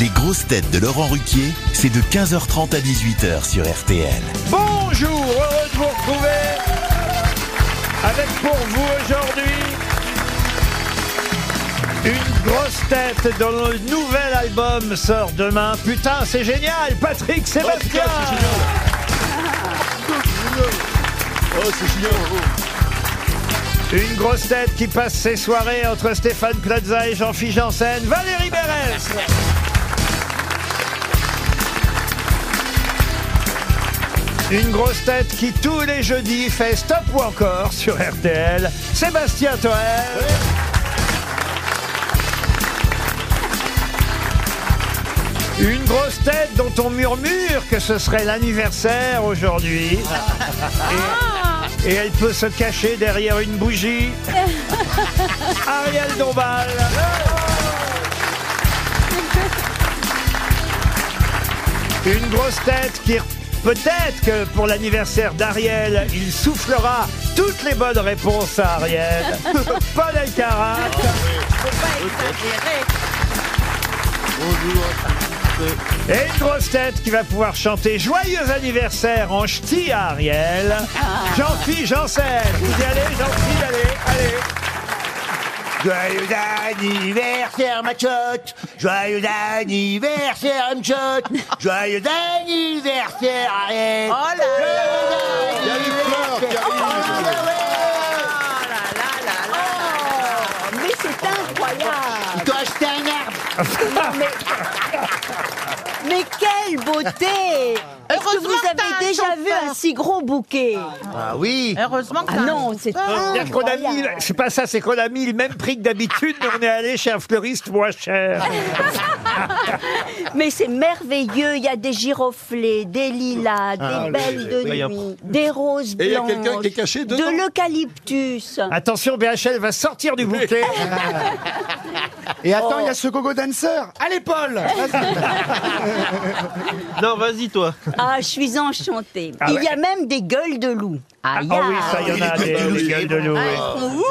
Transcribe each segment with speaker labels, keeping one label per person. Speaker 1: Les grosses têtes de Laurent Ruquier, c'est de 15h30 à 18h sur RTL.
Speaker 2: Bonjour, heureux de vous retrouver avec pour vous aujourd'hui une grosse tête dont le nouvel album sort demain. Putain, c'est génial, Patrick Sébastien.
Speaker 3: Oh, c'est
Speaker 2: une grosse tête qui passe ses soirées entre Stéphane Plaza et Jean-Philippe Janssen, Valérie Berès. Une grosse tête qui tous les jeudis fait stop ou encore sur RTL, Sébastien Toer. Une grosse tête dont on murmure que ce serait l'anniversaire aujourd'hui.
Speaker 4: Ah,
Speaker 2: Et, et elle peut se cacher derrière une bougie. Ariel Dombal. Une grosse tête qui peut-être que pour l'anniversaire d'Ariel, il soufflera toutes les bonnes réponses à Ariel. Paul Alcarat. Et une grosse tête qui va pouvoir chanter Joyeux anniversaire en ch'ti à Ariel. Jean-Philippe Janssen. Vous y allez, Jean-Philippe, allez, allez.
Speaker 3: Joyeux anniversaire, ma tchotte Joyeux anniversaire, ma tchotte Joyeux anniversaire, arrête Oh là Oh, là
Speaker 4: Ah, Mais c'est incroyable
Speaker 3: Toi, je t'ai un arbre
Speaker 4: Mais quelle beauté Est-ce que vous avez déjà vu un si gros bouquet
Speaker 3: Ah oui
Speaker 5: Heureusement que
Speaker 4: Ah non, c'est
Speaker 2: C'est-à-dire qu'on a mis, c'est pas ça, c'est qu'on a mis le même prix que d'habitude, mais on est allé chez un fleuriste moins cher.
Speaker 4: Mais c'est merveilleux, il y a des giroflées, des lilas, Ah, des
Speaker 6: Ah,
Speaker 4: belles
Speaker 2: Ah, oui,
Speaker 4: de nuit, des roses
Speaker 6: Et il y a
Speaker 4: blanches,
Speaker 6: quelqu'un qui est caché dedans
Speaker 4: de l'eucalyptus.
Speaker 2: Attention, BHL va sortir du bouquet. Ah.
Speaker 7: Et
Speaker 4: Oh.
Speaker 7: attends, il y a ce gogo dancer Allez Paul
Speaker 3: Non, vas-y, toi
Speaker 4: Ah, je suis enchantée.
Speaker 2: Ah
Speaker 4: Il y a
Speaker 2: ouais.
Speaker 4: même des gueules de loup.
Speaker 2: Ah
Speaker 4: Aïe, Ah,
Speaker 2: oui, ça, il y en a des, des gueules de loup. oui.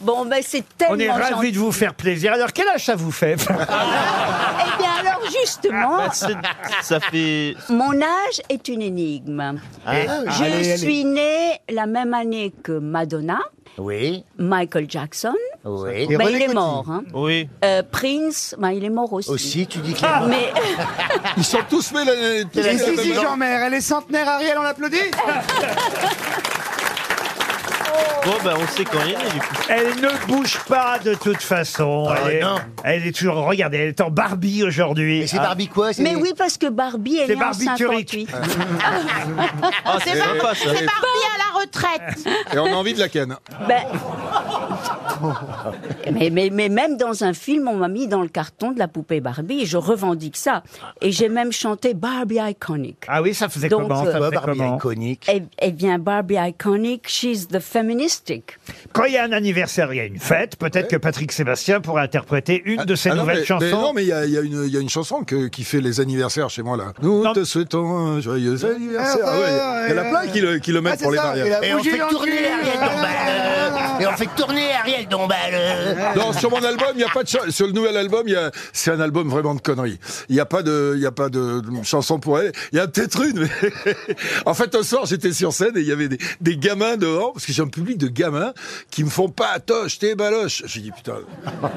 Speaker 4: Bon, ben c'est
Speaker 2: On est
Speaker 4: tellement gentil.
Speaker 2: ravis de vous faire plaisir. Alors, quel âge ça vous fait
Speaker 4: Eh bien alors,
Speaker 3: Bah,
Speaker 4: justement,
Speaker 3: Ça fait...
Speaker 4: mon âge est une énigme.
Speaker 2: Et-
Speaker 3: Ah,
Speaker 4: Je suis née la même année que Madonna,
Speaker 3: Oui,
Speaker 4: Michael Jackson.
Speaker 3: oui.
Speaker 7: Et
Speaker 4: Ben, il
Speaker 7: René
Speaker 4: est
Speaker 7: Coty.
Speaker 4: mort. hein.
Speaker 3: Oui.
Speaker 4: Euh, Prince, ben, il est mort aussi.
Speaker 3: Aussi, tu dis que... Ah,
Speaker 4: Mais
Speaker 6: Ils sont tous faits la, tous
Speaker 7: Et
Speaker 6: faits la
Speaker 7: si,
Speaker 6: même
Speaker 7: si,
Speaker 6: genre.
Speaker 7: Jean-Mère, elle est centenaire, Ariel, on l'applaudit
Speaker 2: Eh,
Speaker 3: bon, ben, on sait quand il est, du coup.
Speaker 2: Elle ne bouge pas de toute façon.
Speaker 3: Ah,
Speaker 2: elle, est,
Speaker 3: non.
Speaker 2: elle est toujours, regardez, elle est en Barbie aujourd'hui. Ah.
Speaker 3: Et c'est Barbie quoi c'est-
Speaker 4: mais oui, parce que Barbie, elle
Speaker 2: C'est
Speaker 4: est en 58.
Speaker 2: barbiturique.
Speaker 3: Ah, c'est sympa, ça.
Speaker 5: c'est parti à la retraite.
Speaker 6: Et on a envie de la ken.
Speaker 4: Ben- mais, mais, mais même dans un film, on m'a mis dans le carton de la poupée Barbie et je revendique ça. Et j'ai même chanté Barbie Iconic.
Speaker 2: Ah oui, ça faisait
Speaker 4: Donc,
Speaker 2: comment,
Speaker 4: euh,
Speaker 3: Ouais,
Speaker 2: ça faisait
Speaker 3: Barbie
Speaker 2: comment
Speaker 3: iconique.
Speaker 4: Eh, eh bien, Barbie Iconic, she's the feministic.
Speaker 2: Quand il y a un anniversaire, il y a une fête. Peut-être que Patrick Sébastien pourra interpréter une de ses
Speaker 6: Ah non,
Speaker 2: nouvelles
Speaker 6: mais-
Speaker 2: chansons.
Speaker 6: mais non, mais il y a, il y a une- il y a une chanson que- qui fait les anniversaires chez moi, là. Nous
Speaker 2: Non.
Speaker 6: te souhaitons un joyeux anniversaire. Ah ouais, Il y a- il y en a plein qui le, qui le mettent
Speaker 7: Ah, c'est
Speaker 6: pour les
Speaker 7: ça,
Speaker 6: mariages.
Speaker 7: et la bougie dans le cul. Ah.
Speaker 3: Et on fait tourner Ariel Dombal
Speaker 6: Non, sur mon album, il y a pas de cha- sur le nouvel album, il y a c'est un album vraiment de conneries. Il y a pas de il y a pas de chanson pour elle. Il y a peut-être une. Mais... en fait, un soir, j'étais sur scène et il y avait des, des gamins dehors parce que j'ai un public de gamins qui me font pas toche tes baloches. J'ai dit putain,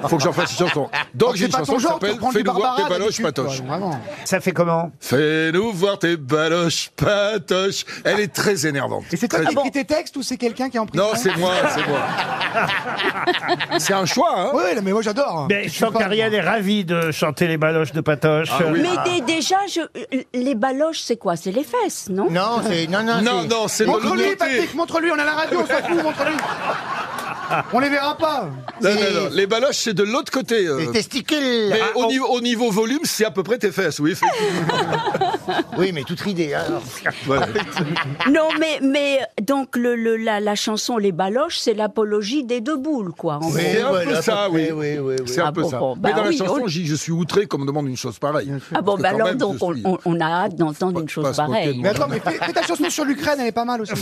Speaker 6: faut que j'en fasse une chanson. Donc j'ai
Speaker 7: C'est
Speaker 6: une
Speaker 7: pas
Speaker 6: chanson
Speaker 7: ton
Speaker 6: qui
Speaker 7: genre, tu
Speaker 6: s'appelle
Speaker 7: reprends du
Speaker 6: Fais-nous voir
Speaker 7: Barbara
Speaker 6: tes baloches
Speaker 7: d'habitude,
Speaker 6: patoches.
Speaker 7: quoi, vraiment.
Speaker 2: Ça fait comment
Speaker 6: Fais-nous voir tes baloches patoches. Elle est très énervante.
Speaker 7: Et c'est toi
Speaker 6: Très-
Speaker 2: ah,
Speaker 7: qui écris tes textes ou c'est quelqu'un qui est en prison
Speaker 6: Non, c'est moi, c'est moi. c'est un choix. Hein.
Speaker 7: Oui, mais moi j'adore
Speaker 2: Mais
Speaker 7: Je
Speaker 2: je
Speaker 7: suis
Speaker 2: sens
Speaker 7: fan,
Speaker 2: qu'Ariel est ravie de chanter les baloches de Patoche.
Speaker 6: Ah
Speaker 2: Ah.
Speaker 6: oui.
Speaker 4: Mais dé- déjà, je, les baloches, c'est quoi C'est les fesses, non
Speaker 3: Non, c'est... Non, non,
Speaker 6: Non,
Speaker 3: c'est-
Speaker 6: non, c'est de
Speaker 7: Montre-lui,
Speaker 6: l'honnêteté.
Speaker 7: Patrick, montre-lui, on a la radio, on s'en fout, montre-lui On les verra pas
Speaker 6: Non, non, non. Les baloches, c'est de l'autre côté. euh.
Speaker 3: Les testicules
Speaker 6: Mais
Speaker 4: Ah,
Speaker 6: au, niveau, au niveau volume, c'est à peu près tes fesses, oui. effectivement.
Speaker 3: Oui, mais toute hein. ridée, alors.
Speaker 6: Voilà.
Speaker 4: Non, mais, mais donc le, le- la, la chanson Les Baloches, c'est l'apologie des deux boules, quoi. en gros.
Speaker 6: C'est un
Speaker 3: voilà,
Speaker 6: peu
Speaker 3: à
Speaker 6: ça,
Speaker 3: peu
Speaker 6: oui.
Speaker 3: près, oui, oui, oui.
Speaker 6: C'est un
Speaker 4: Ah
Speaker 6: peu
Speaker 4: bon,
Speaker 6: ça.
Speaker 4: bon,
Speaker 6: Mais
Speaker 4: bah
Speaker 6: dans la
Speaker 4: oui,
Speaker 6: chanson,
Speaker 4: on-
Speaker 6: j'y- je suis outré qu'on me demande une chose pareille.
Speaker 4: Ah bon,
Speaker 6: Parce que
Speaker 4: bah
Speaker 6: quand
Speaker 4: alors
Speaker 6: même,
Speaker 4: donc
Speaker 6: je
Speaker 4: on,
Speaker 6: suis-
Speaker 4: on- on a hâte d'entendre
Speaker 6: Faut
Speaker 4: une
Speaker 6: pas
Speaker 4: chose
Speaker 6: se moquer de
Speaker 4: pareille.
Speaker 7: Mais attends, mais fais, fais ta chanson sur l'Ukraine, elle est pas mal aussi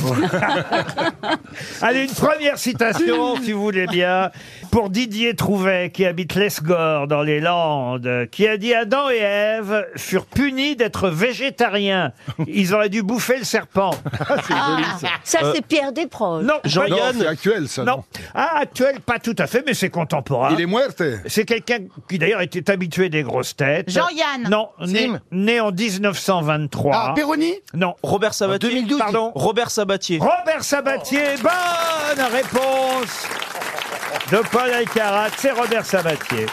Speaker 2: Allez, une première citation question, si vous voulez bien, pour Didier Trouvet, qui habite l'Esgore, dans les Landes, qui a dit Adam et Ève furent punis d'être végétariens. Ils auraient dû bouffer le serpent.
Speaker 6: Ah,
Speaker 4: Ah, Ça,
Speaker 6: Euh,
Speaker 4: c'est Pierre Desproges.
Speaker 2: Non,
Speaker 6: Non,
Speaker 2: pas-
Speaker 6: c'est actuel, ça.
Speaker 2: Non.
Speaker 6: Non.
Speaker 2: Ah, actuel, pas tout à fait, mais c'est contemporain.
Speaker 6: Il est muerte.
Speaker 2: C'est quelqu'un qui d'ailleurs était habitué des grosses têtes.
Speaker 5: Jean-Yann.
Speaker 2: Non, né,
Speaker 3: Sim.
Speaker 2: né en 1923.
Speaker 7: Ah, Péroni
Speaker 2: Non.
Speaker 8: Robert Sabatier.
Speaker 2: 2012. Pardon.
Speaker 8: Robert Sabatier.
Speaker 2: Robert Sabatier, bonne réponse de Paul Alcarat, c'est Robert Sabatier.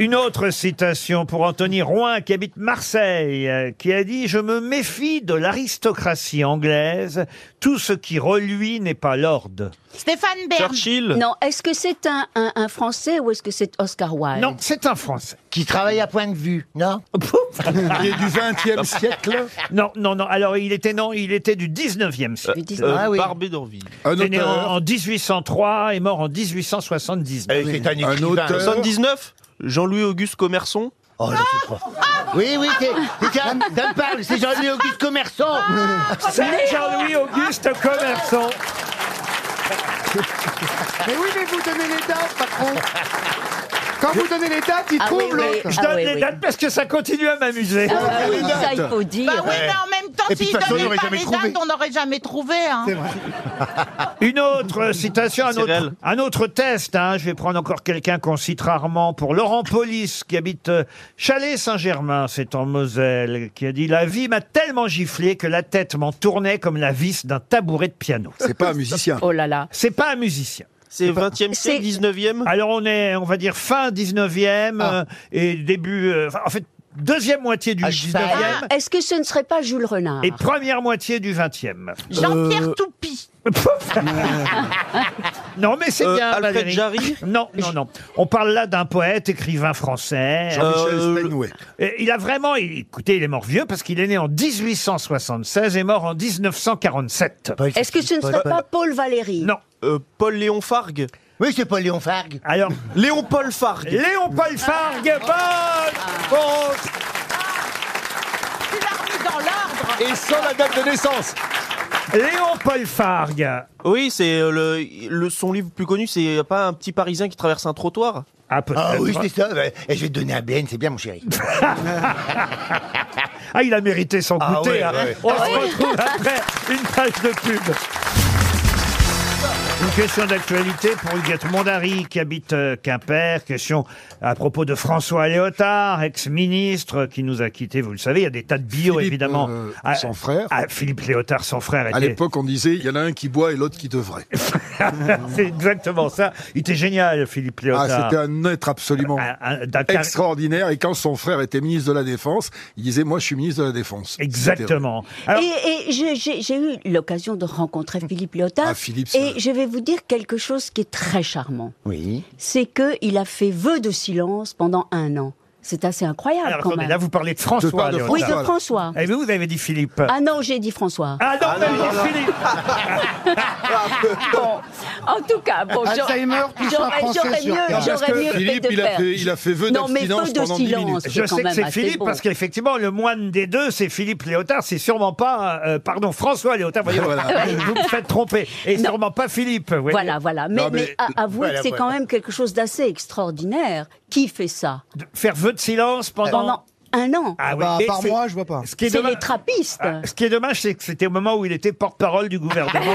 Speaker 2: Une autre citation pour Anthony Roin, qui habite Marseille, euh, qui a dit « Je me méfie de l'aristocratie anglaise. Tout ce qui reluit n'est pas lord.
Speaker 5: Stéphane Bern.
Speaker 8: Churchill.
Speaker 4: Non, est-ce que c'est un, un- un Français ou est-ce que c'est Oscar » Wilde
Speaker 2: Non, c'est un Français.
Speaker 3: Qui travaille à point de vue, non
Speaker 4: Ah,
Speaker 6: Il est du 20e siècle.
Speaker 2: Non, non, non. Alors, il était, non, il était du 19e siècle.
Speaker 4: Du dix-
Speaker 8: Euh,
Speaker 3: Ah oui.
Speaker 8: Barbé d'Orville.
Speaker 6: Un
Speaker 2: Il est né en,
Speaker 6: auteur.
Speaker 2: en 1803 et mort en 1879.
Speaker 3: C'est un
Speaker 6: Un
Speaker 3: écrivain.
Speaker 6: auteur.
Speaker 8: 79 Jean-Louis Auguste Commerçon.
Speaker 3: Oh, là, c'est pas- Oui, oui, c'est- c'est- ça ça me parle, c'est Jean-Louis Auguste Commerçant. Ah.
Speaker 2: C'est Jean-Louis Auguste Commerçon.
Speaker 7: Mais oui, mais vous donnez les dates, patron. Quand vous donnez les dates, il
Speaker 4: Ah oui,
Speaker 7: trouve
Speaker 4: oui.
Speaker 7: l'autre.
Speaker 2: Je
Speaker 4: Ah
Speaker 2: donne
Speaker 4: oui,
Speaker 2: les
Speaker 4: oui.
Speaker 2: dates parce que ça continue à m'amuser.
Speaker 4: Ah bah oui, ça, il faut dire.
Speaker 5: Bah oui, mais en même temps,
Speaker 7: Et puis,
Speaker 5: s'il
Speaker 7: de toute façon, il
Speaker 5: donnait
Speaker 7: aurait
Speaker 5: pas
Speaker 7: jamais
Speaker 5: les
Speaker 7: trouvé.
Speaker 5: dates, on n'aurait jamais trouvé. hein.
Speaker 2: Une autre citation, un autre,
Speaker 8: réel.
Speaker 2: un autre test. hein. Je vais prendre encore quelqu'un qu'on cite rarement pour Laurent Polis, qui habite euh, Chalet-Saint-Germain, c'est en Moselle, qui a dit « La vie m'a tellement giflé que la tête m'en tournait comme la vis d'un tabouret de piano.
Speaker 6: C'est pas un musicien.
Speaker 4: Oh là là. »
Speaker 2: C'est pas un musicien.
Speaker 8: C'est 20e
Speaker 4: C'est-
Speaker 8: siècle, 19e
Speaker 2: Alors on est, on va dire, fin 19e
Speaker 6: Ah.
Speaker 2: euh, et début... euh, enfin, en fait, deuxième moitié
Speaker 4: Ah,
Speaker 2: du 19e
Speaker 4: Est-ce que ce ne serait pas Jules Renard
Speaker 2: et première moitié du 20e.
Speaker 8: Euh,
Speaker 5: Jean-Pierre Toupie.
Speaker 2: Non, mais c'est
Speaker 8: Euh,
Speaker 2: bien,
Speaker 8: Alfred
Speaker 2: Valérie.
Speaker 8: Jarry
Speaker 2: Non, non, non. On parle là d'un poète, écrivain français.
Speaker 6: Jean-Michel
Speaker 8: Euh,
Speaker 6: Steinway.
Speaker 2: Et il a vraiment... il- Écoutez, il est mort vieux parce qu'il est né en 1876 et mort en 1947.
Speaker 4: Est-ce que ce ne serait pas Paul Valéry
Speaker 2: Non.
Speaker 8: Euh, Paul Léon Fargue.
Speaker 3: Oui, c'est pas Léon Fargue.
Speaker 2: Alors,
Speaker 8: Léon Paul Fargue.
Speaker 2: Léon-Paul Fargue, bonne réponse
Speaker 5: Tu l'as remis dans l'ordre.
Speaker 6: Et sans la date de naissance.
Speaker 2: Léon-Paul Fargue.
Speaker 8: Oui, c'est euh, le, le- son livre plus connu, c'est y a pas un petit Parisien qui traverse un trottoir.
Speaker 2: Ah, peut-être.
Speaker 3: Ah oui, c'est ça. ouais. Et je vais te donner un BN, c'est bien, mon chéri.
Speaker 2: Ah, il a mérité son
Speaker 3: Ah
Speaker 2: goûter.
Speaker 3: ouais,
Speaker 2: hein.
Speaker 3: ouais.
Speaker 2: On se retrouve après une page de pub. Une question d'actualité pour Huguette Mondari qui habite euh, Quimper. Question à propos de François Léotard, ex-ministre qui nous a quittés. Vous le savez, il y a des tas de bio
Speaker 6: Philippe,
Speaker 2: évidemment.
Speaker 6: euh,
Speaker 2: Ah,
Speaker 6: son frère.
Speaker 2: ah, Philippe Léotard, son frère.
Speaker 6: À
Speaker 2: était-
Speaker 6: l'époque, on disait, il y en a un qui boit et l'autre qui devrait.
Speaker 2: C'est exactement ça. Il était génial, Philippe
Speaker 6: Ah,
Speaker 2: Léotard.
Speaker 6: c'était un être absolument
Speaker 2: Un- un- d'un car-
Speaker 6: extraordinaire. Et quand son frère était ministre de la Défense, il disait, moi, je suis ministre de la Défense.
Speaker 2: Exactement. Alors,
Speaker 4: Et, et j'ai- j'ai j'ai eu l'occasion de rencontrer Philippe Léotard.
Speaker 6: Ah, Philippe, c'est-
Speaker 4: et je vais vous dire quelque chose qui est très charmant.
Speaker 3: Oui.
Speaker 4: C'est qu'il a fait vœu de silence pendant un an. C'est assez incroyable
Speaker 2: alors,
Speaker 4: quand
Speaker 2: attendez,
Speaker 4: même.
Speaker 2: là, vous parlez de
Speaker 6: Je parle
Speaker 2: François
Speaker 6: de
Speaker 2: Léotard.
Speaker 4: oui,
Speaker 6: François.
Speaker 4: de François.
Speaker 2: Et vous, vous avez dit Philippe.
Speaker 4: Ah non, j'ai dit François.
Speaker 2: Ah non, mais Philippe
Speaker 4: Bon, en tout cas, bon, j'aurais-
Speaker 7: Alzheimer, tout ça
Speaker 4: j'aurais
Speaker 7: français
Speaker 4: j'aurais
Speaker 7: sur
Speaker 4: mieux,
Speaker 7: Terre.
Speaker 6: Parce que
Speaker 4: j'aurais mieux
Speaker 6: Philippe,
Speaker 4: fait de
Speaker 6: il a
Speaker 4: faire.
Speaker 6: fait, il a fait vœu
Speaker 4: Non, mais
Speaker 6: d'abstinence
Speaker 4: feu de
Speaker 6: pendant 10
Speaker 4: silence.
Speaker 6: minutes.
Speaker 4: C'est
Speaker 2: Je
Speaker 4: quand
Speaker 2: sais que
Speaker 4: même
Speaker 2: c'est
Speaker 4: assez
Speaker 2: Philippe
Speaker 4: beau.
Speaker 2: parce qu'effectivement le moine des deux c'est Philippe Léotard, c'est sûrement pas euh, pardon François Léotard. Voyez,
Speaker 6: Voilà.
Speaker 2: Vous me faites tromper et sûrement pas Philippe. vous voyez. euh,
Speaker 4: Voilà, voilà. Mais,
Speaker 6: Non, mais-
Speaker 4: mais a- avouez
Speaker 3: voilà,
Speaker 4: que c'est
Speaker 3: voilà.
Speaker 4: quand même quelque chose d'assez extraordinaire. Qui fait ça
Speaker 2: De Faire vœu de silence pendant.
Speaker 4: Euh, pendant un an
Speaker 2: Ah oui,
Speaker 7: Bah,
Speaker 2: mais
Speaker 7: par
Speaker 2: c'est-
Speaker 7: moi, je vois pas.
Speaker 2: Ce qui est
Speaker 4: C'est
Speaker 2: dommage,
Speaker 4: les trappistes.
Speaker 2: Ah, ce qui est dommage, c'est que c'était au moment où il était porte-parole du gouvernement.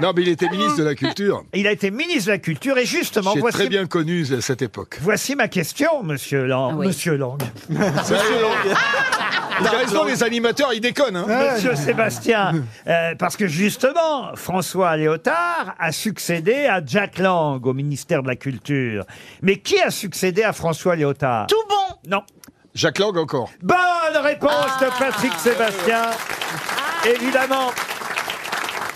Speaker 6: Non, mais il était ministre de la Culture.
Speaker 2: il a été ministre de la culture et justement
Speaker 6: J'ai
Speaker 2: voici.
Speaker 6: très bien connu euh, cette époque.
Speaker 2: Voici ma question, Monsieur Lang.
Speaker 4: Ah oui.
Speaker 2: Monsieur Lang.
Speaker 6: Vous avez raison, les animateurs, ils déconnent. hein.
Speaker 2: Euh, Monsieur Sébastien, euh, parce que justement, François Léotard a succédé à Jack Lang au ministère de la Culture. Mais qui a succédé à François Léotard
Speaker 5: Tout bon.
Speaker 2: Non.
Speaker 6: Jacques Lang encore.
Speaker 2: Bonne réponse de Patrick Sébastien. Évidemment,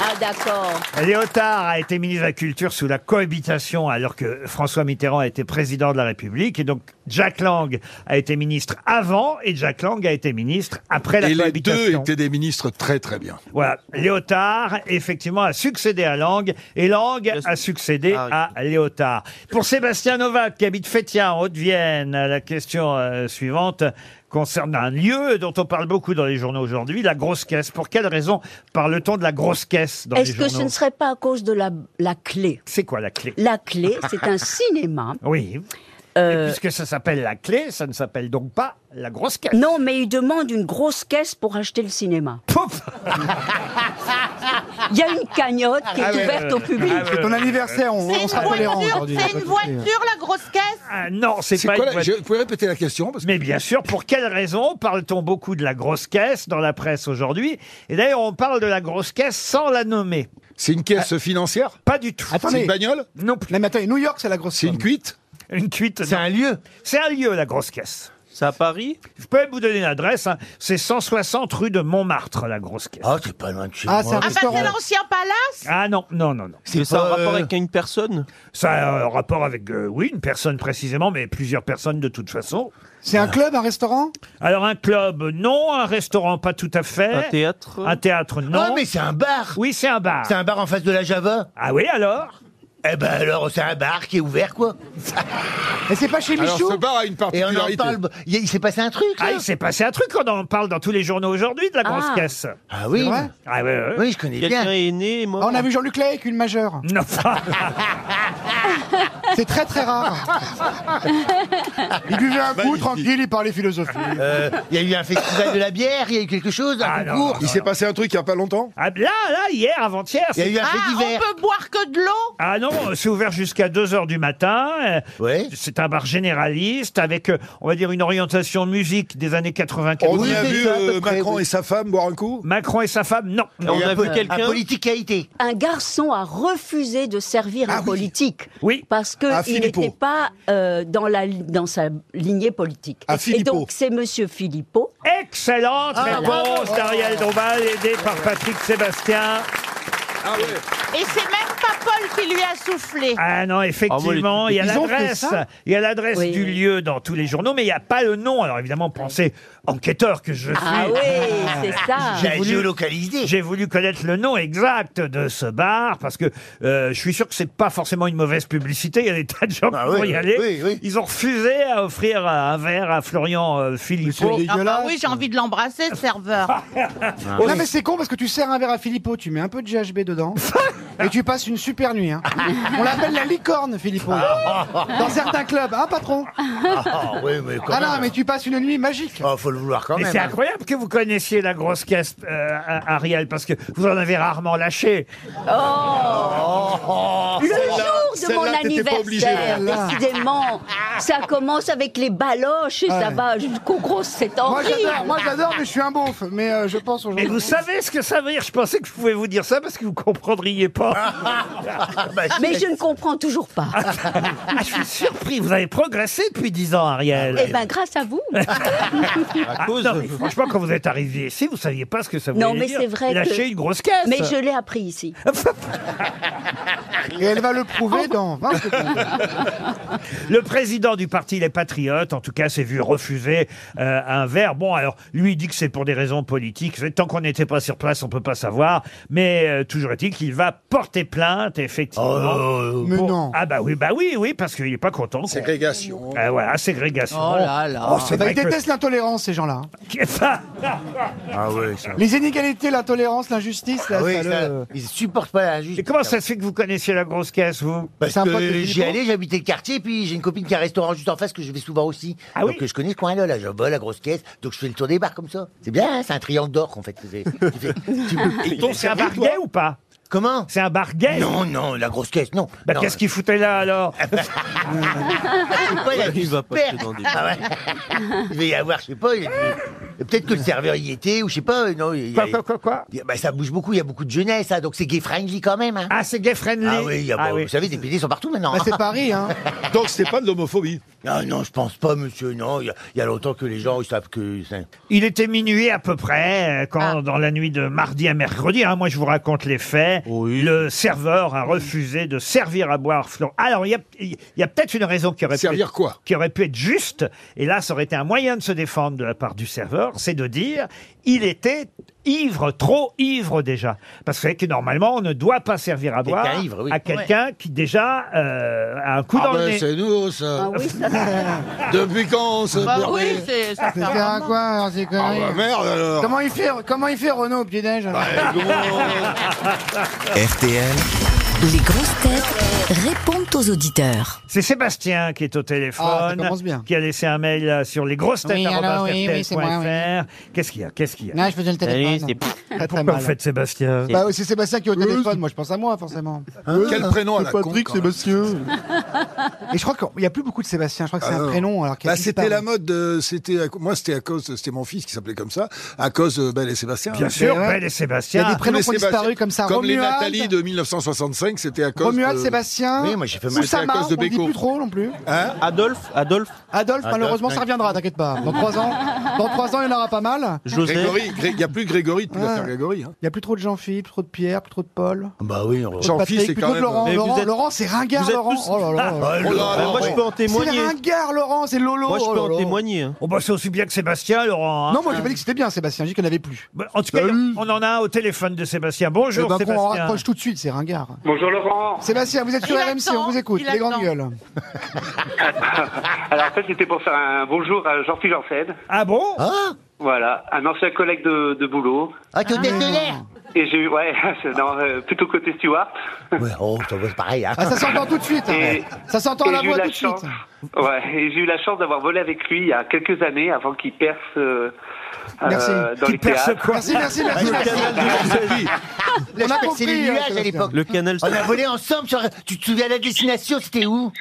Speaker 4: Ah d'accord.
Speaker 2: Léotard a été ministre de la Culture sous la cohabitation alors que François Mitterrand a été président de la République. Et donc, Jack Lang a été ministre avant et Jack Lang a été ministre après la
Speaker 6: Et les deux
Speaker 2: cohabitation.
Speaker 6: étaient des ministres très très bien.
Speaker 2: Voilà, Léotard, effectivement, a succédé à Lang, et Lang a succédé
Speaker 8: Ah,
Speaker 2: à Léotard. Pour Sébastien Novak, qui habite Fétia, en Haute-Vienne, la question euh, suivante concerne un lieu dont on parle beaucoup dans les journaux aujourd'hui, la grosse caisse. Pour quelle raison parle-t-on de la grosse caisse dans les
Speaker 4: Est-ce
Speaker 2: journaux
Speaker 4: que ce ne serait pas à cause de la, la clé
Speaker 2: C'est quoi la clé
Speaker 4: La clé, c'est un cinéma.
Speaker 2: Oui.
Speaker 4: euh,
Speaker 2: Et puisque ça s'appelle la clé, ça ne s'appelle donc pas la grosse caisse.
Speaker 4: non, mais il demande une grosse caisse pour acheter le cinéma.
Speaker 2: Pouf
Speaker 4: Il y a une cagnotte qui est
Speaker 2: Ah ouais,
Speaker 4: ouverte
Speaker 2: ouais,
Speaker 4: au
Speaker 2: ouais.
Speaker 4: public.
Speaker 2: Ah ouais.
Speaker 7: Ton anniversaire, on,
Speaker 5: C'est
Speaker 7: on
Speaker 5: une
Speaker 7: sera tolérant
Speaker 5: voiture,
Speaker 7: aujourd'hui.
Speaker 5: c'est une voiture, Ah, la grosse caisse
Speaker 2: Ah, non, c'est
Speaker 6: C'est
Speaker 2: pas
Speaker 6: quoi
Speaker 2: une
Speaker 6: la-
Speaker 2: boîte-
Speaker 6: je- Vous pouvez répéter la question parce que-
Speaker 2: Mais bien sûr, pour quelle raison parle-t-on beaucoup de la grosse caisse dans la presse aujourd'hui Et d'ailleurs, on parle de la grosse caisse sans la nommer. Ah,
Speaker 6: C'est une caisse financière
Speaker 2: Pas du tout.
Speaker 6: C'est
Speaker 7: Attendez.
Speaker 6: une bagnole
Speaker 2: Non plus.
Speaker 7: Non, mais attendez, New York, c'est la grosse
Speaker 6: C'est une
Speaker 7: somme.
Speaker 6: cuite
Speaker 2: Une cuite. non.
Speaker 7: un lieu.
Speaker 2: C'est un lieu, la grosse caisse.
Speaker 8: C'est à Paris
Speaker 2: Je peux même vous donner l'adresse. hein. C'est 160 rue de Montmartre, la grosse caisse.
Speaker 3: Ah, c'est pas loin de chez
Speaker 7: Ah, c'est
Speaker 3: moi.
Speaker 7: un
Speaker 5: Ah bah c'est
Speaker 7: restaurant.
Speaker 5: l'ancien palace
Speaker 2: Ah non, non, non, non.
Speaker 8: C'est ça
Speaker 3: pas,
Speaker 8: un rapport
Speaker 3: euh,
Speaker 8: avec une personne
Speaker 2: Ça a un rapport avec, euh, oui, une personne précisément, mais plusieurs personnes de toute façon.
Speaker 7: C'est un club, un restaurant
Speaker 2: Alors un club, non. Un restaurant, pas tout à fait.
Speaker 8: Un théâtre
Speaker 2: Un théâtre, non.
Speaker 3: Ah, mais c'est un bar.
Speaker 2: Oui, c'est un bar.
Speaker 3: C'est un bar en face de la Java.
Speaker 2: Ah oui, alors
Speaker 3: Eh ben alors, c'est un bar qui est ouvert, quoi.
Speaker 7: Et c'est pas chez
Speaker 6: Alors
Speaker 7: Michou
Speaker 6: ce bar a une
Speaker 3: Et on en
Speaker 6: particularité.
Speaker 3: parle. Il y a- il s'est passé un truc,
Speaker 2: Ah,
Speaker 3: là.
Speaker 2: il s'est passé un truc, on en parle dans tous les journaux aujourd'hui de la grosse
Speaker 4: Ah.
Speaker 2: caisse.
Speaker 3: Ah oui.
Speaker 7: vrai
Speaker 2: Ah ouais, ouais, ouais.
Speaker 3: Oui, je connais
Speaker 8: Quelqu'un
Speaker 3: bien.
Speaker 8: est né et mort.
Speaker 7: Ah, On a vu Jean-Luc Lay avec une majeure.
Speaker 2: Non, enfin,
Speaker 7: C'est très très rare. il buvait un coup, tranquille, il parlait philosophie.
Speaker 3: Euh, Il y a eu un festival de la bière, il y a eu quelque chose, un
Speaker 2: Ah, non,
Speaker 3: concours.
Speaker 6: Il s'est passé un truc il n'y a pas longtemps
Speaker 2: ah, là, là, hier, avant-hier.
Speaker 3: Il y a
Speaker 2: c'est-
Speaker 3: eu un
Speaker 5: Ah,
Speaker 3: fait
Speaker 5: on
Speaker 3: divers.
Speaker 5: peut boire que de l'eau
Speaker 2: Ah non, c'est ouvert jusqu'à 2h du matin. euh,
Speaker 3: Ouais.
Speaker 2: C'est un bar généraliste avec, euh, on va dire, une orientation musique des années 95.
Speaker 6: On
Speaker 3: Oui,
Speaker 6: y a
Speaker 3: c'est
Speaker 6: vu
Speaker 3: ça, à peu
Speaker 6: euh,
Speaker 3: près,
Speaker 6: Macron
Speaker 3: oui.
Speaker 6: et sa femme boire un coup
Speaker 2: Macron et sa femme, non.
Speaker 8: Et on a vu
Speaker 3: Un
Speaker 8: quelqu'un
Speaker 3: politique a été.
Speaker 4: Un garçon a refusé de servir en politique
Speaker 2: Oui.
Speaker 4: parce
Speaker 6: À
Speaker 4: qu'il
Speaker 6: Philippot.
Speaker 4: n'était pas euh, dans, la, li- dans sa lignée politique.
Speaker 6: À
Speaker 4: et
Speaker 6: Philippot.
Speaker 4: donc c'est Monsieur Philippot.
Speaker 2: Excellente réponse d'Ariel Ah, Dombal, aidé par Patrick Sébastien.
Speaker 6: Ah ouais
Speaker 5: Et c'est même pas Paul qui lui a soufflé.
Speaker 2: Ah non, effectivement, il y a
Speaker 7: Ils ont fait
Speaker 2: l'adresse,
Speaker 7: ça
Speaker 2: il y a l'adresse
Speaker 4: Oui,
Speaker 2: du
Speaker 4: oui.
Speaker 2: lieu dans tous les journaux, mais il n'y a pas le nom. Alors évidemment, pensez enquêteur que je suis.
Speaker 4: Ah oui, c'est ça.
Speaker 3: J'ai géolocalisé.
Speaker 2: J'ai voulu connaître le nom exact de ce bar parce que euh, je suis sûr que c'est pas forcément une mauvaise publicité. Il y a des tas de gens
Speaker 3: Ah
Speaker 2: qui vont
Speaker 3: oui,
Speaker 2: y aller.
Speaker 3: oui, oui.
Speaker 2: Ils ont refusé à offrir un verre à Florian euh, Philippot. Ah,
Speaker 5: Ah bah oui, j'ai envie de l'embrasser, ce serveur.
Speaker 3: Ah
Speaker 2: Hein.
Speaker 7: Non mais c'est con parce que tu sers un verre à Philippot, tu mets un peu de GHB dedans et tu passes une super nuit. hein. On l'appelle la licorne Philippot. Dans certains clubs, hein patron
Speaker 3: Ah oui, mais quand
Speaker 7: Ah non
Speaker 3: même.
Speaker 7: mais tu passes une nuit magique.
Speaker 3: Ah, faut le vouloir quand
Speaker 2: Mais
Speaker 3: même.
Speaker 2: c'est
Speaker 3: hein.
Speaker 2: incroyable que vous connaissiez la grosse caisse, euh, Ariel, parce que vous en avez rarement lâché.
Speaker 4: Oh. Le jour de
Speaker 6: celle-là,
Speaker 4: mon
Speaker 6: t'étais pas
Speaker 4: anniversaire,
Speaker 6: obligé,
Speaker 7: là.
Speaker 4: décidément, ça commence avec les baloches et ça
Speaker 7: Ouais.
Speaker 4: va jusqu'aux grosses, c'est
Speaker 7: Moi
Speaker 4: horrible.
Speaker 7: j'adore, moi j'adore mais je suis un beauf. Mais euh, je pense
Speaker 2: Mais
Speaker 7: aujourd'hui.
Speaker 2: vous savez ce que ça veut dire Je pensais que je pouvais vous dire ça parce que vous comprendriez pas.
Speaker 3: Ah, bah, si.
Speaker 4: Mais je ne comprends toujours pas.
Speaker 2: Ah, je suis surpris, vous avez progressé depuis 10 ans, Ariel.
Speaker 4: Eh ben, grâce à vous.
Speaker 8: Ah à cause
Speaker 2: Non, mais franchement, quand vous êtes arrivé ici, vous saviez pas ce que ça voulait
Speaker 4: Non, mais
Speaker 2: dire.
Speaker 4: c'est vrai que-
Speaker 2: Lâcher une grosse caisse.
Speaker 4: Mais je l'ai appris ici.
Speaker 7: Et elle va le prouver dans 20 secondes.
Speaker 2: Le président du parti Les Patriotes, en tout cas, s'est vu refuser euh, un verre. Bon, alors, lui il dit que c'est pour des raisons politiques. Tant qu'on n'était pas sur place, on peut pas savoir. Mais euh, toujours est-il qu'il va porter plainte, effectivement.
Speaker 3: Oh,
Speaker 7: Mais
Speaker 2: Pour-
Speaker 7: non.
Speaker 2: Ah bah oui, bah oui, oui, parce qu'il est pas content. qu'on-
Speaker 6: Ségrégation.
Speaker 2: Ah voilà, ségrégation.
Speaker 5: Oh là là.
Speaker 2: Oh, c'est
Speaker 7: Bah,
Speaker 2: vrai
Speaker 7: ils
Speaker 2: que-
Speaker 7: détestent l'intolérance ces gens-là. hein.
Speaker 3: Ah ouais, ça.
Speaker 7: Les inégalités, l'intolérance, l'injustice, là,
Speaker 3: Ah oui,
Speaker 7: ça,
Speaker 3: ça,
Speaker 7: le-
Speaker 3: Ils supportent pas la justice.
Speaker 2: Et comment ça se fait que vous connaissiez la grosse caisse, vous
Speaker 3: Parce
Speaker 7: C'est un pote de
Speaker 3: que
Speaker 7: Philippot
Speaker 3: j'y allais, j'habitais le quartier, puis j'ai une copine qui a un restaurant juste en face que je vais souvent aussi.
Speaker 2: Ah
Speaker 3: donc
Speaker 2: oui
Speaker 3: euh, je connais ce coin-là, la Java, la grosse caisse, donc je fais le tour des bars comme ça. C'est bien, hein, c'est un triangle d'or en fait. Tu fais- tu fais- tu- tu-
Speaker 2: C'est un bar gay ou pas
Speaker 3: Comment
Speaker 2: C'est un bar gay
Speaker 3: Non, non, la grosse caisse, non. Non, euh.
Speaker 2: Bah,
Speaker 3: Ah,
Speaker 2: qu'est-ce qu'il foutait là alors
Speaker 3: c'est pas la
Speaker 8: Il va pas
Speaker 3: super.
Speaker 8: se demander.
Speaker 3: Ah ouais. Il va y avoir, je sais pas, il y a des- Et Peut-être que le serveur y était, ou je sais pas. euh, Non, il y a-
Speaker 2: Quoi, quoi, quoi, quoi
Speaker 3: il y a- bah, ça bouge beaucoup, il y a beaucoup de jeunesse, hein, donc c'est gay friendly quand même. Hein.
Speaker 2: Ah, c'est gay friendly.
Speaker 3: Ah oui, il y a-
Speaker 2: Ah
Speaker 3: bah, vous savez, des PD sont partout maintenant.
Speaker 7: Bah, c'est Paris, hein.
Speaker 6: Donc c'était pas de l'homophobie.
Speaker 3: Ah non, je pense pas, monsieur, non. Il y, a- il y a longtemps que les gens, ils savent que... c'est-
Speaker 2: Il était minuit à peu près euh, quand,
Speaker 4: Ah.
Speaker 2: dans la nuit de mardi à mercredi, hein, moi je vous raconte les faits,
Speaker 8: Oui.
Speaker 2: le serveur a refusé de servir à boire Florent. Alors, il y a, il y a peut-être une raison qui aurait, pu
Speaker 6: Servir
Speaker 2: être,
Speaker 6: quoi
Speaker 2: qui aurait pu être juste, et là ça aurait été un moyen de se défendre de la part du serveur, c'est de dire il était ivre, trop ivre déjà. Parce que vous savez que normalement, on ne doit pas servir à
Speaker 3: Quelqu'un
Speaker 2: boire
Speaker 3: ivre, oui.
Speaker 2: à quelqu'un qui déjà euh, a un coup
Speaker 6: Ah
Speaker 2: dans le
Speaker 6: ben
Speaker 2: nez.
Speaker 6: c'est nous ça.
Speaker 4: Ah oui, Ah ça,
Speaker 6: Depuis quand on se
Speaker 5: Bah
Speaker 6: bourrait
Speaker 5: oui, c'est ça. fait
Speaker 7: C'est
Speaker 5: un
Speaker 7: à
Speaker 5: moment.
Speaker 7: quoi, hein, ces
Speaker 6: Ah
Speaker 7: conneries
Speaker 6: bah merde alors.
Speaker 7: Comment il fait, comment il fait Renaud au petit-déj alors
Speaker 4: Ah
Speaker 1: RTL,
Speaker 9: Les grosses têtes répondent aux auditeurs.
Speaker 2: C'est Sébastien qui est au
Speaker 7: Ah, ça
Speaker 2: téléphone,
Speaker 7: commence bien.
Speaker 2: qui a laissé un mail euh, sur les grosses
Speaker 7: Oui, alors, oui, oui, c'est moi,
Speaker 2: Qu'est-ce qu'il y a Qu'est-ce qu'il y a
Speaker 7: Non, je faisais
Speaker 8: Salut,
Speaker 7: le téléphone.
Speaker 8: c'est-
Speaker 7: Très, très
Speaker 2: Pourquoi
Speaker 7: mal.
Speaker 2: vous faites Sébastien
Speaker 7: Bah, c'est Sébastien qui est au téléphone, moi je pense à moi forcément.
Speaker 6: Quel prénom à la con quand même.
Speaker 7: Et je crois qu'il n'y a plus beaucoup de Sébastien, je crois que c'est
Speaker 6: Ah
Speaker 7: un
Speaker 6: non.
Speaker 7: prénom. Alors qu'il
Speaker 6: Bah,
Speaker 7: existe
Speaker 6: c'était
Speaker 7: pas.
Speaker 6: la mode. de- C'était à- moi, c'était à cause. C'était mon fils qui s'appelait comme ça, à cause de Belle et Sébastien.
Speaker 2: Bien
Speaker 6: Hein.
Speaker 2: sûr,
Speaker 7: Ben ouais.
Speaker 2: Belle et
Speaker 7: Il y a
Speaker 2: Sébastien.
Speaker 7: des prénoms qui ont
Speaker 6: Les Sébastien-
Speaker 7: disparu comme ça.
Speaker 6: Comme les
Speaker 7: Romuald,
Speaker 6: Nathalie de 1965, c'était à cause.
Speaker 7: Romuald,
Speaker 6: de...
Speaker 7: Sébastien.
Speaker 3: Oui, moi, j'ai fait ma-
Speaker 7: Oussama,
Speaker 6: c'est à cause de
Speaker 7: on dit
Speaker 6: Beko.
Speaker 7: plus trop non plus.
Speaker 6: Hein
Speaker 8: Adolphe, Adolphe,
Speaker 7: Adolphe, Ah, malheureusement,
Speaker 6: ouais.
Speaker 7: ça reviendra, t'inquiète pas. Dans trois ans, dans trois ans, il y en aura pas mal.
Speaker 8: Joseph.
Speaker 6: Grégory. Gré- Il n'y a plus Grégory depuis
Speaker 7: Ah.
Speaker 6: l'affaire Grégory. Hein.
Speaker 7: Il n'y a plus trop de Jean-Philippe, trop de Pierre, plus trop de Paul.
Speaker 3: Bah oui, on...
Speaker 6: Jean- Jean-Philippe,
Speaker 7: Patrick,
Speaker 6: c'est
Speaker 7: plus
Speaker 6: quand
Speaker 7: trop de
Speaker 6: même-
Speaker 7: Laurent.
Speaker 8: Mais vous
Speaker 7: Laurent,
Speaker 8: êtes-
Speaker 7: Laurent, c'est ringard,
Speaker 8: vous êtes
Speaker 7: Laurent.
Speaker 8: tous-
Speaker 7: Oh là là.
Speaker 3: Ah,
Speaker 6: Oh là
Speaker 8: Bah,
Speaker 6: là,
Speaker 8: moi, je peux en témoigner.
Speaker 7: C'est ringard, Laurent, c'est Lolo.
Speaker 8: Moi, je
Speaker 7: oh
Speaker 8: peux
Speaker 7: là
Speaker 8: en
Speaker 7: là.
Speaker 8: témoigner. hein.
Speaker 2: On bossait bah, aussi bien que Sébastien, Laurent. hein.
Speaker 7: Non, moi, j'ai pas dit que c'était bien, Sébastien, j'ai dit qu'il n'y en avait plus.
Speaker 2: Bah, En tout cas,
Speaker 6: Salut.
Speaker 2: on en a un au téléphone de Sébastien. Bonjour
Speaker 7: Eh ben, qu'on en
Speaker 2: Sébastien.
Speaker 7: raccroche tout de suite, c'est ringard.
Speaker 10: Bonjour Laurent.
Speaker 7: Sébastien, vous êtes sur
Speaker 5: Il
Speaker 7: RMC,
Speaker 5: attend,
Speaker 7: on vous écoute.
Speaker 5: il
Speaker 7: Les grandes
Speaker 5: attend.
Speaker 7: gueules.
Speaker 10: Alors en fait c'était pour faire un bonjour à Jean-Philippe Janssen,
Speaker 2: Ah bon
Speaker 3: Ah,
Speaker 10: voilà, un ancien collègue de, de boulot. Ah.
Speaker 3: ah t'es au tête de l'air
Speaker 10: Et j'ai eu, ouais, c'est- non, euh, plutôt côté Stewart.
Speaker 3: Ouais, oh, ça va, c'est pareil, hein.
Speaker 7: Ah, ça s'entend tout de suite.
Speaker 10: Et-
Speaker 7: hein. Ça s'entend à
Speaker 10: et
Speaker 7: la
Speaker 10: j'ai eu
Speaker 7: voix
Speaker 10: la
Speaker 7: tout de
Speaker 10: chance,
Speaker 7: suite.
Speaker 10: ouais, et j'ai eu la chance d'avoir volé avec lui il y a quelques années avant qu'il perce euh,
Speaker 7: Merci.
Speaker 10: euh, dans les
Speaker 2: Qui perce
Speaker 10: théâtres.
Speaker 2: quoi
Speaker 7: Merci, merci, merci.
Speaker 8: Le
Speaker 7: merci.
Speaker 8: canal de Joseph.
Speaker 3: C'est
Speaker 7: On a
Speaker 3: les
Speaker 7: compris. hein,
Speaker 3: nuages à
Speaker 7: Sébastien.
Speaker 3: l'époque.
Speaker 8: Le canal.
Speaker 3: On a volé ensemble sur... Tu te souviens de la destination, c'était où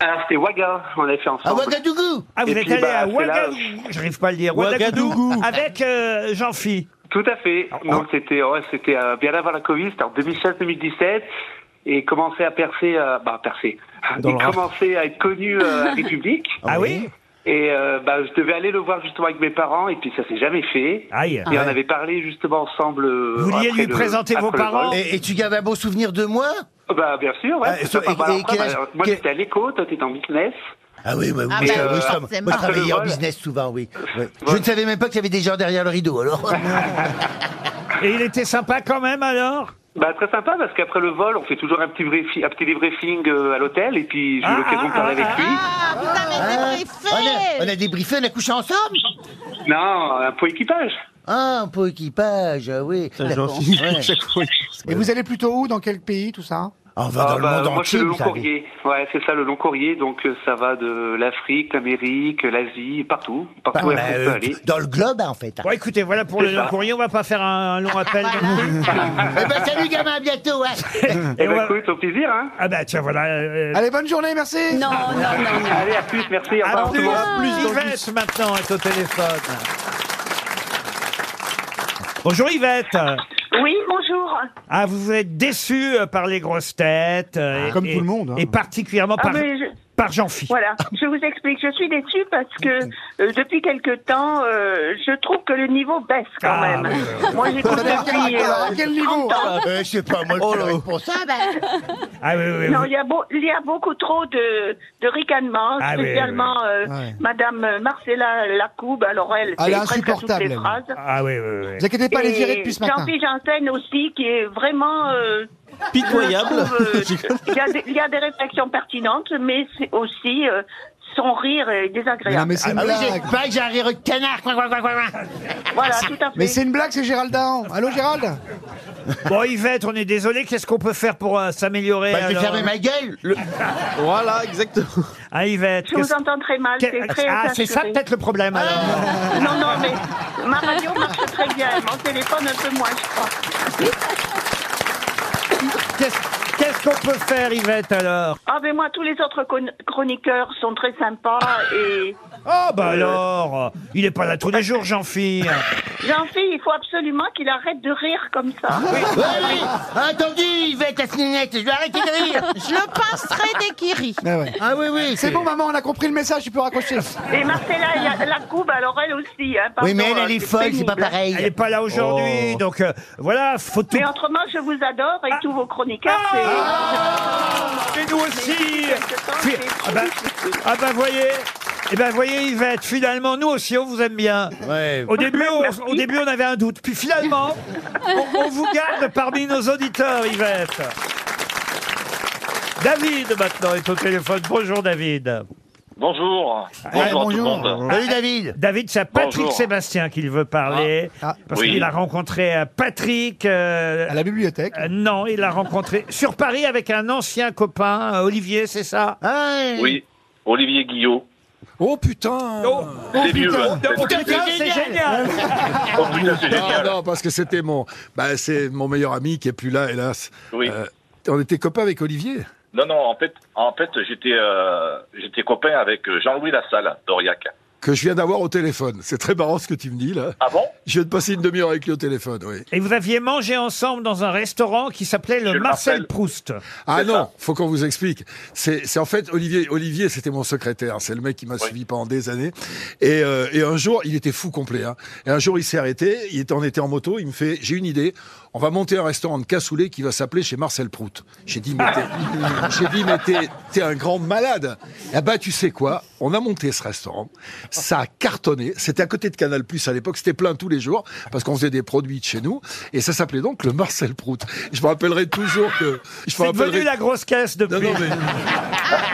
Speaker 10: Alors Ah, c'était Waga, on l'a
Speaker 7: Ah,
Speaker 10: fait
Speaker 3: À
Speaker 10: ensemble.
Speaker 3: Ouagadougou
Speaker 2: Ah, vous
Speaker 10: Et
Speaker 2: êtes
Speaker 10: puis,
Speaker 2: allé
Speaker 10: bah,
Speaker 2: à
Speaker 10: c'est là-
Speaker 2: Ouagadougou. J'arrive pas à le dire. Ouagadougou.
Speaker 8: Ouagadougou.
Speaker 2: Avec euh, Jean-Phi.
Speaker 10: Tout à fait.
Speaker 2: Ah,
Speaker 10: Donc c'était ouais, c'était euh, bien avant la Covid, c'était en 2016-2017 et commençait à percer, euh, bah percer.
Speaker 8: Dans
Speaker 10: il
Speaker 8: le rap.
Speaker 10: commençait à être connu euh, du public.
Speaker 2: Ah oui
Speaker 10: Et euh, bah, je devais aller le voir justement avec mes parents et puis ça s'est jamais fait.
Speaker 2: Aïe.
Speaker 10: Et on avait parlé justement ensemble. euh,
Speaker 2: Vous vouliez
Speaker 10: après
Speaker 2: lui
Speaker 10: le-
Speaker 2: présenter vos
Speaker 10: après le vol.
Speaker 2: parents
Speaker 3: et, et tu gardes un bon souvenir de moi
Speaker 10: Bah bien sûr, ouais.
Speaker 3: Ah, et-
Speaker 10: c'est sympa.
Speaker 3: et-
Speaker 10: Bah,
Speaker 3: et
Speaker 10: après,
Speaker 3: quel âge-
Speaker 10: bah, moi
Speaker 3: quel-
Speaker 10: j'étais à l'écho, toi t'étais en business.
Speaker 3: Ah oui, bah, oui,
Speaker 5: Ah
Speaker 3: oui,
Speaker 5: bah,
Speaker 3: ça, oui, ça,
Speaker 5: forcément.
Speaker 3: moi je travaillais en
Speaker 10: Voilà.
Speaker 3: business souvent, oui. Ouais. Je
Speaker 10: Voilà.
Speaker 3: ne savais même pas qu'il y avait des gens derrière le rideau, alors.
Speaker 2: Et il était sympa quand même alors
Speaker 10: Bah très sympa parce qu'après le vol, on fait toujours un petit briefing, un petit débriefing euh, à l'hôtel et puis j'ai eu
Speaker 2: Ah,
Speaker 10: l'occasion de
Speaker 2: ah,
Speaker 10: parler
Speaker 2: ah,
Speaker 10: avec lui.
Speaker 5: Ah, vous avez
Speaker 3: Hein on, a, on
Speaker 5: débriefé
Speaker 3: a débriefé, on a couché ensemble
Speaker 10: Non, un pot équipage.
Speaker 3: Ah, un peu équipage, ah oui.
Speaker 8: Putain, Jean-Phi,
Speaker 3: Ouais.
Speaker 8: chaque fois,
Speaker 7: Et vous allez plutôt où Dans quel pays, tout ça
Speaker 3: Ah, on va
Speaker 10: Ah,
Speaker 3: dans
Speaker 10: bah,
Speaker 3: le monde
Speaker 10: moi, je suis
Speaker 3: entier,
Speaker 10: le long
Speaker 3: vous savez.
Speaker 10: courrier. Ouais, c'est ça, le long courrier. Donc, euh, ça va de l'Afrique, l'Amérique, l'Asie, partout.
Speaker 3: Bah,
Speaker 10: Partout, où
Speaker 3: bah,
Speaker 10: on
Speaker 3: euh,
Speaker 10: peut aller.
Speaker 3: dans le globe, hein, en fait.
Speaker 2: Bon, écoutez, voilà pour le
Speaker 10: C'est
Speaker 2: long
Speaker 10: ça.
Speaker 2: courrier. On va pas faire un, un long appel.
Speaker 3: Eh ben, salut, gamin, à bientôt, hein.
Speaker 2: Et
Speaker 10: Eh
Speaker 2: on
Speaker 10: ben,
Speaker 2: va-
Speaker 10: écoute, au plaisir, hein.
Speaker 2: Ah bah tiens, voilà. euh,
Speaker 7: Allez, bonne journée, merci.
Speaker 4: non, non, non, non.
Speaker 10: Allez, à plus, merci, au revoir.
Speaker 2: Ah,
Speaker 10: tout
Speaker 2: plus,
Speaker 10: le monde.
Speaker 2: plus Yvette maintenant est au téléphone. Bonjour Yvette.
Speaker 10: Oui, bonjour.
Speaker 2: Ah, vous êtes déçu euh, par les grosses têtes. euh, et-
Speaker 7: Comme
Speaker 2: et-
Speaker 7: tout le monde, hein.
Speaker 2: Et particulièrement par,
Speaker 10: Ah, mais je-
Speaker 2: par Jean-Phi.
Speaker 10: Voilà, je vous explique. Je suis déçue parce que euh, depuis quelque temps, euh, je trouve que le niveau baisse quand
Speaker 2: Ah,
Speaker 10: même.
Speaker 2: oui,
Speaker 10: Moi, j'écoute
Speaker 7: Ça veut dire
Speaker 10: depuis.
Speaker 7: quel-
Speaker 10: euh,
Speaker 7: alors, à euh, quel niveau Oh
Speaker 3: Euh, je sais Ah, pas, moi, je suis responsable.
Speaker 2: Ah hein. oui, oui, oui.
Speaker 10: non, il y, a beau- il y a beaucoup trop de, de ricanements,
Speaker 2: Ah oui,
Speaker 10: spécialement euh,
Speaker 7: Ouais.
Speaker 10: Madame Marcella Lacoube. Alors, elle,
Speaker 7: Elle est
Speaker 10: c'est presque à toutes
Speaker 7: insupportable,
Speaker 10: les
Speaker 7: elle.
Speaker 10: phrases.
Speaker 2: Ah oui, oui, oui.
Speaker 7: Vous inquiétez pas, elle est virée depuis ce matin.
Speaker 10: Jean-Pierre Janssen aussi, qui est vraiment... euh,
Speaker 8: Pitoyable.
Speaker 10: je trouve, euh, Il y, a des- il y a des réflexions pertinentes, mais c'est aussi euh, son rire est
Speaker 7: Mais non,
Speaker 10: désagréable.
Speaker 7: mais c'est une
Speaker 3: Ah oui, j'ai
Speaker 7: blague.
Speaker 3: pas que j'ai un rire de canard, quoi, quoi, quoi, quoi, quoi.
Speaker 10: Voilà, tout à fait.
Speaker 7: Mais c'est une blague, c'est Gérald Dahan. Allô, Gérald
Speaker 2: Bon, Yvette, on est désolé. Qu'est-ce qu'on peut faire pour euh, s'améliorer
Speaker 3: Bah, je vais
Speaker 2: alors
Speaker 3: fermer ma gueule.
Speaker 8: Voilà, exactement.
Speaker 2: Ah, Yvette.
Speaker 10: Je vous
Speaker 2: qu'est-ce-
Speaker 10: entends très mal,
Speaker 2: qu'est-
Speaker 10: c'est très
Speaker 2: Ah, c'est ça
Speaker 10: assuré.
Speaker 2: peut-être le problème alors.
Speaker 10: Non, non, mais ma radio marche très bien, et mon téléphone un peu moins, je crois.
Speaker 2: Qu'est-ce- Qu'est-ce qu'on peut faire, Yvette, alors
Speaker 11: Ah ben moi, tous les autres con- chroniqueurs sont très sympas et
Speaker 2: Oh,
Speaker 10: Euh,
Speaker 2: bah alors Il n'est pas là tous les jours, Jean-Phil
Speaker 11: Jean-Phil, il faut absolument qu'il arrête de rire comme ça.
Speaker 3: Attendu, Yvette, à je vais arrêter de rire.
Speaker 11: Je le pincerai dès qu'il rit.
Speaker 7: Ah, ouais.
Speaker 3: ah oui, oui.
Speaker 7: C'est bon, maman, on a compris le message, tu peux raccrocher.
Speaker 11: Et Marcella, il y a la coupe, alors elle aussi. Hein, pardon, hein, pénible, hein.
Speaker 2: Elle n'est pas là aujourd'hui, donc euh, voilà, faut tout... Ah.
Speaker 11: Mais autrement, je vous adore et tous vos chroniqueurs, c'est...
Speaker 2: et Ah. nous aussi Fi- Ah bah, ah bah, voyez eh ben voyez Yvette, finalement nous aussi on vous aime bien. Au début on, au début on avait un doute, puis finalement on, on vous garde parmi nos auditeurs Yvette. David maintenant est au téléphone. Bonjour David.
Speaker 12: Bonjour. Ah, Bonjour, à tout le monde.
Speaker 2: David. Ah, David, c'est à Patrick
Speaker 12: Bonjour.
Speaker 2: Sébastien qu'il veut parler. Parce
Speaker 12: Oui.
Speaker 2: qu'il a rencontré euh, Patrick. à la bibliothèque Non, il l'a rencontré sur Paris avec un ancien copain, euh, Olivier, c'est ça
Speaker 12: Oui, Olivier Guillot.
Speaker 2: Ah Oh putain Oh,
Speaker 12: C'est vieux, hein.
Speaker 2: Oh, putain, c'est génial
Speaker 6: Non, non, parce que c'était mon, bah, c'est mon meilleur ami qui est plus là, hélas. Euh, on était copains avec Olivier.
Speaker 12: Non, non, en fait, en fait j'étais euh, j'étais copain avec euh, Jean-Louis Lassalle d'Auriac.
Speaker 6: Que je viens d'avoir au téléphone. C'est très marrant ce que tu me dis là.
Speaker 12: Ah bon
Speaker 6: Je viens de passer une demi-heure avec lui au téléphone, oui.
Speaker 2: Et vous aviez mangé ensemble dans un restaurant qui s'appelait le
Speaker 6: le
Speaker 2: Marcel
Speaker 6: Marcel.
Speaker 2: Proust.
Speaker 6: Ah non, faut qu'on vous explique. C'est c'est en fait Olivier. Olivier, c'était mon secrétaire. C'est le mec qui m'a suivi pendant des années. Et, euh, et un jour, il était fou complet. hein. Et un jour, il s'est arrêté. Il était, on était en moto. Il me fait, j'ai une idée. On va monter un restaurant de cassoulet qui va s'appeler chez Marcel Prout. J'ai dit, mais t'es- j'ai dit, mais t'es- t'es un grand malade. Ah bah, tu sais quoi On a monté ce restaurant. Ça a cartonné. C'était à côté de Canal Plus à l'époque. C'était plein tous les jours parce qu'on faisait des produits de chez nous. Et ça s'appelait donc le Marcel Prout. Je me rappellerai toujours que. Je me
Speaker 2: C'est devenu
Speaker 6: rappellerai-
Speaker 2: la grosse caisse depuis.
Speaker 6: non, mais-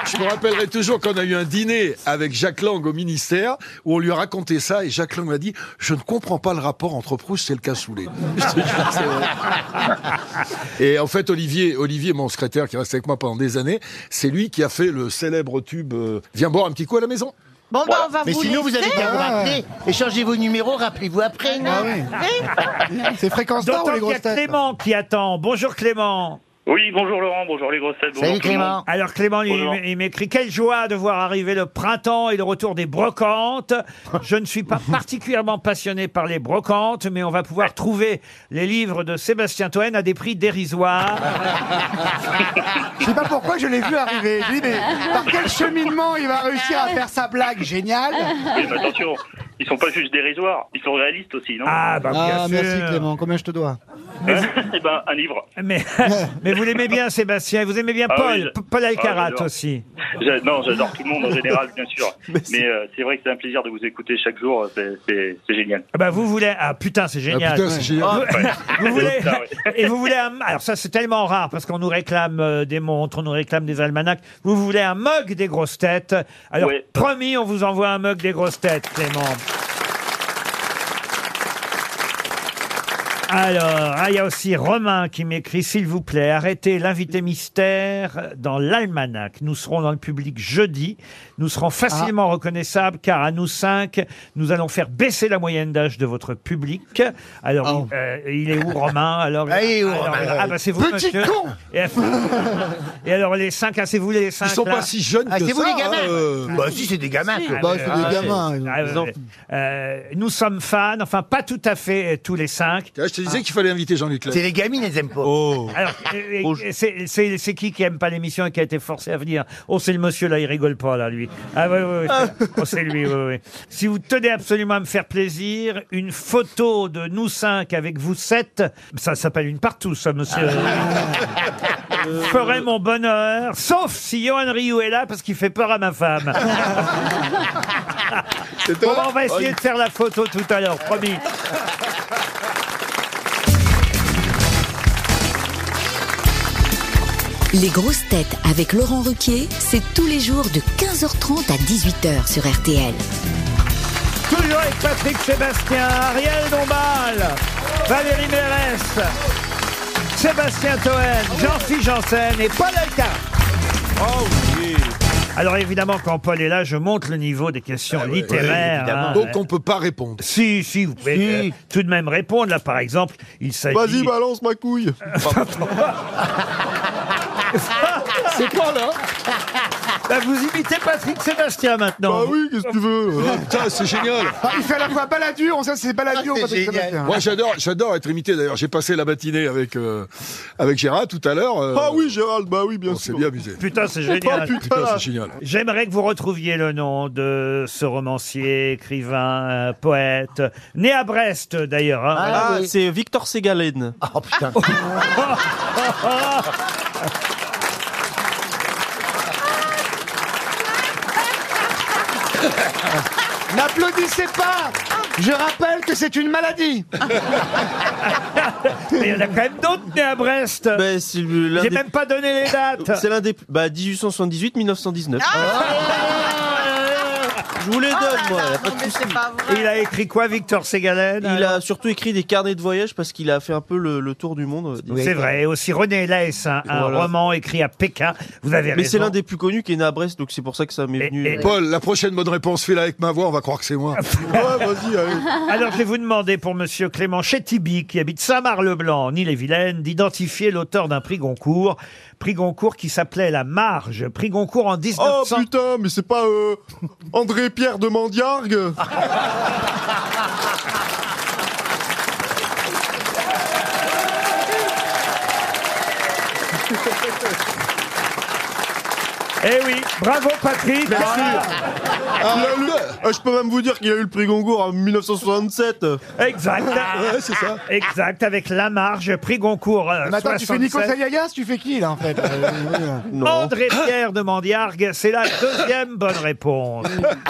Speaker 6: je me rappellerai toujours qu'on a eu un dîner avec Jacques Lang au ministère où on lui a raconté ça et Jacques Lang m'a dit Je ne comprends pas le rapport entre Proust et le cassoulet. Je te jure, c'est vrai. Et en fait, Olivier, Olivier, mon secrétaire qui reste avec moi pendant des années, c'est lui qui a fait le célèbre tube euh, Viens boire un petit coup à la maison.
Speaker 5: Bon, bah, on va
Speaker 3: Mais
Speaker 5: vous
Speaker 3: sinon, vous
Speaker 5: laisser.
Speaker 3: avez qu'à vous
Speaker 5: Ah.
Speaker 3: rappeler. Échangez vos numéros, rappelez-vous après. non
Speaker 2: Ah
Speaker 7: C'est fréquence
Speaker 2: D'autant qu'il y a Clément qui attend. Bonjour Clément.
Speaker 13: Oui, bonjour Laurent, bonjour les grosses têtes. bonjour tout le monde.
Speaker 2: Alors Clément, il,
Speaker 13: Bonjour.
Speaker 2: il m'écrit quelle joie de voir arriver le printemps et le retour des brocantes. Je ne suis pas particulièrement passionné par les brocantes, mais on va pouvoir trouver les livres de Sébastien Toen à des prix dérisoires.
Speaker 7: Je sais pas pourquoi je l'ai vu arriver. Je dis, mais par quel cheminement il va réussir à faire sa blague géniale
Speaker 13: Oui, mais attention, ils sont pas juste dérisoires, ils sont réalistes aussi, non
Speaker 2: Ah bah
Speaker 7: Ah,
Speaker 2: bien
Speaker 7: merci
Speaker 6: Euh.
Speaker 2: sûr.
Speaker 7: Clément, combien je te dois
Speaker 13: Eh ben, un livre.
Speaker 2: Mais, mais vous l'aimez bien Sébastien, et vous aimez bien
Speaker 13: Ah
Speaker 2: Paul,
Speaker 13: oui, je-
Speaker 2: P- Paul
Speaker 13: ah,
Speaker 2: Alcarat
Speaker 13: j'adore.
Speaker 2: aussi.
Speaker 13: J'a- Non, j'adore tout le monde en général, bien sûr. Mais euh, c'est vrai que c'est un plaisir de vous écouter chaque jour, c'est- c'est c'est génial.
Speaker 2: Ah bah vous voulez ah putain c'est génial.
Speaker 6: Ah, putain, c'est génial.
Speaker 2: Vous-
Speaker 13: Ouais.
Speaker 2: Vous voulez
Speaker 13: Ah, ouais.
Speaker 2: et vous voulez un alors ça c'est tellement rare parce qu'on nous réclame euh, des montres, on nous réclame des almanachs. Vous voulez un mug des grosses têtes. Alors
Speaker 13: Ouais.
Speaker 2: promis on vous envoie un mug des grosses têtes Clément. Alors, ah, il y a aussi Romain qui m'écrit, s'il vous plaît, arrêtez l'invité mystère dans l'almanach. Nous serons dans le public jeudi. Nous
Speaker 3: Ah.
Speaker 2: serons facilement reconnaissables car à nous cinq, nous allons faire baisser la moyenne d'âge de votre public. Alors, il, euh, il est où Romain Alors,
Speaker 3: Oh. Ah, il est où,
Speaker 2: alors,
Speaker 3: Romain
Speaker 2: ah, bah, c'est vous,
Speaker 3: Petit
Speaker 2: monsieur.
Speaker 3: con
Speaker 2: et, et alors, les cinq, ah, c'est vous les cinq
Speaker 6: Ils sont
Speaker 2: là
Speaker 6: pas si jeunes
Speaker 3: Ah,
Speaker 6: que
Speaker 3: c'est vous
Speaker 6: ça,
Speaker 3: les gamins
Speaker 6: hein, euh.
Speaker 3: Bah si, bah, c'est des gamins. quoi.
Speaker 2: Ah, ouais, ah, ouais. Ah, ouais, ouais. Euh, nous sommes fans, enfin pas tout à fait euh, tous les cinq.
Speaker 6: Ah, Je te disais qu'il fallait inviter Jean-Luc Lahaye. Oh.
Speaker 3: C'est les gamines, elles aiment pas. Oh.
Speaker 2: Alors, euh, euh, c'est- c'est c'est qui qui aime pas l'émission et qui a été forcé à venir Oh, c'est le monsieur là, il rigole pas là, lui. Ah oui, oui, oui. Oh, c'est lui, oui, oui. Si vous tenez absolument à me faire plaisir, une photo de nous cinq avec vous sept, ça s'appelle une partout, ça, monsieur.
Speaker 6: Ah.
Speaker 2: Ferait mon bonheur, sauf si Johan Ryu est là parce qu'il fait peur à ma femme. Bon, bah, on va essayer de faire la photo tout à l'heure, promis.
Speaker 9: Les grosses têtes avec Laurent Ruquier, c'est tous les jours de 15h30 à 18h sur RTL.
Speaker 2: Toujours avec Patrick Sébastien, Ariel Dombal, Valérie Mérès, Sébastien Toen, Jean-Philippe Janssen et Paul Alcarat. Alors évidemment, quand Paul est là, je monte le niveau des
Speaker 6: Ah
Speaker 2: questions littéraires. hein.
Speaker 6: Donc on peut pas répondre.
Speaker 2: Si, si, vous pouvez euh, tout de même
Speaker 6: bah,
Speaker 2: répondre. Là, par exemple, il s'agit...
Speaker 6: balance ma couille. C'est quoi là
Speaker 2: Bah, Vous imitez Patrick Sébastien maintenant.
Speaker 6: Bah oui, qu'est-ce que tu veux Ah, Putain, c'est génial. Ah,
Speaker 7: Ah, il fait à la fois baladure, on sait c'est baladure. Patrick Sébastien.
Speaker 6: Moi, j'adore, j'adore être imité. D'ailleurs, j'ai passé la matinée avec euh, avec Gérard tout à l'heure.
Speaker 2: Ah
Speaker 6: oui, Gérald, bah oui, bien sûr. C'est bien amusé.
Speaker 2: Putain, c'est génial.
Speaker 6: Ah, putain, c'est génial.
Speaker 2: J'aimerais que vous retrouviez le nom de ce romancier, écrivain, euh, poète, né à Brest d'ailleurs. hein.
Speaker 8: Ah, c'est Victor Ségalène.
Speaker 3: Oh putain.
Speaker 7: N'applaudissez pas Je rappelle que c'est une maladie
Speaker 2: Mais il y en a quand même d'autres nés à Brest.
Speaker 8: Ben,
Speaker 2: J'ai même pas donné les dates.
Speaker 8: C'est l'un des. Bah, 1878-1919.
Speaker 3: Ah
Speaker 8: Ah, Je vous les donne,
Speaker 3: bah
Speaker 8: moi. y a pas de souci.
Speaker 2: Et il a écrit quoi, Victor Ségalène
Speaker 8: Il a surtout écrit des carnets de voyage parce qu'il a fait un peu le, le tour du monde.
Speaker 2: C'est vrai, et aussi René Less, un, un
Speaker 8: Voilà.
Speaker 2: roman écrit à Pékin. Vous avez
Speaker 8: Mais c'est
Speaker 2: raison.
Speaker 8: l'un des plus connus qui est né à Brest, donc c'est pour ça que ça m'est venu.
Speaker 2: et-
Speaker 6: Paul, la prochaine bonne réponse, fais-la avec ma voix, on va croire que c'est moi. ouais, vas-y, allez.
Speaker 2: Alors, je vais vous demander pour monsieur Clément Chétibi, qui habite Saint-Marc-le-Blanc, en Ille-et-Vilaine, d'identifier l'auteur d'un prix Goncourt. Prix Goncourt qui s'appelait La Marge. Prix Goncourt en 1900.
Speaker 14: Oh putain, mais c'est pas euh, André-Pierre de Mandiargue
Speaker 2: Eh oui, bravo Patrick
Speaker 14: Merci
Speaker 2: Ah.
Speaker 14: Il a eu- euh, Je peux même vous dire qu'il a eu le prix Goncourt en 1967
Speaker 2: Exact.
Speaker 6: Ah
Speaker 2: Ah,
Speaker 14: Ouais, c'est ça
Speaker 2: Exact, avec La Marge, prix Goncourt. euh,
Speaker 7: Mais attends, tu fais
Speaker 2: 67.
Speaker 7: Nicolas Ayagas, tu fais qui là en fait Euh,
Speaker 2: André-Pierre de Mandiargue, c'est la deuxième bonne réponse.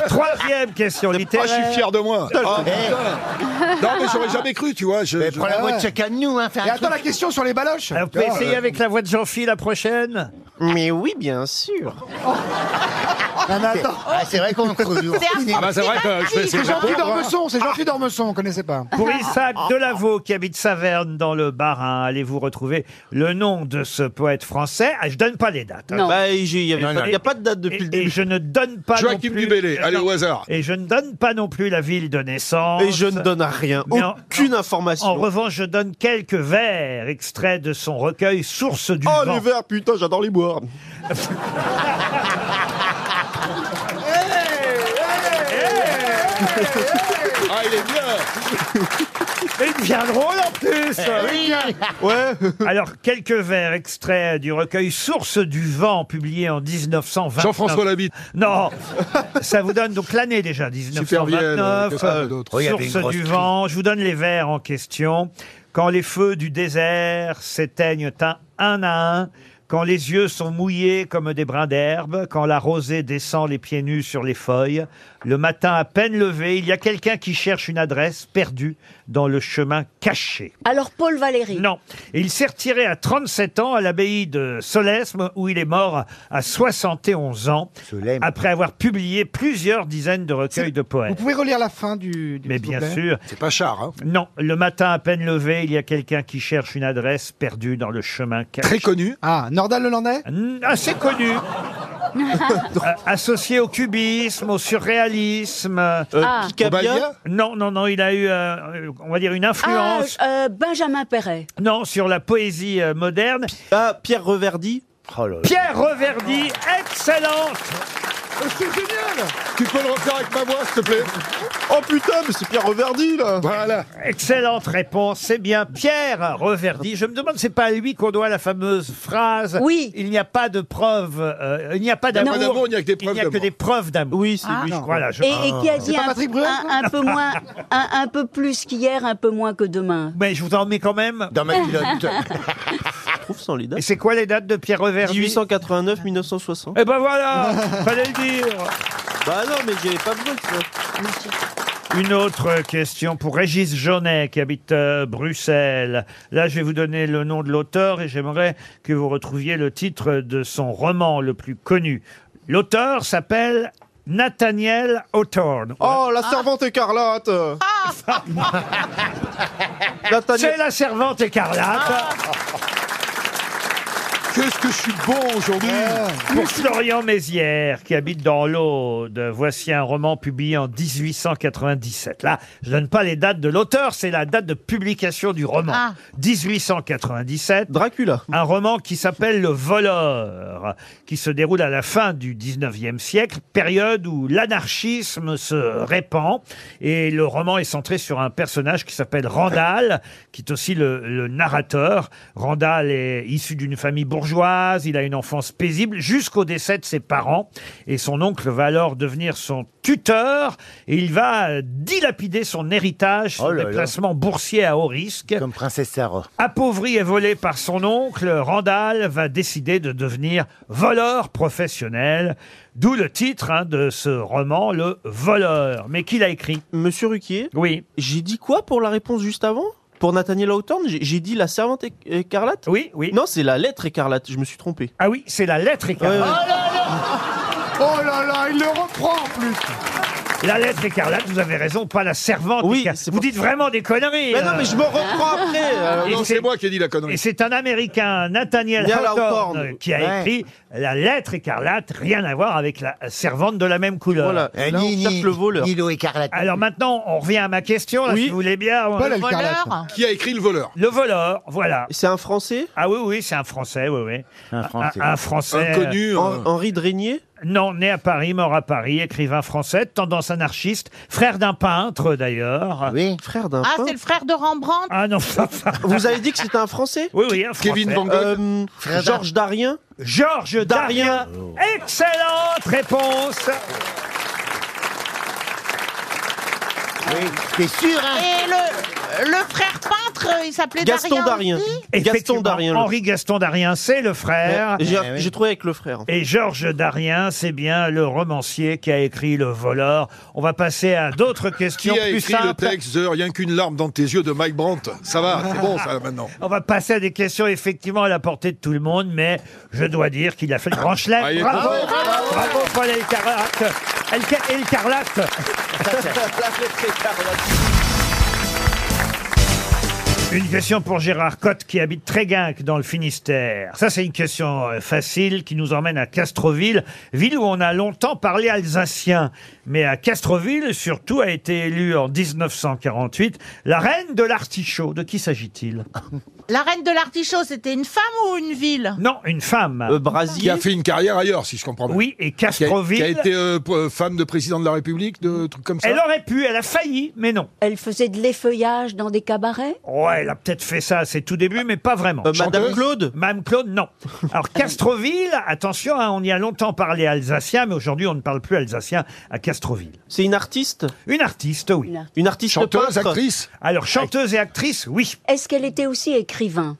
Speaker 2: Troisième question littéraire.
Speaker 6: Ah, je suis fier de moi. Ah,
Speaker 2: Eh.
Speaker 6: putain. non, mais j'aurais jamais cru, tu vois. Je, je- Ah.
Speaker 3: prends la voix de chacun de nous, hein. fais un
Speaker 7: Et attends
Speaker 3: truc. Ah, euh.
Speaker 7: la question sur les baloches
Speaker 2: Vous pouvez essayer avec la voix de Jean-Phi la prochaine
Speaker 8: Mais oui, bien sûr.
Speaker 7: Non, mais attends.
Speaker 3: Ah, c'est vrai qu'on creuse lourd.
Speaker 6: Ah bah, c'est vrai que je vais essayer
Speaker 7: C'est
Speaker 6: de Ah. la
Speaker 7: Jean-Philippe
Speaker 6: prendre.
Speaker 7: Dormesson, c'est Jean-Philippe Dormesson, on connaissait pas. Ah.
Speaker 2: Pour Isaac Delavaux, qui habite Saverne dans le Bas-Rhin, allez-vous retrouver le nom de ce poète français ah, Je donne pas les dates. hein.
Speaker 8: Bah, il n'y
Speaker 2: Non, non.
Speaker 8: a pas de date depuis
Speaker 2: Et,
Speaker 8: le
Speaker 2: et
Speaker 8: début.
Speaker 2: je ne donne pas
Speaker 6: Joachim
Speaker 2: non plus...
Speaker 6: Dubélé,
Speaker 2: Euh,
Speaker 6: allez,
Speaker 2: non.
Speaker 6: au hasard.
Speaker 2: Et je ne donne pas non plus la ville de naissance.
Speaker 8: Et je ne donne rien,
Speaker 2: Mais en-
Speaker 8: aucune information.
Speaker 2: En revanche, je donne quelques vers extraits de son recueil Source du
Speaker 14: Oh
Speaker 2: vent.
Speaker 14: les verts, putain, j'adore les boire
Speaker 6: Ah, il est bien.
Speaker 2: Il devient drôle en plus
Speaker 3: Eh
Speaker 8: Eh
Speaker 2: Alors, quelques vers extraits du recueil Source du vent, publié en 1929.
Speaker 6: Jean-François Labitte.
Speaker 2: Non Ça vous donne donc l'année déjà,
Speaker 6: Vienne, euh, qu'est-ce
Speaker 2: 1929.
Speaker 6: qu'on a d'autre
Speaker 3: Oui, il y avait une
Speaker 2: Source
Speaker 3: grosse
Speaker 2: du
Speaker 3: crise.
Speaker 2: vent. Je vous donne les vers en question. Quand les feux du désert s'éteignent un, un à un, quand les yeux sont mouillés comme des brins d'herbe, quand la rosée descend les pieds nus sur les feuilles, le matin à peine levé, il y a quelqu'un qui cherche une adresse perdue dans le chemin caché.
Speaker 4: Alors, Paul Valéry.
Speaker 2: Non. Et il s'est retiré à 37 ans à l'abbaye de Solesme, où il est mort à 71 ans,
Speaker 3: Solesme.
Speaker 2: après avoir publié plusieurs dizaines de recueils de
Speaker 7: Vous
Speaker 2: poètes.
Speaker 7: pouvez relire la fin du. du-
Speaker 2: Mais
Speaker 7: s'il vous
Speaker 2: bien
Speaker 7: plaît
Speaker 2: sûr.
Speaker 6: C'est pas Char, hein.
Speaker 2: Non, le matin à peine levé, il y a quelqu'un qui cherche une adresse perdue dans le chemin
Speaker 6: Très
Speaker 2: caché.
Speaker 6: connu.
Speaker 7: Ah, Nordal Lelandais
Speaker 2: Mm, Assez connu. Euh, associé au cubisme, au surréalisme. euh,
Speaker 8: Euh,
Speaker 4: Ah.
Speaker 8: Picabia
Speaker 6: Obadiah
Speaker 2: Non, non, non, il a eu, euh, euh, on va dire, une
Speaker 4: Ah,
Speaker 2: influence.
Speaker 4: euh, Benjamin Perret.
Speaker 2: Non, sur la poésie euh, moderne.
Speaker 8: Ah, Pierre Reverdy
Speaker 3: Oh là là.
Speaker 2: Pierre Reverdy, excellente
Speaker 7: Oh, C'est génial
Speaker 6: Euh, Tu peux le refaire avec ma voix, s'il te plaît
Speaker 14: Oh putain, mais c'est Pierre Reverdy là
Speaker 6: Voilà.
Speaker 2: Excellente réponse, c'est bien Pierre Reverdy. Je me demande, c'est pas à lui qu'on doit la fameuse phrase
Speaker 4: Oui.
Speaker 2: Il n'y a pas de preuve, euh, il n'y a pas
Speaker 6: a
Speaker 2: d'amour.
Speaker 6: pas d'amour, il n'y a que des preuves d'amour.
Speaker 2: des preuves d'amour.
Speaker 8: Oui, c'est lui.
Speaker 2: je crois là. je-
Speaker 4: Ah.
Speaker 2: Ah.
Speaker 4: Et, et qui a dit
Speaker 7: pas
Speaker 4: un,
Speaker 7: Patrick Bruel,
Speaker 4: un- un peu moins, un, un peu plus qu'hier, un peu moins que demain.
Speaker 2: Mais je vous en mets quand même.
Speaker 3: Dans ma culotte.
Speaker 8: Je trouve sans les
Speaker 2: Et
Speaker 8: dates.
Speaker 2: c'est quoi les dates de Pierre Reverdy
Speaker 8: 1889-1960.
Speaker 2: Eh ben voilà Fallait le dire
Speaker 8: Bah non, mais j'ai pas besoin de ça.
Speaker 2: Une autre question pour Régis Jaunet qui habite euh, Bruxelles. Là, je vais vous donner le nom de l'auteur et j'aimerais que vous retrouviez le titre de son roman le plus connu. L'auteur s'appelle Nathaniel Hawthorne.
Speaker 14: Oh la servante écarlate
Speaker 2: Ah.
Speaker 14: Nathaniel-
Speaker 2: C'est la servante écarlate.
Speaker 6: Ah. Qu'est-ce que je suis bon aujourd'hui
Speaker 2: Mmh. Pour Florian Mézières, qui habite dans l'Aude, voici un roman publié en 1897. Là, je donne pas les dates de l'auteur, c'est la date de publication du roman. 1897. Dracula. Un roman qui s'appelle Le Voleur, qui se déroule à la fin du 19e siècle, période où l'anarchisme se répand. Et le roman est centré sur un personnage qui s'appelle Randall, qui est aussi le, le narrateur. Randall est issu d'une famille bourgeoise, il a une enfance paisible jusqu'au décès de ses parents. Et son oncle va alors devenir son tuteur et il va euh, dilapider son héritage, son
Speaker 3: Oh là là.
Speaker 2: déplacement boursier à haut risque.
Speaker 3: Comme Princesse Sarah.
Speaker 2: Appauvri et volé par son oncle, Randall va décider de devenir voleur professionnel, d'où le titre hein, de ce roman, Le Voleur. Mais qui l'a écrit
Speaker 8: Monsieur Ruquier
Speaker 2: Oui.
Speaker 8: J'ai dit quoi pour la réponse juste avant Pour Nathaniel Hawthorne J'ai j'ai dit la servante é- écarlate
Speaker 2: Oui, oui.
Speaker 8: Non, c'est la lettre écarlate, je me suis trompé.
Speaker 2: Ah oui, c'est la lettre écarlate.
Speaker 7: Oh là là, il le reprend en plus.
Speaker 2: La lettre écarlate, vous avez raison, pas la servante. Oui, vous dites vraiment des conneries.
Speaker 8: Mais non,
Speaker 2: euh.
Speaker 8: mais je me reprends après, euh,
Speaker 2: Et
Speaker 8: non,
Speaker 6: C'est moi qui ai dit la
Speaker 2: Et
Speaker 6: connerie.
Speaker 2: c'est un Américain, Nathaniel
Speaker 8: Neil
Speaker 2: Hawthorne,
Speaker 8: Hawthorne.
Speaker 2: euh, qui a
Speaker 8: Ouais.
Speaker 2: écrit La lettre écarlate, rien à voir avec la servante de la même couleur.
Speaker 8: Voilà. Eh, Là, on ni- cherche ni- le voleur. ni
Speaker 3: écarlate.
Speaker 2: Alors maintenant, on revient à ma question, là,
Speaker 8: Oui.
Speaker 2: si vous voulez bien.
Speaker 8: Pas Le l'écarlate. voleur
Speaker 6: Qui a écrit le voleur
Speaker 2: Le voleur, voilà.
Speaker 8: C'est un Français
Speaker 2: Ah oui, oui, c'est un Français, oui, oui. Un
Speaker 8: Français.
Speaker 2: Un, Français. euh,
Speaker 8: Inconnu, Hen- hein.
Speaker 2: Henri Drégnier Non, né à Paris, mort à Paris, écrivain français, de tendance anarchiste, frère d'un peintre d'ailleurs.
Speaker 3: Oui.
Speaker 8: Frère d'un
Speaker 5: Ah, c'est le frère de Rembrandt
Speaker 2: Ah non.
Speaker 8: Vous avez dit que c'était un Français
Speaker 2: Oui, oui, un Français.
Speaker 8: Kevin Van Gogh
Speaker 2: Frère
Speaker 8: Georges Darien
Speaker 2: Georges Darien. Excellente réponse.
Speaker 3: Oui, c'est sûr,
Speaker 5: Et le, le frère peintre, il s'appelait Mmh. Darien. aussi
Speaker 2: Gaston Darien. Henri Gaston Darien, c'est le frère.
Speaker 8: J'ai
Speaker 5: Eh
Speaker 8: j'ai trouvé avec le frère.
Speaker 2: Et Georges Darien, c'est bien le romancier qui a écrit Le Voleur. On va passer à d'autres
Speaker 6: Qui
Speaker 2: questions
Speaker 6: a
Speaker 2: plus
Speaker 6: écrit
Speaker 2: simples.
Speaker 6: le texte de Rien qu'une larme dans tes yeux de Mike Brandt Ça va, c'est bon ça maintenant.
Speaker 2: On va passer à des questions effectivement à la portée de tout le monde, mais je dois dire qu'il a fait le grand chelem.
Speaker 6: Ah, il est
Speaker 2: bravo,
Speaker 6: fort.
Speaker 2: bravo, bravo, Paul Elcarat. Elca- Elcarlate. Une question pour Gérard Cotte qui habite Tréguinque dans le Finistère. Ça, c'est une question euh, facile qui nous emmène à Castroville, ville où on a longtemps parlé alsacien. Mais à Castroville, surtout, a été élue en 1948 la reine de l'artichaut. De qui s'agit-il
Speaker 5: La reine de l'artichaut, c'était une femme ou une ville
Speaker 2: Non, une femme.
Speaker 6: Qui a fait une carrière ailleurs, si je comprends bien.
Speaker 2: Oui, et
Speaker 6: Qui a-
Speaker 2: Castroville.
Speaker 6: Qui a, été euh, p- euh, femme de président de la République, de trucs comme ça.
Speaker 2: Elle aurait pu, elle a failli, mais non.
Speaker 4: Elle faisait de l'effeuillage dans des cabarets
Speaker 2: Ouais, elle a peut-être fait ça à ses tout débuts, mais pas vraiment.
Speaker 8: Euh, Madame Chanteuse
Speaker 2: Claude Madame Claude, non. Alors, Castroville, attention, hein, on y a longtemps parlé alsacien, mais aujourd'hui, on ne parle plus alsacien à Castroville.
Speaker 8: C'est une artiste
Speaker 2: Une artiste, oui.
Speaker 4: Une
Speaker 2: artiste,
Speaker 8: Une artiste peintre
Speaker 2: Alors, chanteuse et actrice, oui.
Speaker 4: Est-ce qu'elle était aussi écrivain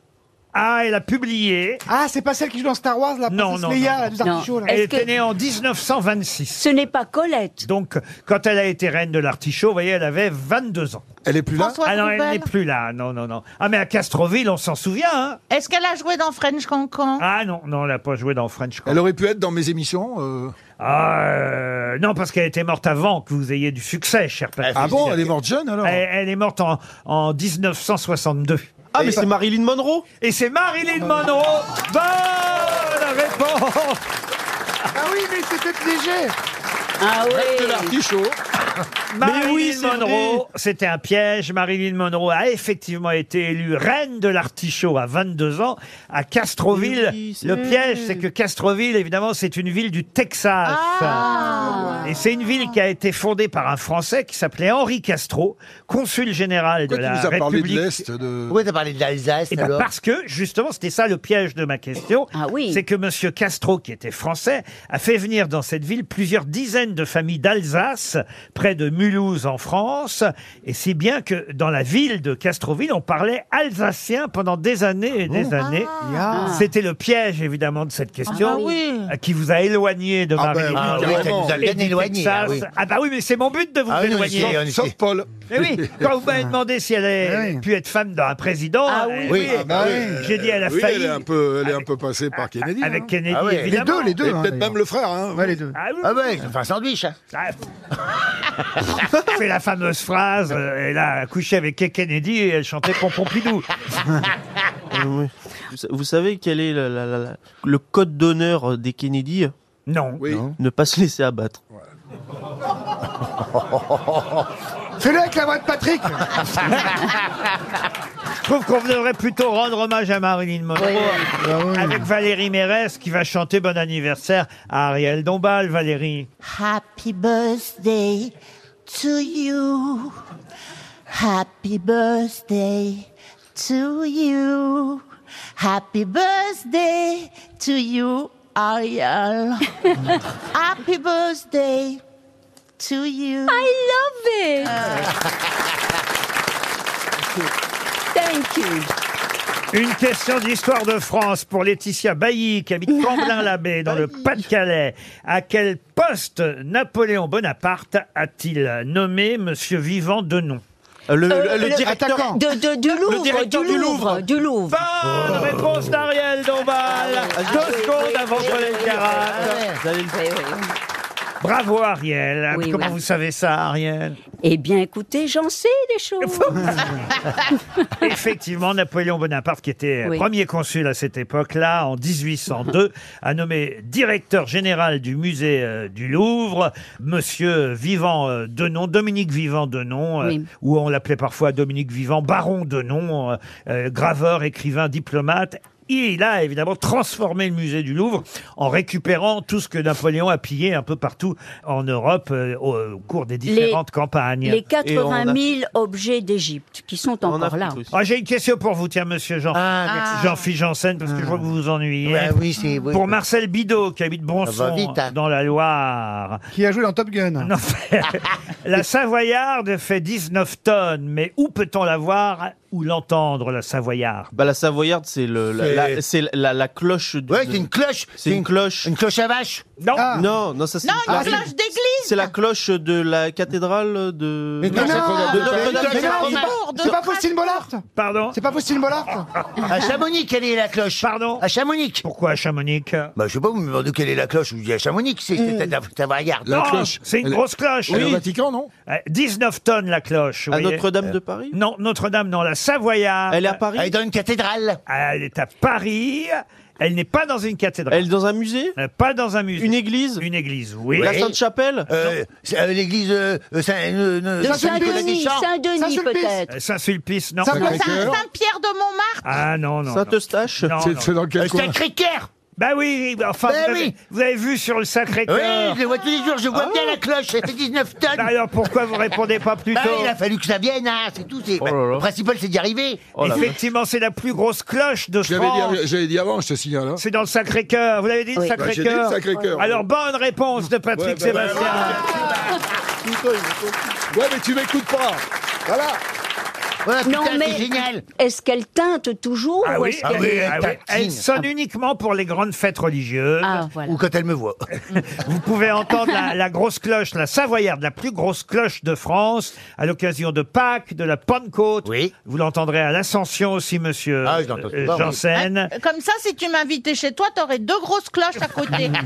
Speaker 2: Ah, elle a publié.
Speaker 7: Ah, c'est pas celle qui joue dans Star Wars, la
Speaker 2: Non,
Speaker 7: princesse
Speaker 2: non,
Speaker 7: Leia,
Speaker 2: non,
Speaker 7: la
Speaker 2: non.
Speaker 7: douce artichaut, là.
Speaker 2: Elle était née en 1926. Ce
Speaker 4: n'est pas Colette.
Speaker 2: Donc, quand elle a été reine de l'artichaut, vous voyez, elle avait 22 ans.
Speaker 6: Elle est plus
Speaker 5: là Françoise
Speaker 2: Ah non, elle
Speaker 5: Rouvel.
Speaker 2: n'est plus là. Non, non, non. Ah, mais à Castroville, on s'en souvient, hein
Speaker 5: Est-ce qu'elle a joué dans French Cancan
Speaker 2: Ah non, non, elle n'a pas joué dans French Cancan.
Speaker 6: Elle aurait pu être dans mes émissions. euh.
Speaker 2: Ah, euh, non, parce qu'elle était morte avant que vous ayez du succès, cher Patrick.
Speaker 6: Ah bon, elle est morte jeune alors
Speaker 2: Elle, elle est morte en, en 1962.
Speaker 8: Ah, mais c'est Marilyn Monroe
Speaker 2: Et c'est Marilyn Monroe Bonne réponse
Speaker 7: Ah oui, mais c'était piégé.
Speaker 4: Ah
Speaker 6: Reine de l'artichaut.
Speaker 2: Marilyn
Speaker 8: oui, c'est vrai.
Speaker 2: Monroe, c'était un piège. Marilyn Monroe a effectivement été élue reine de l'artichaut à 22 ans à Castroville. Le piège, c'est que Castroville, évidemment, c'est une ville du Texas. Et c'est une ville qui a été fondée par un Français qui s'appelait Henri Castro, consul général de
Speaker 6: Pourquoi tu
Speaker 2: la
Speaker 6: nous as parlé de
Speaker 2: République.
Speaker 6: l'Est de...
Speaker 3: Pourquoi t'as parlé de l'Alsace
Speaker 2: Euh, Eh ben,
Speaker 3: alors
Speaker 2: parce que, justement, c'était ça le piège de ma question.
Speaker 5: Ah
Speaker 2: C'est que Monsieur Castro, qui était français, a fait venir dans cette ville plusieurs dizaines de familles d'Alsace, près de Mulhouse en France. Et si bien que dans la ville de Castroville, on parlait alsacien pendant des années et des années. C'était le piège, évidemment, de cette question.
Speaker 5: Ah bah oui.
Speaker 2: euh, Qui vous a éloigné de
Speaker 6: Ah bah
Speaker 2: Marie.
Speaker 6: oui, Ah oui, carrément. ça nous a
Speaker 2: Et
Speaker 3: bien
Speaker 2: du
Speaker 3: éloignés,
Speaker 2: Texas.
Speaker 3: ah oui.
Speaker 2: Ah bah oui, mais c'est mon but de vous
Speaker 3: Ah oui, nous, on
Speaker 2: éloigner.
Speaker 3: était- on était-
Speaker 6: Sauf Paul.
Speaker 2: Mais Eh oui, quand vous m'avez demandé si elle avait pu être femme d'un président, euh,
Speaker 6: Oui, ah bah oui.
Speaker 2: j'ai dit elle a
Speaker 6: Oui,
Speaker 2: failli.
Speaker 6: Elle est un peu, elle est un peu passée par Kennedy.
Speaker 2: avec
Speaker 6: hein.
Speaker 2: Kennedy,
Speaker 6: Ah ouais.
Speaker 2: évidemment.
Speaker 7: Les deux, les deux,
Speaker 6: Et peut-être
Speaker 7: hein, d'ailleurs.
Speaker 6: même le frère. Hein.
Speaker 7: Ouais, les deux.
Speaker 2: Ah oui,
Speaker 3: Ah ouais, ils ont fait un sandwich. hein.
Speaker 2: ah, c'est la fameuse phrase, euh, elle a couché avec Kennedy et elle chantait Pom Pompidou.
Speaker 8: Vous, sa- vous savez quel est la- la- la- la- le code d'honneur des Kennedy
Speaker 2: Non.
Speaker 8: Ne pas se laisser abattre.
Speaker 2: Ah.
Speaker 7: Fais-le avec la voix de Patrick
Speaker 2: Je trouve qu'on devrait plutôt rendre hommage à Marilyn Monroe avec Valérie Mérès qui va chanter Bon anniversaire à Ariel Dombal. Valérie.
Speaker 15: Happy birthday to you. Happy birthday to you. Happy birthday to you, Ariel. Happy birthday to you. I
Speaker 5: Euh,
Speaker 15: love it.
Speaker 4: Thank you.
Speaker 2: Une question d'histoire de France pour Laetitia Bailly, qui habite Camblin-l'Abbé, dans le Pas-de-Calais. À quel poste Napoléon Bonaparte a-t-il nommé Monsieur Vivant Denon
Speaker 8: le,
Speaker 4: Euh, le- de- de- du Louvre, du Louvre, du Louvre.
Speaker 2: Bonne réponse d'Ariel
Speaker 11: Ah
Speaker 2: Dombal. Deux secondes avant de voler le garage. Bravo Ariel.
Speaker 4: Oui,
Speaker 2: Comment
Speaker 4: oui.
Speaker 2: vous savez ça, Ariel
Speaker 4: Eh bien, écoutez, j'en sais des choses.
Speaker 2: Ah, Effectivement, Napoléon Bonaparte, qui était
Speaker 4: Oui.
Speaker 2: premier consul à cette époque-là, en 1802, a nommé directeur général du musée euh, du Louvre, Monsieur Vivant euh, Denon, Dominique Vivant Denon, euh,
Speaker 4: Oui.
Speaker 2: ou on l'appelait parfois Dominique Vivant, baron Denon, euh, euh, graveur, écrivain, diplomate. Et il a évidemment transformé le musée du Louvre en récupérant tout ce que Napoléon a pillé un peu partout en Europe euh, au, au cours des différentes campagnes.
Speaker 4: Les 80 000 objets d'Égypte qui sont encore là.
Speaker 2: Ah, j'ai une question pour vous, tiens, monsieur Jean.
Speaker 4: merci.
Speaker 2: Jean-Philippe Janssen, parce que je vois que vous vous ennuyez.
Speaker 3: Ah, Ouais, oui, c'est- oui.
Speaker 2: Pour Marcel Bidot, qui habite Bronson,
Speaker 3: Ça va vite, hein.
Speaker 2: dans la Loire.
Speaker 7: Qui a joué dans Top Gun.
Speaker 2: La Savoyarde fait 19 tonnes, mais où peut-on la voir ou l'entendre, la Savoyarde
Speaker 8: Bah, la Savoyarde, c'est le, la,
Speaker 2: C'est-
Speaker 8: la- c'est la, la- la cloche. De, ouais, c'est une
Speaker 3: cloche.
Speaker 8: C'est une cloche. Une
Speaker 3: cloche à vache.
Speaker 2: Non.
Speaker 8: Non, non, ça c'est
Speaker 5: Non, une
Speaker 8: la-
Speaker 5: cloche d'église.
Speaker 8: C'est la cloche de la cathédrale de.
Speaker 7: Mais non,
Speaker 8: de- de- de-
Speaker 7: mais non,
Speaker 8: de-
Speaker 7: mais non,
Speaker 8: de-
Speaker 7: c'est pas- c'est pas Faustine Bollard
Speaker 2: Pardon
Speaker 7: C'est pas Faustine Bollard
Speaker 6: Ah,
Speaker 3: À Chamonix, quelle est la cloche
Speaker 2: Pardon
Speaker 3: À Chamonix.
Speaker 2: Pourquoi à Chamonix
Speaker 3: Bah, je sais pas, vous me demandez quelle est la cloche. Je vous dis à Chamonix, c'est
Speaker 4: Mm.
Speaker 3: c'est à Savoyarde.
Speaker 2: Non, C'est une grosse cloche.
Speaker 3: Elle est au
Speaker 6: Vatican, non
Speaker 2: 19 tonnes, la cloche. vous
Speaker 8: À
Speaker 2: voyez. Euh,
Speaker 8: Notre-Dame de Paris
Speaker 2: Non, Notre-Dame, non, la Savoyarde.
Speaker 8: Elle est à Paris Elle est
Speaker 3: dans une cathédrale.
Speaker 2: Elle est à Paris. Elle n'est pas dans une cathédrale. Euh,
Speaker 8: Elle est dans un musée
Speaker 2: Pas dans un musée.
Speaker 8: Une église
Speaker 2: Une église, oui.
Speaker 8: La Sainte-Chapelle
Speaker 3: Euh, c'est, euh, L'église euh, euh, Saint- euh, euh,
Speaker 4: De
Speaker 3: Saint-Nicolas des
Speaker 4: Saint-Denis,
Speaker 3: Champs.
Speaker 4: Saint-Denis peut-être.
Speaker 2: Euh, Saint-Sulpice, non.
Speaker 5: Saint-Pierre de Montmartre.
Speaker 2: Ah non, non.
Speaker 8: Saint-Eustache
Speaker 6: C'est- c'est dans quel Euh, coin
Speaker 3: Sacré-Cœur
Speaker 2: Bah oui, enfin,
Speaker 3: Bah
Speaker 2: vous, avez,
Speaker 3: oui.
Speaker 2: vous avez vu sur le Sacré-Cœur. Ah.
Speaker 3: Oui, je les vois tous les jours, je vois bien la cloche, elle fait 19 tonnes.
Speaker 2: Bah alors pourquoi vous répondez pas plus
Speaker 3: Bah,
Speaker 2: tôt
Speaker 3: il a fallu que ça vienne, hein, c'est tout.
Speaker 8: Oh
Speaker 3: c'est- Le principal, c'est d'y arriver.
Speaker 2: Effectivement, c'est la plus grosse cloche de
Speaker 6: Je l'avais dit
Speaker 2: France.
Speaker 6: av- Oh J'avais dit avant, je te signale. hein.
Speaker 2: C'est dans le Sacré-Cœur. Vous l'avez dit, le
Speaker 6: Oui. Bah, j'ai dit le
Speaker 2: Sacré-Cœur.
Speaker 6: Sacré-Cœur.
Speaker 2: Alors, bonne réponse de Patrick
Speaker 6: Ouais, bah,
Speaker 2: Sébastien.
Speaker 6: Ouais, mais tu m'écoutes pas. Voilà.
Speaker 4: non,
Speaker 3: putain,
Speaker 4: mais
Speaker 3: c'est génial.
Speaker 4: est-ce qu'elle teinte toujours
Speaker 2: Ah
Speaker 4: ou
Speaker 2: oui,
Speaker 4: est-ce
Speaker 2: ah
Speaker 4: qu'elle-
Speaker 2: oui, ah oui. elle sonne uniquement pour les grandes fêtes religieuses.
Speaker 4: Ah, voilà.
Speaker 3: Ou quand elle me voit.
Speaker 2: Vous pouvez entendre la, la grosse cloche, la savoyarde, la plus grosse cloche de France, à l'occasion de Pâques, de la Pentecôte. Oui. Vous l'entendrez à l'Ascension aussi, monsieur
Speaker 3: Ah, je l'entends
Speaker 2: euh,
Speaker 3: souvent, oui.
Speaker 2: Janssen.
Speaker 5: Ah, Comme ça, si tu m'invitais chez toi, t'aurais deux grosses cloches à côté.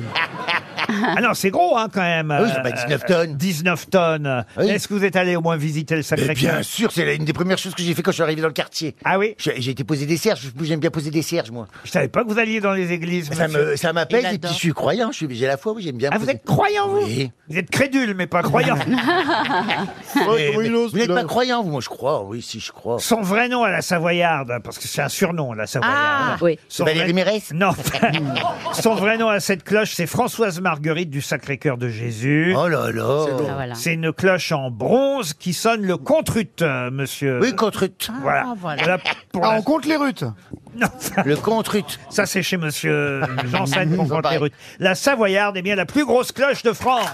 Speaker 2: Ah non, c'est gros hein, quand même.
Speaker 3: Ah oui, c'est pas 19 tonnes.
Speaker 2: 19 tonnes.
Speaker 3: Oui.
Speaker 2: Est-ce que vous êtes allé au moins visiter le
Speaker 3: Mais Eh
Speaker 2: Sacré-Cœur
Speaker 3: bien sûr, c'est la- une des premières choses que j'ai fait quand je suis arrivé dans le quartier.
Speaker 2: Ah oui
Speaker 3: J'ai j'ai été poser des cierges, je- j'aime bien poser des cierges, moi.
Speaker 2: Je savais pas que vous alliez dans les églises.
Speaker 3: Ça
Speaker 2: monsieur.
Speaker 3: me- ça
Speaker 2: Il
Speaker 3: m'appelle, et
Speaker 2: adore.
Speaker 3: puis je suis croyant, je suis- j'ai la foi, oui, j'aime bien.
Speaker 2: Ah, vous êtes croyant, vous
Speaker 3: Oui.
Speaker 2: Vous êtes crédule, mais pas croyant.
Speaker 3: Mais- mais- vous n'êtes pas croyant, vous, moi, je crois, oui, si, je crois.
Speaker 2: Son vrai nom à la Savoyarde, parce que c'est un surnom, la
Speaker 3: Ah,
Speaker 2: Savoyarde.
Speaker 3: oui. Valérie Mérès
Speaker 2: Non. Son vrai nom à cette cloche, c'est Françoise Marguerite du Sacré-Cœur de Jésus.
Speaker 3: Oh là là.
Speaker 2: C'est
Speaker 3: Ah, voilà.
Speaker 2: une cloche en bronze qui sonne le contrut, euh, monsieur.
Speaker 3: Oui, contrut.
Speaker 2: Voilà. Voilà pour
Speaker 7: Ah,
Speaker 2: la-
Speaker 7: on compte les rutes
Speaker 3: Le contrut.
Speaker 2: Ça, c'est chez monsieur Janssen pour compter route. La Savoyarde est bien la plus grosse cloche de France.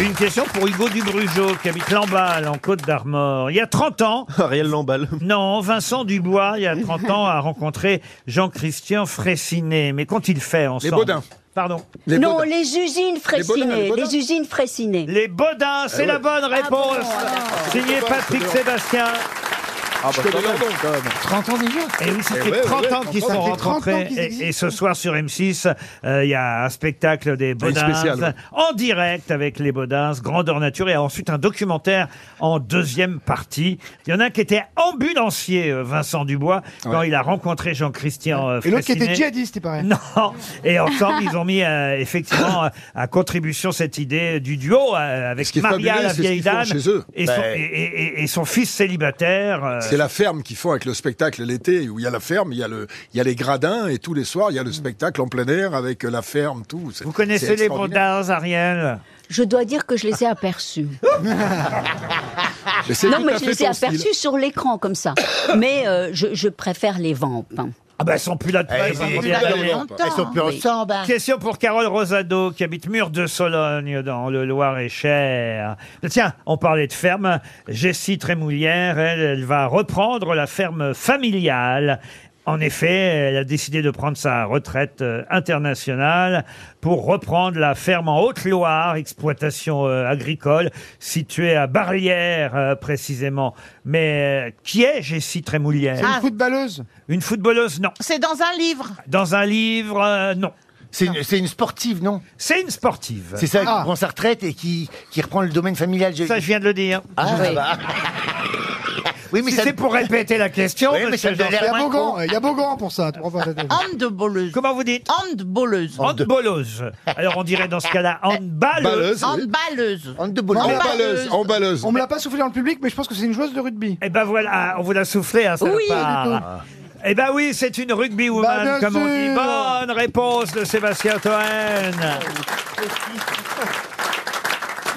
Speaker 2: Une question pour Hugo Dubrugeau, qui habite Lamballe, en Côte d'Armor. Il y a 30 ans...
Speaker 8: Ariel Lamballe.
Speaker 2: Non, Vincent Dubois, il y a 30 ans, a rencontré Jean-Christian Fraissinet. Mais qu'ont-ils fait ensemble
Speaker 6: Baudins.
Speaker 2: Pardon
Speaker 4: non, les usines
Speaker 6: Baudins, les
Speaker 4: Fraissinet.
Speaker 6: Baudins.
Speaker 4: Les usines Fraissinet.
Speaker 2: Les Baudins, c'est
Speaker 6: Eh
Speaker 2: la
Speaker 6: ouais.
Speaker 2: bonne réponse.
Speaker 4: Ah bon, alors.
Speaker 11: bah. Ah,
Speaker 2: Signé Patrick Sébastien. bah,
Speaker 6: Je connais
Speaker 2: quand
Speaker 6: leur
Speaker 2: même,
Speaker 6: nom.
Speaker 2: 30 ans déjà Et oui, ça
Speaker 6: Eh
Speaker 2: fait
Speaker 6: ouais,
Speaker 2: 30
Speaker 6: ouais,
Speaker 2: ans qu'ils
Speaker 6: 30 ans. Ça
Speaker 2: sont
Speaker 6: fait 30 ans
Speaker 2: rencontrés.
Speaker 6: qu'ils
Speaker 2: Et, et ce soir sur M6, euh, il y a un spectacle des Baudins
Speaker 6: Ah, spéciale, ouais.
Speaker 2: en direct avec les Baudins, Grandeur Nature, et ensuite un documentaire en deuxième partie. Il y en a un qui était ambulancier, euh, Vincent Dubois, quand il a rencontré Jean-Christian euh,
Speaker 7: Et l'autre qui était
Speaker 2: Fraissinet.
Speaker 7: djihadiste, il paraît.
Speaker 2: Non. Et ensemble, ils ont mis euh, effectivement euh, à contribution cette idée du duo euh, avec
Speaker 6: Ce qui est
Speaker 2: Maria,
Speaker 6: fabuleux,
Speaker 2: la
Speaker 6: c'est ce
Speaker 2: vieille
Speaker 6: qu'ils font
Speaker 2: dame,
Speaker 6: chez eux.
Speaker 2: Et, son,
Speaker 6: Ouais.
Speaker 2: et- et- et son fils célibataire. euh,
Speaker 6: C'est la ferme qu'ils font avec le spectacle l'été, où il y a la ferme, il y a, le, il y a les gradins, et tous les soirs, il y a le spectacle en plein air avec la ferme, tout. Vous
Speaker 2: connaissez les Baudins, Ariel
Speaker 4: Je dois dire que je les ai aperçus.
Speaker 6: Mais c'est
Speaker 4: non,
Speaker 6: tout
Speaker 4: mais
Speaker 6: à
Speaker 4: je
Speaker 6: fait
Speaker 4: les ai
Speaker 6: ton style.
Speaker 4: aperçus sur l'écran comme ça. Mais euh, je, je préfère les vampes. hein.
Speaker 2: Ah ben, elles sont plus là depuis
Speaker 4: Eh, Elles
Speaker 2: la
Speaker 4: sont
Speaker 2: première
Speaker 4: plus là depuis
Speaker 2: année.
Speaker 4: longtemps. Elles sont plus Oui. ensemble, hein.
Speaker 2: Question pour Carole Rosado, qui habite Mur de Sologne, dans le Loir-et-Cher. Tiens, on parlait de ferme. Jessie Trémoulière, elle, elle va reprendre la ferme familiale. En effet, elle a décidé de prendre sa retraite euh, internationale pour reprendre la ferme en Haute-Loire, exploitation euh, agricole située à Barlières euh, précisément. Mais euh, qui est Jessie Trémoulière
Speaker 7: C'est une footballeuse
Speaker 2: Une footballeuse, non.
Speaker 5: C'est dans un livre.
Speaker 2: Dans un livre, euh, non.
Speaker 3: C'est une, c'est une sportive, non
Speaker 2: C'est une sportive.
Speaker 3: C'est ça,
Speaker 2: Ah.
Speaker 3: qui prend sa retraite et qui, qui reprend le domaine familial.
Speaker 2: Ça, je viens de le dire.
Speaker 3: Ah,
Speaker 2: Oui.
Speaker 3: bah. oui, mais
Speaker 2: Si
Speaker 3: ça-
Speaker 2: c'est pour répéter la question,
Speaker 3: Oui, mais
Speaker 2: monsieur
Speaker 3: ça me donne
Speaker 2: Janssen.
Speaker 7: Il y a Beaugrand, il y a Beaugrand pour ça. tu prends pas la tête.
Speaker 5: Handballeuse.
Speaker 2: Comment vous dites
Speaker 5: Handballeuse.
Speaker 2: Handballeuse. Alors on dirait dans ce cas-là handballeuse.
Speaker 5: Handballeuse.
Speaker 2: Handballeuse. Handballeuse.
Speaker 7: On me l'a pas soufflé dans le public, mais je pense que c'est une joueuse de rugby.
Speaker 2: Eh ben voilà, on vous l'a soufflé, hein, salopard.
Speaker 7: Oui,
Speaker 2: Eh ben oui, c'est une rugby woman,
Speaker 7: Bah, bien
Speaker 2: comme on dit.
Speaker 7: sûr.
Speaker 2: Bonne réponse de Sébastien Toen.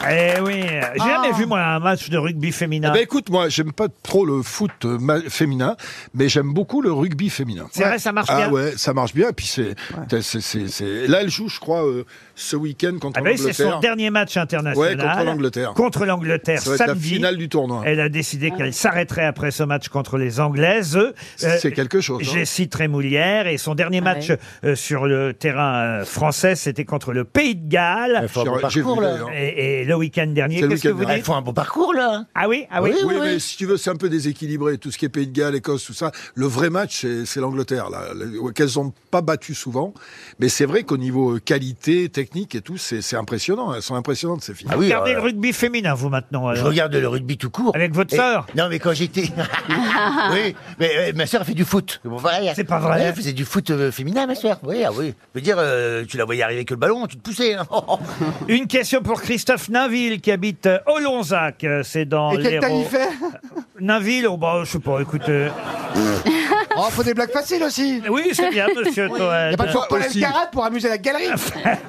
Speaker 2: Eh oui, j'ai jamais vu moi un match de rugby féminin.
Speaker 6: Eh ben, écoute, moi, j'aime pas trop le foot euh, ma- féminin, mais j'aime beaucoup le rugby féminin.
Speaker 2: C'est vrai, ça marche
Speaker 6: ah,
Speaker 2: bien.
Speaker 6: ouais, ça marche bien. Et puis c'est, c'est- c'est- c'est- là, elle joue, je crois, euh, ce week-end contre
Speaker 2: Ah ben oui, c'est
Speaker 6: l'Angleterre.
Speaker 2: son dernier match international.
Speaker 6: Ouais, contre l'Angleterre.
Speaker 2: Contre l'Angleterre,
Speaker 6: Ça va être la
Speaker 2: samedi.
Speaker 6: finale du tournoi.
Speaker 2: Elle a décidé qu'elle s'arrêterait après ce match contre les Anglaises. Euh,
Speaker 6: C'est
Speaker 2: euh,
Speaker 6: quelque chose, hein.
Speaker 2: Jessie Trémoulière. Et son dernier
Speaker 6: Ah
Speaker 2: match
Speaker 6: ouais.
Speaker 2: euh, sur le terrain euh, français, c'était contre le Pays de Galles.
Speaker 3: Elle fait un bon J'ai- j'ai parcours, vu, là. d'ailleurs.
Speaker 2: hein. Et, et le week-end dernier,
Speaker 6: C'est le
Speaker 2: qu'est-ce que
Speaker 6: week-end
Speaker 2: vous
Speaker 6: dernier.
Speaker 2: dites
Speaker 6: Elles font un
Speaker 3: bon parcours, là. hein.
Speaker 2: Ah oui, ah oui.
Speaker 6: mais si tu veux, c'est un peu déséquilibré. Tout ce qui est Pays de Galles, Écosse, tout ça. Le vrai match, c'est c'est l'Angleterre, là, le- qu'elles n'ont pas battu souvent. Mais c'est vrai qu'au niveau euh, qualité, technique et tout, c'est c'est impressionnant. Elles sont impressionnantes, ces filles.
Speaker 3: Ah oui,
Speaker 2: Regardez
Speaker 3: euh,
Speaker 2: le rugby féminin, vous, maintenant.
Speaker 3: Je
Speaker 2: alors.
Speaker 3: regarde le rugby tout court.
Speaker 2: Avec votre
Speaker 3: Et-
Speaker 2: sœur
Speaker 3: Non, mais quand j'étais. oui, mais euh, ma sœur a fait du foot. C'est pas vrai.
Speaker 2: C'est pas vrai.
Speaker 3: Ouais, Elle faisait du foot euh, féminin, ma sœur. Oui, ah oui. Je veux dire, euh, tu la voyais arriver que le ballon, tu te poussais. hein.
Speaker 2: Une question pour Christophe Nainville qui habite euh, Olonzac. Euh, C'est dans
Speaker 7: Et quelle taille
Speaker 2: l'Hérault.
Speaker 7: il fait
Speaker 2: Nainville, oh, bah, je sais pas, écoute. euh,
Speaker 7: Oh, faut des blagues faciles aussi.
Speaker 2: Oui, c'est bien, monsieur
Speaker 7: Il
Speaker 2: Toen.
Speaker 7: n'y a pas toujours Paul
Speaker 2: Aussi.
Speaker 7: Elkarat pour amuser la galerie.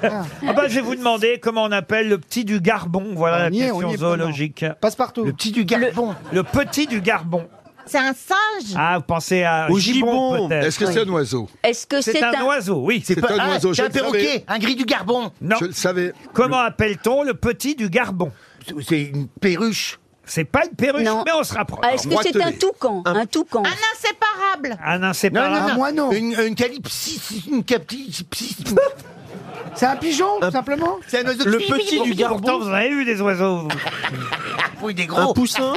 Speaker 2: Ah bah, je vais vous demander comment on appelle le petit du Garbon. Voilà la
Speaker 7: y est, on
Speaker 2: question
Speaker 7: y est
Speaker 2: zoologique.
Speaker 7: Passe partout.
Speaker 2: Le
Speaker 3: petit du Garbon.
Speaker 2: Le, petit du Garbon.
Speaker 5: C'est un singe.
Speaker 2: Ah, vous pensez à
Speaker 6: Au
Speaker 2: gibon,
Speaker 6: gibon.
Speaker 2: peut-être.
Speaker 6: Est-ce que c'est un oiseau
Speaker 4: Est-ce que
Speaker 2: C'est un, oiseau, oui.
Speaker 6: C'est pas- un ah, oiseau, je
Speaker 3: C'est un
Speaker 6: le savais.
Speaker 3: perroquet, un gris du garbon.
Speaker 2: Non.
Speaker 6: Je le savais.
Speaker 2: Comment appelle-t-on le petit du Garbon
Speaker 3: C'est une perruche.
Speaker 2: C'est pas une perruche,
Speaker 4: Non.
Speaker 2: mais on se rapproche.
Speaker 4: Ah, Est-ce que c'est un toucan Un toucan.
Speaker 5: Un inséparable.
Speaker 2: Un
Speaker 3: Non,
Speaker 2: inséparable.
Speaker 3: non, non.
Speaker 7: moineau.
Speaker 3: Une, une calypsis, une calypsis.
Speaker 7: C'est un pigeon, tout simplement.
Speaker 3: C'est un oiseau
Speaker 2: Le
Speaker 3: qui-
Speaker 2: petit du Garbon. Pourtant, vous en avez eu des oiseaux. vous.
Speaker 3: Oui, des gros.
Speaker 2: poussin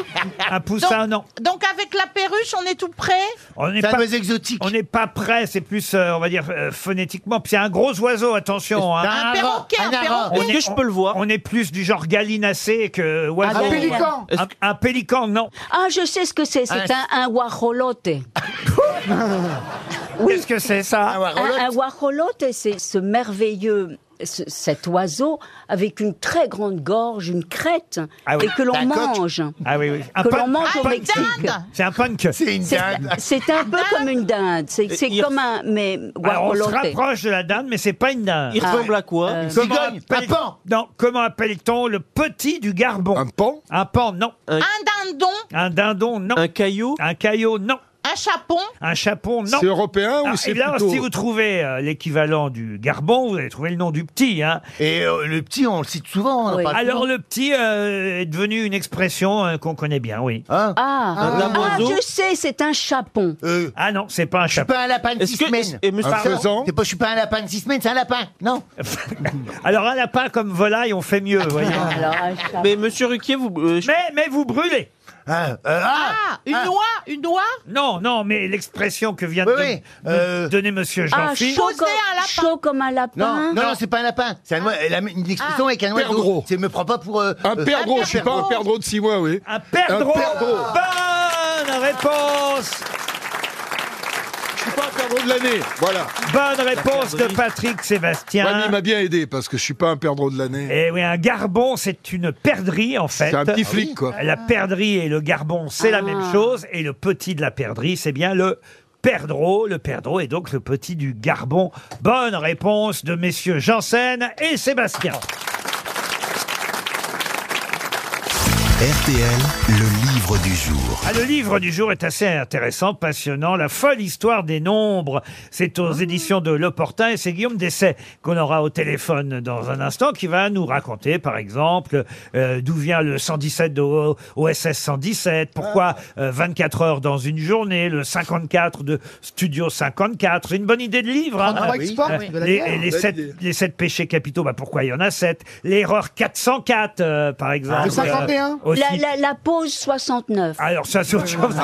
Speaker 2: Un poussin, non.
Speaker 5: Donc avec la perruche, on est tout près.
Speaker 2: On n'est
Speaker 3: C'est un
Speaker 2: pas
Speaker 3: oiseau exotique.
Speaker 2: On n'est pas près, c'est plus, euh, on va dire, euh, phonétiquement. Puis c'est un gros oiseau, attention. hein.
Speaker 5: Un perroquet, un perroquet.
Speaker 2: On est, je peux le voir On est plus du genre gallinacé que oiseau.
Speaker 4: Un pélican.
Speaker 2: Un, un pélican, non.
Speaker 4: Ah, je sais ce que c'est. C'est un, un guajolote.
Speaker 2: Qu'est-ce que c'est ça
Speaker 4: Un, un guajolote, c'est ce merveilleux. ce- cet oiseau avec une très grande gorge, une crête,
Speaker 2: Ah oui.
Speaker 4: et que l'on
Speaker 2: Un coq.
Speaker 4: mange.
Speaker 2: Ah oui, oui.
Speaker 4: Que
Speaker 2: pun-
Speaker 4: l'on mange au
Speaker 2: pun-
Speaker 4: Mexique.
Speaker 2: C'est un punk.
Speaker 3: C'est une
Speaker 4: C'est-
Speaker 3: dinde.
Speaker 4: C'est un peu comme une dinde. C'est c'est comme un. Mais
Speaker 2: Alors, Ah, on se
Speaker 4: guajolote.
Speaker 2: rapproche de la dinde, mais c'est pas une dinde.
Speaker 4: Il ressemble
Speaker 2: à quoi
Speaker 4: euh,
Speaker 3: cigogne, un pan.
Speaker 2: Non, comment appelle-t-on le petit du garbon Un
Speaker 6: pan
Speaker 2: Un pan, non. Un,
Speaker 5: Un dindon.
Speaker 2: dindon, non. Un caillot Un caillot, non.
Speaker 5: Un chapon.
Speaker 2: Un chapon, non.
Speaker 6: C'est européen
Speaker 2: Ah,
Speaker 6: ou c'est
Speaker 2: eh bien,
Speaker 6: plutôt
Speaker 2: si vous trouvez euh, l'équivalent du garbon, vous allez trouver le nom du petit. Hein.
Speaker 3: Et euh, le petit, on le cite souvent. hein, on en parle
Speaker 2: Alors
Speaker 3: souvent.
Speaker 2: le petit euh, est devenu une expression euh, qu'on connaît bien, oui.
Speaker 3: Hein
Speaker 4: Ah,
Speaker 2: Un
Speaker 4: ah,
Speaker 2: damoiseau.
Speaker 4: je sais, c'est un chapon.
Speaker 3: Euh,
Speaker 2: Ah non, c'est pas
Speaker 3: je
Speaker 2: un
Speaker 3: suis
Speaker 2: chapeau.
Speaker 3: pas un lapin de six semaines.
Speaker 6: Un faisan
Speaker 3: C'est pas, je suis pas un lapin de six semaines, c'est un lapin. Non.
Speaker 2: Alors un lapin comme volaille, on fait mieux, voyez.
Speaker 4: Ah, Alors, un chapeau.
Speaker 8: Mais monsieur Ruquier, vous. euh, je-
Speaker 2: mais, mais vous brûlez
Speaker 3: Ah, euh, ah,
Speaker 5: Ah, une noix Une noix
Speaker 2: Non, non, mais l'expression que vient de
Speaker 3: oui. Euh,
Speaker 2: de donner Monsieur
Speaker 4: Ah,
Speaker 2: Jean-Philippe.
Speaker 4: chaud, comme, chaud comme un lapin.
Speaker 3: Non, non, non, c'est pas un lapin. C'est un, oie- la- une expression
Speaker 4: Ah.
Speaker 3: avec un oiseau.
Speaker 6: Perdreau.
Speaker 3: C'est me prends pas pour. euh,
Speaker 6: Un
Speaker 3: euh,
Speaker 6: perdreau, je suis pas un
Speaker 3: perdreau.
Speaker 6: perdreau de 6 mois, oui.
Speaker 2: Un perdreau.
Speaker 6: perdreau.
Speaker 3: Ah,
Speaker 2: Bonne réponse.
Speaker 6: Je suis pas un perdreau de l'année, voilà.
Speaker 2: Bonne réponse de
Speaker 6: perdreau.
Speaker 2: Patrick Sébastien.
Speaker 6: Ouais, mais il m'a bien aidé parce que je suis pas un perdreau de l'année.
Speaker 2: Eh oui, un garbon, c'est une perdrix, en fait.
Speaker 6: C'est un petit flic, quoi.
Speaker 2: La perdrix et le garbon, c'est la même chose. Et le petit de la perdrix, c'est bien le perdreau. Le perdreau est donc le petit du garbon. Bonne réponse de messieurs Janssen et Sébastien.
Speaker 1: RTL, le livre du jour.
Speaker 2: Ah, le livre du jour est assez intéressant, passionnant. La folle histoire des nombres. C'est
Speaker 7: Ah.
Speaker 2: aux éditions de L'Opportun et c'est Guillaume Dessay qu'on aura au téléphone dans un instant qui va nous raconter, par exemple, euh, d'où vient le 117 de O- OSS 117, pourquoi
Speaker 7: Ah.
Speaker 2: euh, 24 heures dans une journée, le 54 de Studio 54. C'est une bonne idée de livre. hein.
Speaker 7: Ah, oui. Export, oui. de la
Speaker 2: les,
Speaker 7: guerre.
Speaker 2: les
Speaker 7: Bonne
Speaker 2: sept,
Speaker 7: idée.
Speaker 2: les sept péchés capitaux, bah pourquoi il y en a sept L'erreur 404, euh, par exemple.
Speaker 7: Ah, Le 51.
Speaker 2: aussi. Ah,
Speaker 4: La, la, la pause 69.
Speaker 2: Alors ça, c'est autre
Speaker 3: Ah,
Speaker 2: chose.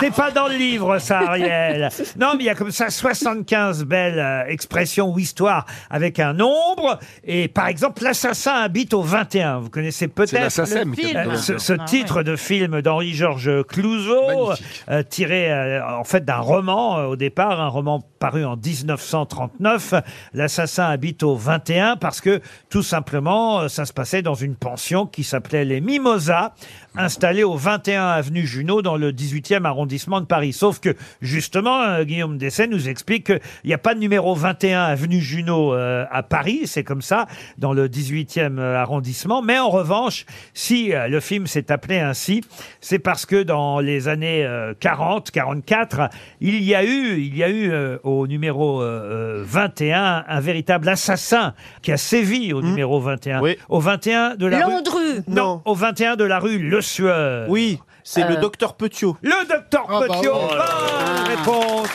Speaker 2: C'est pas dans le livre, ça, Ariel. Non, mais il y a comme ça 75 belles euh, expressions ou histoires avec un nombre. Et par exemple, l'assassin habite au 21. Vous connaissez
Speaker 6: C'est
Speaker 2: peut-être
Speaker 6: l'assassin,
Speaker 2: le
Speaker 6: qui
Speaker 2: film.
Speaker 6: habite au
Speaker 2: Euh, ce, ce
Speaker 6: 21.
Speaker 2: titre de film d'Henri-Georges Clouzot, euh, tiré euh, en fait d'un roman euh, au départ, un roman paru en 1939. L'assassin habite au 21 parce que tout simplement, euh, ça se passait dans une pension qui s'appelait les Mimosas, installée au 21 avenue Junot dans le 18e arrondissement de Paris. Sauf que justement, euh, Guillaume Dessay nous explique qu'il n'y a pas de numéro 21 avenue Junot euh, à Paris, c'est comme ça, dans le 18e arrondissement. Mais en revanche, si euh, le film s'est appelé ainsi, c'est parce que dans les années euh, 40, 44, il y a eu, il y a eu euh, au numéro euh, euh, 21 un véritable assassin qui a sévi au numéro 21. Au 21 de la rue.
Speaker 4: Landru.
Speaker 2: Non, au 21 de la rue Le Sueur. Oui,
Speaker 8: c'est le Euh. docteur
Speaker 2: Petiot. Le docteur Petiot.
Speaker 8: ouais.
Speaker 2: bonne réponse.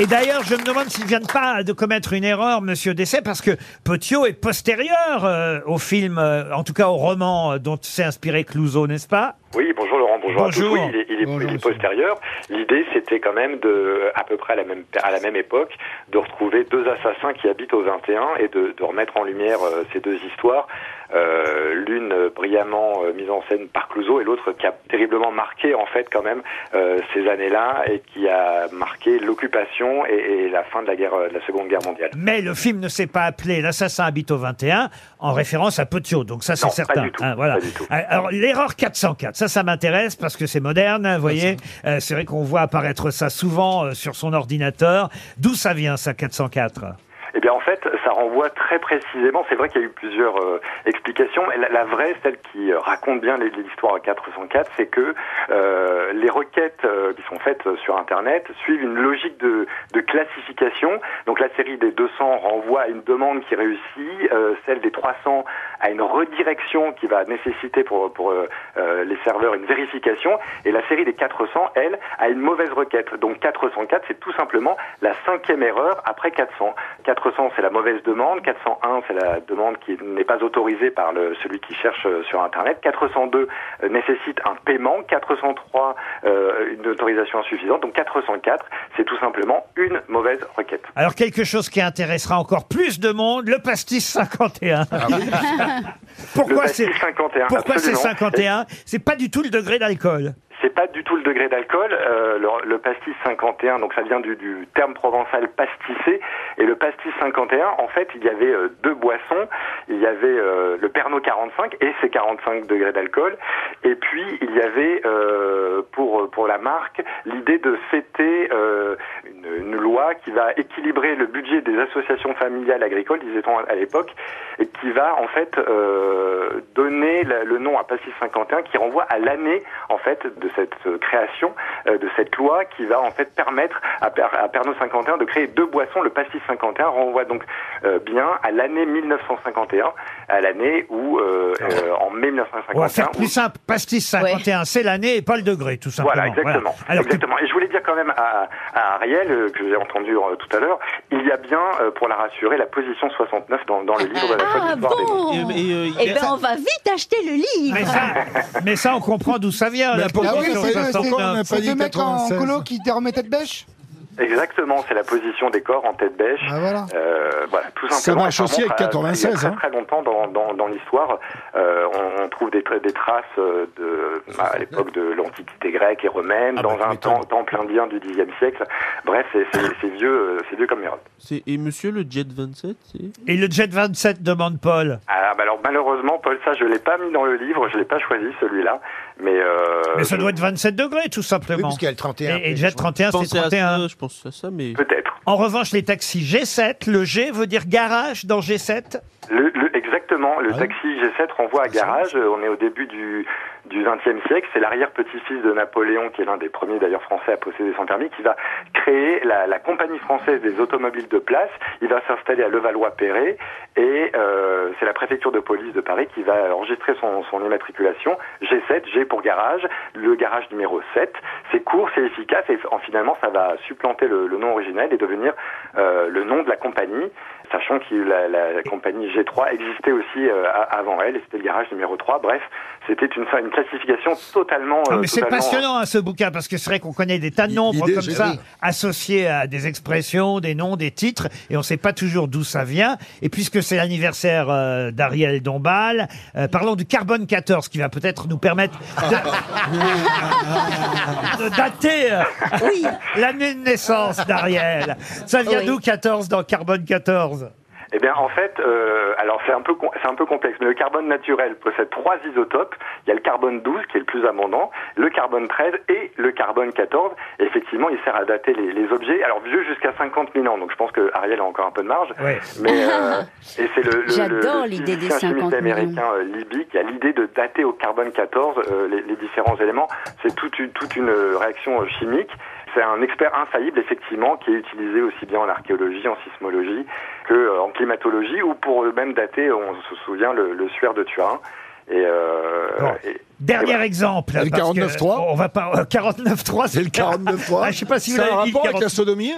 Speaker 2: Et d'ailleurs, je me demande s'il ne vient de pas de commettre une erreur, Monsieur Dessay, parce que Petiot est postérieur euh, au film, euh, en tout cas au roman euh, dont s'est inspiré Clouseau, n'est-ce pas
Speaker 16: Oui, bonjour Laurent, bonjour,
Speaker 2: Bonjour.
Speaker 16: à tous. Oui, il est, il est- il est postérieur. L'idée, c'était quand même de, à peu près à la même, à la même époque, de retrouver deux assassins qui habitent au 21 et de, de remettre en lumière euh, ces deux histoires. Euh, l'une euh, brillamment euh, mise en scène par Clouseau et l'autre qui a terriblement marqué en fait quand même euh, ces années-là et qui a marqué l'occupation et, et la fin de la guerre, euh, de la Seconde Guerre mondiale.
Speaker 2: Mais le film ne s'est pas appelé L'assassin habite au 21 en référence à Petiot, donc ça c'est
Speaker 16: Non, pas
Speaker 2: certain.
Speaker 16: du tout,
Speaker 2: hein, voilà.
Speaker 16: pas du tout.
Speaker 2: Alors l'erreur 404, ça ça m'intéresse parce que c'est moderne, hein, vous voyez. Euh, c'est vrai qu'on voit apparaître ça souvent euh, sur son ordinateur. D'où ça vient ça 404
Speaker 16: Eh bien, en fait, ça renvoie très précisément. C'est vrai qu'il y a eu plusieurs euh, explications. mais La, la vraie, celle qui euh, raconte bien les- l'histoire à 404, c'est que euh, les requêtes euh, qui sont faites euh, sur Internet suivent une logique de, de classification. Donc, la série des 200 renvoie à une demande qui réussit, euh, celle des 300 à une redirection qui va nécessiter pour, pour euh, euh, les serveurs une vérification. Et la série des 400, elle, a une mauvaise requête. Donc 404, c'est tout simplement la cinquième erreur après 400. 400, c'est la mauvaise demande. 401, c'est la demande qui n'est pas autorisée par le, celui qui cherche euh, sur Internet. 402 euh, nécessite un paiement. 403, euh, une autorisation insuffisante. Donc 404, c'est tout simplement une mauvaise requête.
Speaker 2: Alors quelque chose qui intéressera encore plus de monde, le pastis 51. pourquoi
Speaker 16: Le
Speaker 2: c'est
Speaker 16: pastis 51,
Speaker 2: pourquoi c'est
Speaker 16: absolument.
Speaker 2: 51 C'est pas du tout le degré d'alcool.
Speaker 16: C'est pas du tout le degré d'alcool. Euh, le, le pastis 51, donc ça vient du, du terme provençal pastissé. Et le pastis 51, en fait, il y avait euh, deux boissons. Il y avait euh, le Pernod 45 et ses 45 degrés d'alcool. Et puis il y avait euh, pour pour la marque l'idée de fêter euh, une, une loi qui va équilibrer le budget des associations familiales agricoles, disait-on à l'époque, et qui va en fait euh, donner la- le nom à Passy 51 qui renvoie à l'année en fait de cette euh, création euh, de cette loi qui va en fait permettre à, Per- à Pernod 51 de créer deux boissons. Le Passy 51 renvoie donc euh, bien à l'année 1951, à l'année où euh, euh, en mai 1951
Speaker 2: Ah On va faire
Speaker 16: où-
Speaker 2: plus simple. Pastis 51, c'est l'année et pas le degré, tout simplement.
Speaker 16: voilà, exactement.
Speaker 2: Voilà. Alors,
Speaker 16: exactement. Et je voulais dire quand même à, à Ariel, euh, que j'ai entre- entendu euh, tout à l'heure, il y a bien, euh, pour la rassurer, la position 69 dans, dans le livre de la
Speaker 2: Ah,
Speaker 16: folle histoire des
Speaker 2: bon
Speaker 16: mondes.
Speaker 2: Et euh,
Speaker 4: Eh ben, on va vite acheter le livre.
Speaker 2: Mais ça, mais ça, on comprend d'où ça vient. la
Speaker 7: Ah oui,
Speaker 2: position
Speaker 7: c'est
Speaker 2: 69.
Speaker 7: deux- c'est deux mecs en colo qui te remettaient de bêche
Speaker 2: Eh ben-
Speaker 16: Exactement, c'est la position des corps en tête bêche.
Speaker 7: voilà.
Speaker 16: Euh, voilà, tout
Speaker 6: Ça
Speaker 16: simplement.
Speaker 6: marche
Speaker 16: Et ça
Speaker 6: aussi avec
Speaker 16: remonte à- Il
Speaker 6: 96,
Speaker 16: y a
Speaker 6: hein.
Speaker 16: très, très longtemps dans, dans, dans l'histoire, euh, on, on trouve des, tra- des traces euh, de, bah, à l'époque de l'Antiquité grecque et romaine, dans un tem- temple indien du Xe siècle. Bref, c'est- c'est c'est vieux, euh, c'est vieux comme l'Europe.
Speaker 8: C'est- Et monsieur le Jet 27 c'est-
Speaker 2: Et le Jet 27 demande Paul.
Speaker 16: Ah, bah alors malheureusement, Paul, ça je l'ai pas mis dans le livre, je l'ai pas choisi celui-là, mais, euh,
Speaker 2: Mais ça doit être 27 degrés, tout simplement.
Speaker 16: parce qu'il y a le 31.
Speaker 2: Et, et Jet 31, c'est
Speaker 8: Pensez à
Speaker 2: 31.
Speaker 8: ça, je pense à ça, mais.
Speaker 16: Peut-être.
Speaker 2: En revanche, les taxis G7, le G veut dire garage dans G7
Speaker 16: Le, le- exactement,
Speaker 2: Ah
Speaker 16: le taxi G7 renvoie à garage. Euh, On est au début du, du 20e siècle. C'est l'arrière-petit-fils de Napoléon, qui est l'un des premiers d'ailleurs français à posséder son permis, qui va créer la, la compagnie française des automobiles de place. Il va s'installer à Levallois-Perret et euh, c'est la préfecture de police de Paris qui va enregistrer son, son immatriculation G7, G pour garage, le garage numéro 7. C'est court, c'est efficace et en- finalement ça va supplanter le, le nom originel et devenir euh, le nom de la compagnie, sachant que la, la compagnie G3 existait aussi euh, a- avant elle et c'était le garage numéro 3. Bref, c'était une, une classification totalement.
Speaker 2: Ah,
Speaker 16: euh,
Speaker 2: mais c'est
Speaker 16: totalement-
Speaker 2: passionnant hein, ce bouquin parce que c'est vrai qu'on connaît des tas de nombres
Speaker 16: l'idée,
Speaker 2: comme
Speaker 16: j'ai-
Speaker 2: ça
Speaker 16: oui.
Speaker 2: associés à des expressions, des noms, des titres et on ne sait pas toujours d'où ça vient. Et puisque c'est l'anniversaire euh, d'Ariel Dombal, euh, parlons du carbone 14 qui va peut-être nous permettre de, de dater euh, l'année de naissance d'Ariel. Ça vient
Speaker 16: Oui.
Speaker 2: d'où 14 dans carbone 14
Speaker 16: Eh bien, en fait, euh, alors c'est un peu com- c'est un peu complexe, mais le carbone naturel possède trois isotopes. Il y a le carbone 12 qui est le plus abondant, le carbone 13 et le carbone 14. Et effectivement, il sert à dater les, les objets. Alors vieux jusqu'à 50 000 ans, donc je pense que Ariel a encore un peu de marge. Mais euh, et c'est le, le-
Speaker 4: J'adore
Speaker 16: le- le
Speaker 4: l'idée des
Speaker 16: physicien chimiste
Speaker 4: 50 000
Speaker 16: américain euh, Libby qui a l'idée de dater au carbone 14 euh, les, les différents éléments. C'est toute une, toute une euh, réaction euh, chimique. C'est un expert infaillible, effectivement, qui est utilisé aussi bien en archéologie, en sismologie, que euh, en climatologie, ou pour eux-mêmes dater, on se souvient, le, le suaire de Turin. Et, euh, et-
Speaker 2: Dernier
Speaker 16: et voilà.
Speaker 2: exemple.
Speaker 16: Et Eh ben, le
Speaker 2: parce que
Speaker 16: 49.3?
Speaker 2: On va pas. euh, 49.3, c'est le 49.3. je sais pas si vous
Speaker 6: Ça a
Speaker 2: l'avez
Speaker 6: un
Speaker 2: dit, le
Speaker 6: rapport avec
Speaker 2: 49.3.
Speaker 6: la sodomie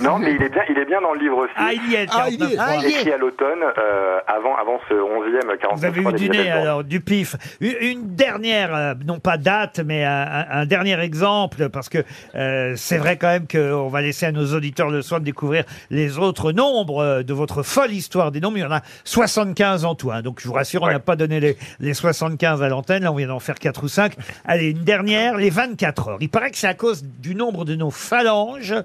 Speaker 16: Non, mais il est bien, il est bien dans le livre aussi. Ah, il
Speaker 2: y est, le Ah, il y est. 49. Ah, il y est.
Speaker 16: Écrit à l'automne, euh, avant, avant ce 11e 49.
Speaker 2: Vous avez eu du nez, alors, du pif. U- Une dernière, euh, non pas date, mais un, un- un dernier exemple, parce que euh, c'est vrai quand même qu'on va laisser à nos auditeurs le soin de découvrir les autres nombres euh, de votre folle histoire des nombres. Il y en a 75 en tout, hein. donc je vous rassure, on n'a pas donné les, les 75 à l'antenne, là on vient d'en faire 4 ou 5. Allez, une dernière, les 24 heures. Il paraît que c'est à cause du nombre de nos phalanges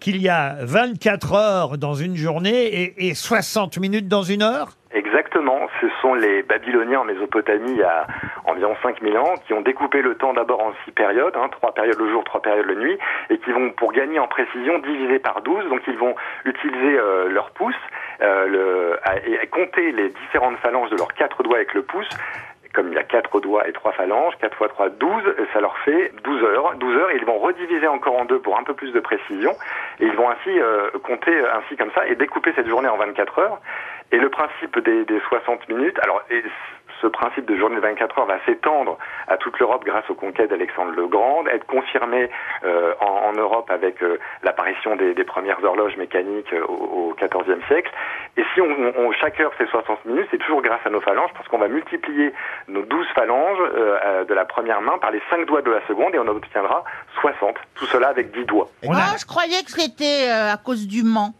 Speaker 2: qu'il y a 24 heures dans une journée et- et 60 minutes dans une heure
Speaker 16: Exactement, ce sont les Babyloniens en Mésopotamie il y a environ 5000 ans qui ont découpé le temps d'abord en six périodes, hein, trois périodes le jour, trois périodes la nuit, et qui vont, pour gagner en précision, diviser par 12, donc ils vont utiliser euh, leur pouce euh, le- à- et à compter les différentes phalanges de leurs quatre doigts avec le pouce. Comme il y a quatre doigts et trois phalanges, 4 x 3, 12, ça leur fait 12 heures. 12 heures, ils vont rediviser encore en deux pour un peu plus de précision. Et ils vont ainsi euh, compter euh, ainsi comme ça et découper cette journée en 24 heures. Et le principe des, des 60 minutes, alors et c- ce principe de journée de 24 heures va s'étendre à toute l'Europe grâce aux conquêtes d'Alexandre le Grand, être confirmé euh, en, en Europe avec euh, l'apparition des, des premières horloges mécaniques euh, au XIVe siècle. Et si on, on- on- chaque heure c'est 60 minutes, c'est toujours grâce à nos phalanges parce qu'on va multiplier nos 12 phalanges euh, euh, de la première main par les 5 doigts de la seconde et on obtiendra 60. Tout cela avec 10 doigts.
Speaker 5: Ah, je croyais que c'était euh, à cause du Mans.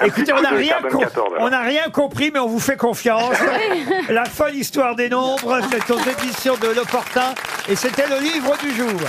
Speaker 2: Écoutez, on n'a
Speaker 5: Écoutez,
Speaker 2: rien,
Speaker 5: carbone
Speaker 2: com-
Speaker 5: 14, alors.
Speaker 2: on n'a rien compris, mais on vous fait confiance.
Speaker 5: Oui.
Speaker 2: La folle histoire des nombres, c'est aux éditions de L'Opportun, et c'était le livre du jour.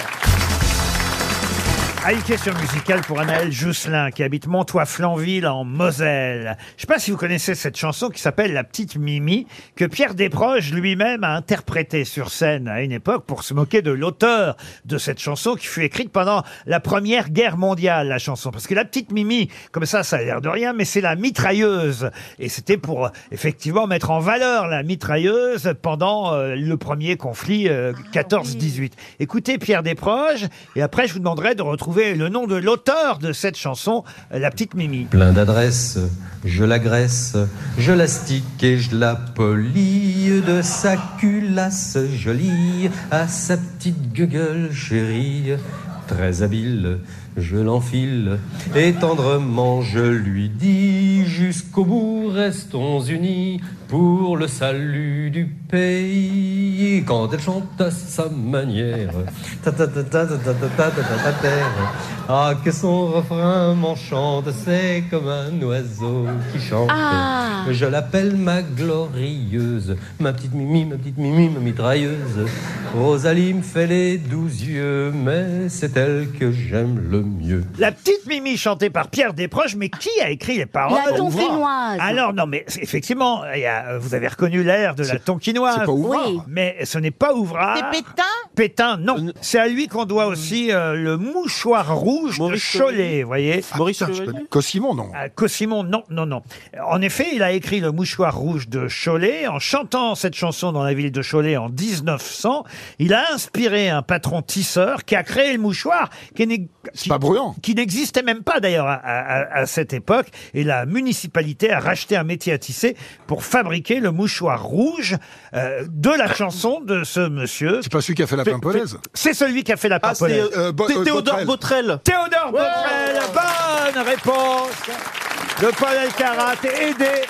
Speaker 2: Ah, une question musicale pour Anaël Jousselin, qui habite Montois-Flanville, en Moselle. Je ne sais pas si vous connaissez cette chanson qui s'appelle La Petite Mimi, que Pierre Desproges lui-même a interprétée sur scène à une époque pour se moquer de l'auteur de cette chanson qui fut écrite pendant la Première Guerre mondiale, la chanson. Parce que La Petite Mimi, comme ça, ça a l'air de rien, mais c'est la mitrailleuse. Et c'était pour, euh, effectivement, mettre en valeur la mitrailleuse pendant euh, le premier conflit euh, 14-18. Écoutez Pierre Desproges, et après, je vous demanderai de retrouver trouver le nom de l'auteur de cette chanson, euh, la petite Mimi.
Speaker 17: Plein d'adresse, je l'agresse, je l'astique et je la polie de sa culasse jolie à sa petite gueule chérie. Très habile, je l'enfile et tendrement je lui dis jusqu'au bout restons unis pour le salut du pays. Et Quand elle chante à sa manière, ta ta ta ta ta ta ta ta ta ta terre. Ah que son refrain m'enchante, c'est comme un oiseau qui chante.
Speaker 18: Ah.
Speaker 17: Je l'appelle ma glorieuse, ma petite mimi, ma petite mimi, ma mitrailleuse. Rosalie me fait les douze yeux, mais c'est elle que j'aime le mieux.
Speaker 2: La petite Mimi chantée par Pierre Desproges, mais qui a écrit les paroles
Speaker 4: La Tonkinoise.
Speaker 2: Alors non, mais effectivement, il y a- euh, vous avez reconnu l'air de la Tonkinoise.
Speaker 4: c'est pas Ouvrard. Oui.
Speaker 2: Mais ce n'est pas Ouvrard.
Speaker 5: C'est Pétain
Speaker 2: Pétain,
Speaker 4: Euh,
Speaker 2: non. C'est à lui qu'on doit aussi euh, le mouchoir rouge
Speaker 6: Maurice
Speaker 2: de Cholet,
Speaker 6: Chevalier.
Speaker 2: vous
Speaker 4: Ah,
Speaker 2: voyez. Maurice
Speaker 6: Cosimo, non.
Speaker 2: Ah, Cosimo, non, non, non. En effet, il a écrit Le mouchoir rouge de Cholet en chantant cette chanson dans la ville de Cholet en 1900. Il a inspiré un patron tisseur qui a créé le mouchoir qui n'est- qui- qui n'existait même pas d'ailleurs à, à- à cette époque. Et la municipalité a racheté un métier à tisser pour fabriquer le mouchoir rouge euh, de la chanson de ce monsieur. C'est
Speaker 6: Ah. pas celui qui a fait la pimpolaise
Speaker 2: C'est celui qui a fait la
Speaker 6: Ah, c'est,
Speaker 2: pimpolaise.
Speaker 6: euh, Bo- euh, Théodore Botrel.
Speaker 2: Théodore Botrel, bonne réponse de Paul Alcarat, aidé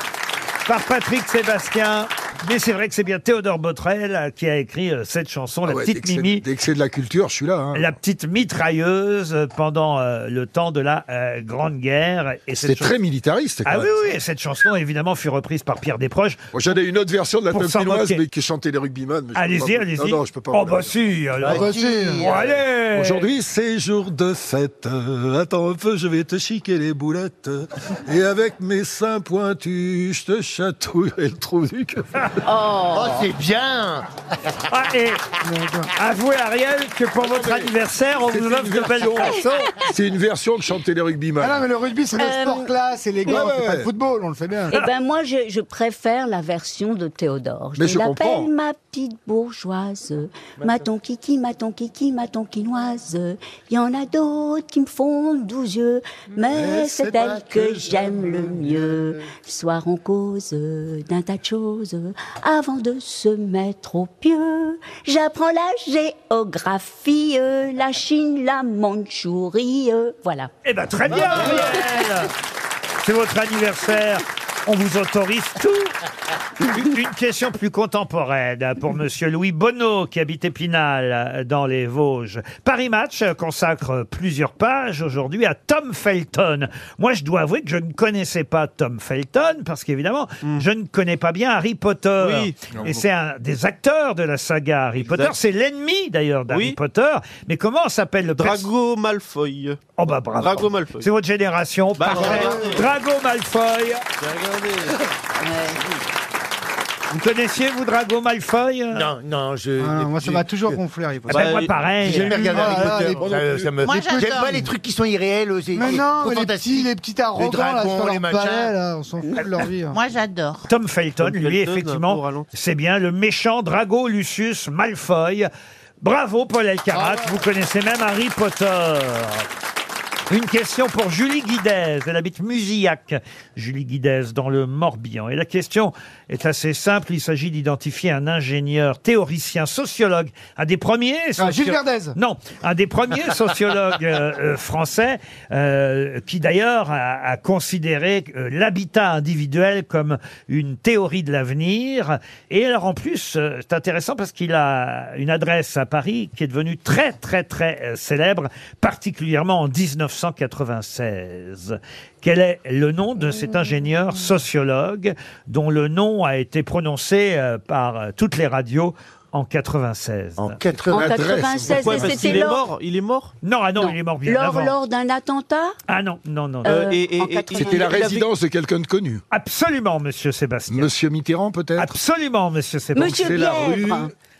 Speaker 2: par Patrick Sébastien. Mais c'est vrai que c'est bien Théodore Botrel euh, qui a écrit euh, cette chanson, La
Speaker 6: Ah ouais, dès
Speaker 2: petite
Speaker 6: que c'est-
Speaker 2: Mimi.
Speaker 6: Dès que c'est de la culture, je suis là. hein.
Speaker 2: La petite mitrailleuse euh, pendant euh, le temps de la euh, Grande Guerre. Et
Speaker 6: C'est
Speaker 2: cette chan-
Speaker 6: très militariste. quand
Speaker 2: Ah
Speaker 6: même.
Speaker 2: oui, oui, et cette chanson, évidemment, fut reprise par Pierre Desproges.
Speaker 6: Bon, J'avais une autre version de la
Speaker 2: Pour s'en
Speaker 6: Tonkinoise,
Speaker 2: moquer.
Speaker 6: mais qui chantait les rugbyman. mais je peux
Speaker 2: Allez-y,
Speaker 6: pas-
Speaker 2: allez-y.
Speaker 6: Non, non, je peux pas.
Speaker 2: Oh, bah si, alors.
Speaker 6: Ah, bah si.
Speaker 2: Bon, allez
Speaker 6: Aujourd'hui, c'est jour de fête. Euh, Attends un peu, je vais te chiquer les boulettes. Et avec mes seins pointus, je te chatouille et le trou du cul.
Speaker 3: Oh, c'est bien
Speaker 2: Ah, et avouez, Ariel, que pour
Speaker 6: Ah,
Speaker 2: votre anniversaire, on vous offre de belles chansons.
Speaker 6: C'est une version de chanter les rugbyman.
Speaker 7: Ah non, mais le rugby, c'est le
Speaker 4: Euh,
Speaker 7: sport classe, c'est les
Speaker 6: ouais,
Speaker 7: gars,
Speaker 6: ouais,
Speaker 7: c'est pas
Speaker 6: ouais.
Speaker 7: le football, on le fait bien.
Speaker 4: Eh ben moi, je, je préfère la version de Théodore. Je, Bah,
Speaker 7: Mais je comprends.
Speaker 4: l'appelle ma petite bourgeoise, ma tonkiki, ma tonkiki, ma tonkinoise. Il y en a d'autres qui me font douze yeux, mais c'est elle que j'aime le mieux. Soir on cause d'un tas de choses avant de se mettre au pieu. J'apprends la géographie, euh, la Chine, la Mandchourie, euh, voilà.
Speaker 2: Eh ben, très bien, Ariel C'est votre anniversaire. On vous autorise tout. Une- Une question plus contemporaine pour Monsieur Louis Bonneau, qui habite Épinal, dans les Vosges. Paris Match consacre plusieurs pages aujourd'hui à Tom Felton. Moi, je dois avouer que je ne connaissais pas Tom Felton, parce qu'évidemment, je ne connais pas bien Harry Potter.
Speaker 8: Oui.
Speaker 2: Et c'est un des acteurs de la saga Harry Potter. C'est l'ennemi, d'ailleurs, d'Harry
Speaker 8: Oui.
Speaker 2: Potter. Mais comment s'appelle le perso-
Speaker 8: Drago Malfoy.
Speaker 2: Oh bah bravo.
Speaker 8: Drago Malfoy.
Speaker 2: C'est votre génération.
Speaker 8: Bah,
Speaker 2: parfait.
Speaker 8: regardez.
Speaker 2: Drago Malfoy. Vous connaissiez, vous, Drago Malfoy
Speaker 3: Non, non, je.
Speaker 7: Ah non, moi, ça
Speaker 3: je-
Speaker 7: m'a toujours gonflé, Harry Potter.
Speaker 3: Ah ben,
Speaker 2: Eh, moi, Bah, pareil.
Speaker 3: J'ai jamais regardé
Speaker 7: Ah, là,
Speaker 3: Harry
Speaker 7: les-
Speaker 3: Potter. ça- ça me-
Speaker 7: Moi,
Speaker 3: J'aime
Speaker 7: j'adore.
Speaker 3: pas les trucs qui sont irréels. euh, c'est-
Speaker 7: Mais
Speaker 3: c'est
Speaker 7: non,
Speaker 3: trop
Speaker 7: les
Speaker 3: fantastique.
Speaker 7: petits, les petits arrogants, là,
Speaker 3: dragons,
Speaker 7: sur
Speaker 3: les
Speaker 7: leur
Speaker 3: machins.
Speaker 7: palais, là, on s'en fout de leur vie. hein.
Speaker 5: Moi, j'adore.
Speaker 2: Tom Felton,
Speaker 8: Tom
Speaker 2: lui,
Speaker 8: Felton, un pauvre à
Speaker 2: effectivement, c'est bien le méchant Drago Lucius Malfoy. Bravo, Paul Elkarat. Vous connaissez même Harry Potter. Une question pour Julie Guidez. Elle habite Musillac, Julie Guidez, dans le Morbihan. Et la question est assez simple. Il s'agit d'identifier un ingénieur, théoricien, sociologue, un des premiers. socio-
Speaker 7: Ah, Gilles Verdez.
Speaker 2: Non, un des premiers sociologues euh, euh, français, euh, qui d'ailleurs a, a considéré euh, l'habitat individuel comme une théorie de l'avenir. Et alors en plus, euh, c'est intéressant parce qu'il a une adresse à Paris qui est devenue très très très euh, célèbre, particulièrement en 1996. Quel est le nom de cet ingénieur sociologue dont le nom a été prononcé euh, par euh, toutes les radios en 96 En
Speaker 4: 96, Pourquoi mais Parce c'était qu'il est lors- mort,
Speaker 2: il est mort Non, ah non, il est mort bien
Speaker 4: Lors,
Speaker 2: avant.
Speaker 4: lors d'un attentat
Speaker 2: Ah non, non, non.
Speaker 4: Euh, Euh, et- et- en et- 90.
Speaker 6: C'était la
Speaker 2: Il avait-
Speaker 6: résidence de quelqu'un de connu.
Speaker 2: Absolument, monsieur Sébastien.
Speaker 6: Monsieur Mitterrand, peut-être
Speaker 2: Absolument, monsieur Sébastien.
Speaker 4: Monsieur
Speaker 6: c'est la
Speaker 4: Bièvre.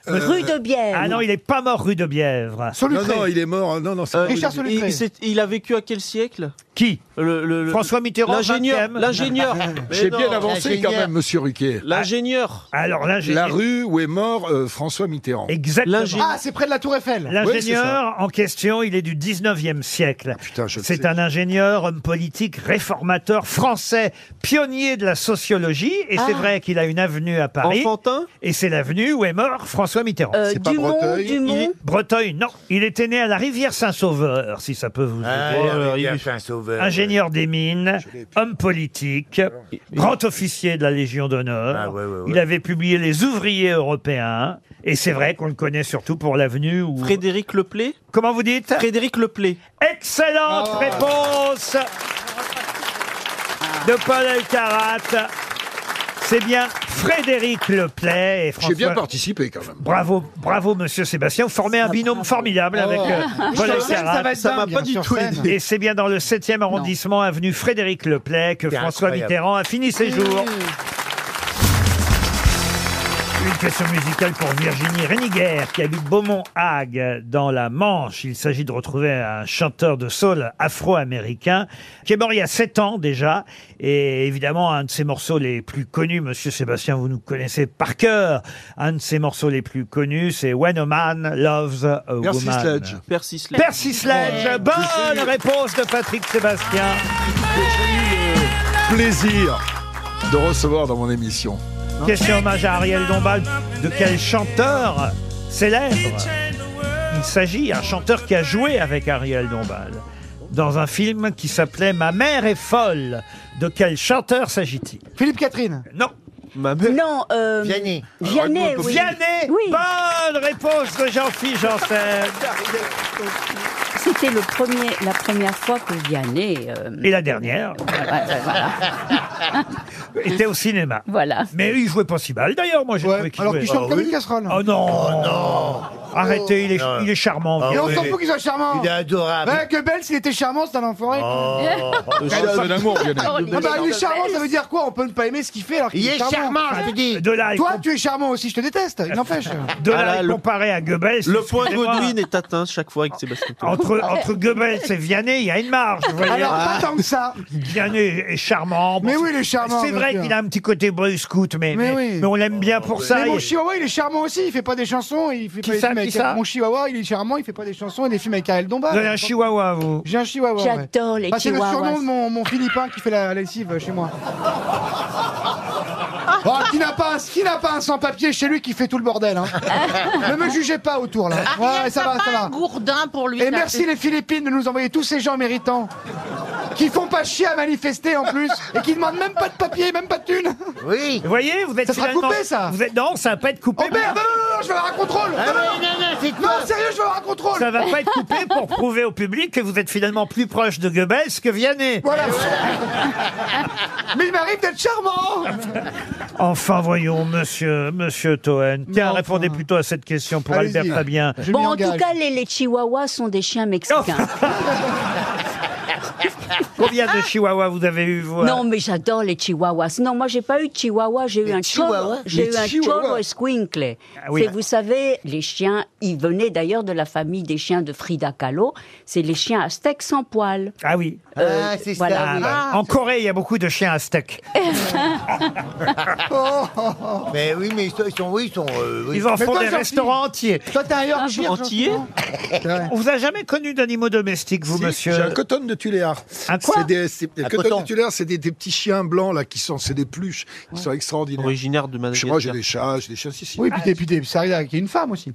Speaker 6: rue, euh,
Speaker 4: Rue de Bièvre.
Speaker 2: Ah non, il n'est pas mort rue de Bièvre.
Speaker 6: Non, non, il est mort. Non, non, c'est
Speaker 8: Euh,
Speaker 6: pas-
Speaker 8: il, il- c'est- il a vécu à quel siècle
Speaker 2: Qui François Mitterrand,
Speaker 8: L'ingénieur.
Speaker 2: 20e.
Speaker 8: L'ingénieur. Mais
Speaker 6: J'ai bien
Speaker 8: non,
Speaker 6: avancé quand
Speaker 8: l'ingénieur.
Speaker 6: même, monsieur Ruquier.
Speaker 8: L'ingénieur.
Speaker 2: Alors,
Speaker 6: La rue où est mort euh, François Mitterrand.
Speaker 2: Exactement.
Speaker 7: Ah, c'est près de la Tour Eiffel.
Speaker 6: Oui, c'est ça.
Speaker 2: L'ingénieur en question, il est du 19e siècle. C'est un ingénieur, homme politique, réformateur français, pionnier de la sociologie. Et
Speaker 4: Ah.
Speaker 2: c'est vrai qu'il a une avenue à Paris.
Speaker 8: Enfantin
Speaker 2: Et c'est l'avenue où est mort François Mitterrand.
Speaker 4: Euh, C'est pas Dumont, Breteuil Dumont
Speaker 2: Il est- Breteuil, non. Il était né à la rivière Saint-Sauveur, si ça peut
Speaker 3: Ah,
Speaker 2: vous aider. Euh,
Speaker 3: sauveur.
Speaker 2: Ingénieur des mines, homme politique, grand officier de la Légion
Speaker 3: Ah,
Speaker 2: d'honneur. Il avait publié Les ouvriers européens. Et c'est vrai qu'on le connaît surtout pour l'avenue où...
Speaker 8: Frédéric Leplé
Speaker 2: Comment vous dites
Speaker 8: Frédéric Leplé.
Speaker 2: Excellente réponse de Paul Elkarat. C'est bien Frédéric Leplay et François...
Speaker 6: J'ai bien participé quand même.
Speaker 2: Bravo, bravo, monsieur Sébastien. Vous formez un binôme formidable
Speaker 6: Oh.
Speaker 2: avec euh,
Speaker 6: Sur
Speaker 2: Paul
Speaker 6: scène,
Speaker 2: Elkarat.
Speaker 6: ça va être Ça m'a dingue, pas hein, du sur tout scène. aidé.
Speaker 2: Et c'est bien dans le 7e arrondissement, avenue Frédéric Leplay, que
Speaker 6: C'est
Speaker 2: François
Speaker 6: incroyable.
Speaker 2: Mitterrand a fini ses
Speaker 6: Mmh.
Speaker 2: jours.
Speaker 5: Ah,
Speaker 2: Une question musicale pour Virginie Reniguer, qui habite Beaumont-Hague, dans la Manche. Il s'agit de retrouver un chanteur de soul afro-américain, qui est mort il y a sept ans déjà. Et évidemment, un de ses morceaux les plus connus, monsieur Sébastien, vous nous connaissez par cœur. Un de ses morceaux les plus connus, c'est When a Man Loves a
Speaker 8: Percy
Speaker 2: Woman.
Speaker 8: Sledge. Percy Sledge.
Speaker 2: Percy Sledge.
Speaker 8: Ouais.
Speaker 2: Bonne réponse de Patrick Sébastien.
Speaker 8: euh,
Speaker 6: Plaisir de recevoir dans mon émission.
Speaker 2: Hein Question hommage à Ariel Dombal. De quel chanteur célèbre il s'agit Un chanteur qui a joué avec Ariel Dombal dans un film qui s'appelait Ma mère est folle. De quel chanteur s'agit-il
Speaker 7: Philippe Catherine.
Speaker 2: Non.
Speaker 8: Ma mère.
Speaker 4: Non, euh,
Speaker 3: Vianney.
Speaker 4: Vianney, oui.
Speaker 2: Vianney
Speaker 4: Oui,
Speaker 2: Bonne réponse de Jean-Philippe Janssen.
Speaker 4: c'était le premier, la première fois que Vianney. euh,
Speaker 2: Et la dernière
Speaker 4: ouais, ouais, voilà.
Speaker 2: était au cinéma.
Speaker 4: voilà.
Speaker 2: Mais il jouait pas si mal. D'ailleurs, moi j'ai trouvé qu'il
Speaker 7: Alors
Speaker 2: jouait-
Speaker 7: tu chantes
Speaker 2: Ah
Speaker 7: comme
Speaker 2: oui.
Speaker 7: une casserole.
Speaker 2: Oh non Arrêtez, il est,
Speaker 3: Non.
Speaker 2: il est charmant.
Speaker 3: Ah
Speaker 7: Mais on
Speaker 3: oui.
Speaker 7: s'en fout qu'il soit charmant.
Speaker 3: Il est adorable.
Speaker 7: Ouais, que Belle, s'il était charmant, c'est un enfoiré.
Speaker 3: Oh.
Speaker 6: Le chat de l'amour, Lionel.
Speaker 7: Ah bah, lui, charmant, ça veut dire quoi On peut ne pas aimer ce qu'il fait alors qu'il
Speaker 3: Il
Speaker 7: est
Speaker 3: est charmant, je te dis.
Speaker 2: De là, il
Speaker 7: Toi,
Speaker 2: comp-
Speaker 7: tu es charmant aussi, je te déteste, il n'empêche.
Speaker 2: de là,
Speaker 8: Ah là,
Speaker 2: il
Speaker 8: le-
Speaker 2: comparé à Goebbels.
Speaker 8: Le point
Speaker 2: excusez-moi.
Speaker 8: Godwin est atteint chaque fois avec Sébastien. Toen.
Speaker 2: Entre, entre Goebbels et Vianney, il y a une marge. vous voyez.
Speaker 7: Alors, pas tant que ça.
Speaker 2: Vianney est charmant.
Speaker 7: Mais
Speaker 2: Bon,
Speaker 7: oui, il est charmant.
Speaker 2: c'est
Speaker 7: bien
Speaker 2: vrai
Speaker 7: sûr.
Speaker 2: qu'il a un petit côté boy scout, mais,
Speaker 7: Mais
Speaker 2: mais,
Speaker 7: oui.
Speaker 2: mais on l'aime bien pour ça.
Speaker 7: Mais mon
Speaker 2: Et-
Speaker 7: chihuahua, il est charmant aussi, il fait pas des chansons, il fait
Speaker 2: Qui
Speaker 7: pas des
Speaker 2: ça,
Speaker 7: films
Speaker 2: qui
Speaker 7: avec
Speaker 2: ça
Speaker 7: Mon chihuahua, il est charmant, il fait pas des chansons et des films avec Ariel Dombal.
Speaker 2: Vous avez un chihuahua, vous
Speaker 7: J'ai un chihuahua. ouais.
Speaker 4: J'adore les
Speaker 7: Bah, C'est le surnom
Speaker 4: chihuahuas.
Speaker 7: de mon, mon philippin qui fait la lessive euh, chez moi. Oh, qui n'a pas, un- qui n'a pas un sans-papier chez lui qui fait tout le bordel. hein. ne me jugez pas autour là.
Speaker 5: Ariel,
Speaker 7: Ouais, ça
Speaker 5: t'as
Speaker 7: va,
Speaker 5: Ah, pas
Speaker 7: ça va.
Speaker 5: un gourdin pour lui.
Speaker 7: Et
Speaker 5: ça
Speaker 7: merci
Speaker 5: fait-
Speaker 7: les Philippines de nous envoyer tous ces gens méritants qui font pas chier à manifester en plus et qui demandent même pas de papier, même pas de thunes.
Speaker 3: Oui.
Speaker 2: Vous voyez, vous êtes
Speaker 7: Ça sera
Speaker 2: finalement-
Speaker 7: coupé, ça
Speaker 2: vous êtes... Non, ça va pas être coupé.
Speaker 7: Oh merde, non, non, non, non, je vais avoir un contrôle.
Speaker 3: Ah
Speaker 7: Non,
Speaker 3: oui,
Speaker 7: non,
Speaker 3: non, non, c'est toi.
Speaker 7: non, sérieux, je vais avoir un contrôle.
Speaker 2: Ça va pas être coupé pour prouver au public que vous êtes finalement plus proche de Goebbels que Vianney.
Speaker 7: Voilà. Mais il m'arrive d'être charmant.
Speaker 2: Ah, Enfin, voyons, monsieur, monsieur Toen. Tiens,
Speaker 7: enfin.
Speaker 2: répondez plutôt à cette question pour
Speaker 7: Allez-y.
Speaker 2: Albert Fabien.
Speaker 7: Je
Speaker 4: Bon,
Speaker 7: m'y
Speaker 4: en tout
Speaker 7: engage.
Speaker 4: cas, les, les chihuahuas sont des chiens mexicains.
Speaker 2: Combien de chihuahuas vous avez eu, vous euh,
Speaker 4: Non, mais j'adore les chihuahuas. Non, moi, j'ai pas eu de chihuahua, j'ai eu un
Speaker 3: chihuahuas
Speaker 4: choro, j'ai
Speaker 3: Les
Speaker 4: eu un
Speaker 3: chihuahuas
Speaker 4: choro escuincle.
Speaker 2: Ah oui.
Speaker 4: C'est, vous savez, les chiens, ils venaient d'ailleurs de la famille des chiens de Frida Kahlo. C'est les chiens aztèques sans poils.
Speaker 2: Ah oui.
Speaker 3: Ah, c'est
Speaker 4: voilà.
Speaker 3: ça.
Speaker 2: bah, En Corée, il y a beaucoup de chiens aztèques. ben,
Speaker 3: oui. Mais oui, mais ils sont, ils sont, oui, ils sont. euh, oui.
Speaker 2: Ils en
Speaker 7: Oh. Mais
Speaker 2: font
Speaker 7: toi,
Speaker 2: des
Speaker 7: Jean-Philippe.
Speaker 2: restaurants entiers.
Speaker 7: Toi, t'es un Yorkshire.
Speaker 8: Antillais
Speaker 2: On vous a jamais connu d'animaux domestiques, vous,
Speaker 6: Si,
Speaker 2: monsieur
Speaker 6: J'ai un coton de Tuléar.
Speaker 2: Un quoi
Speaker 6: C'est des, c'est- le
Speaker 3: Un
Speaker 6: coton,
Speaker 3: coton.
Speaker 6: de Tuléar, c'est des, des petits chiens blancs, là, qui sont, c'est des pluches, qui sont extraordinaires.
Speaker 8: Originaire de
Speaker 6: Chez moi, j'ai
Speaker 8: Madagascar.
Speaker 6: des chats, j'ai des chats ici.
Speaker 7: Oui, puis t'es, puis t'es- ça arrive avec une femme aussi.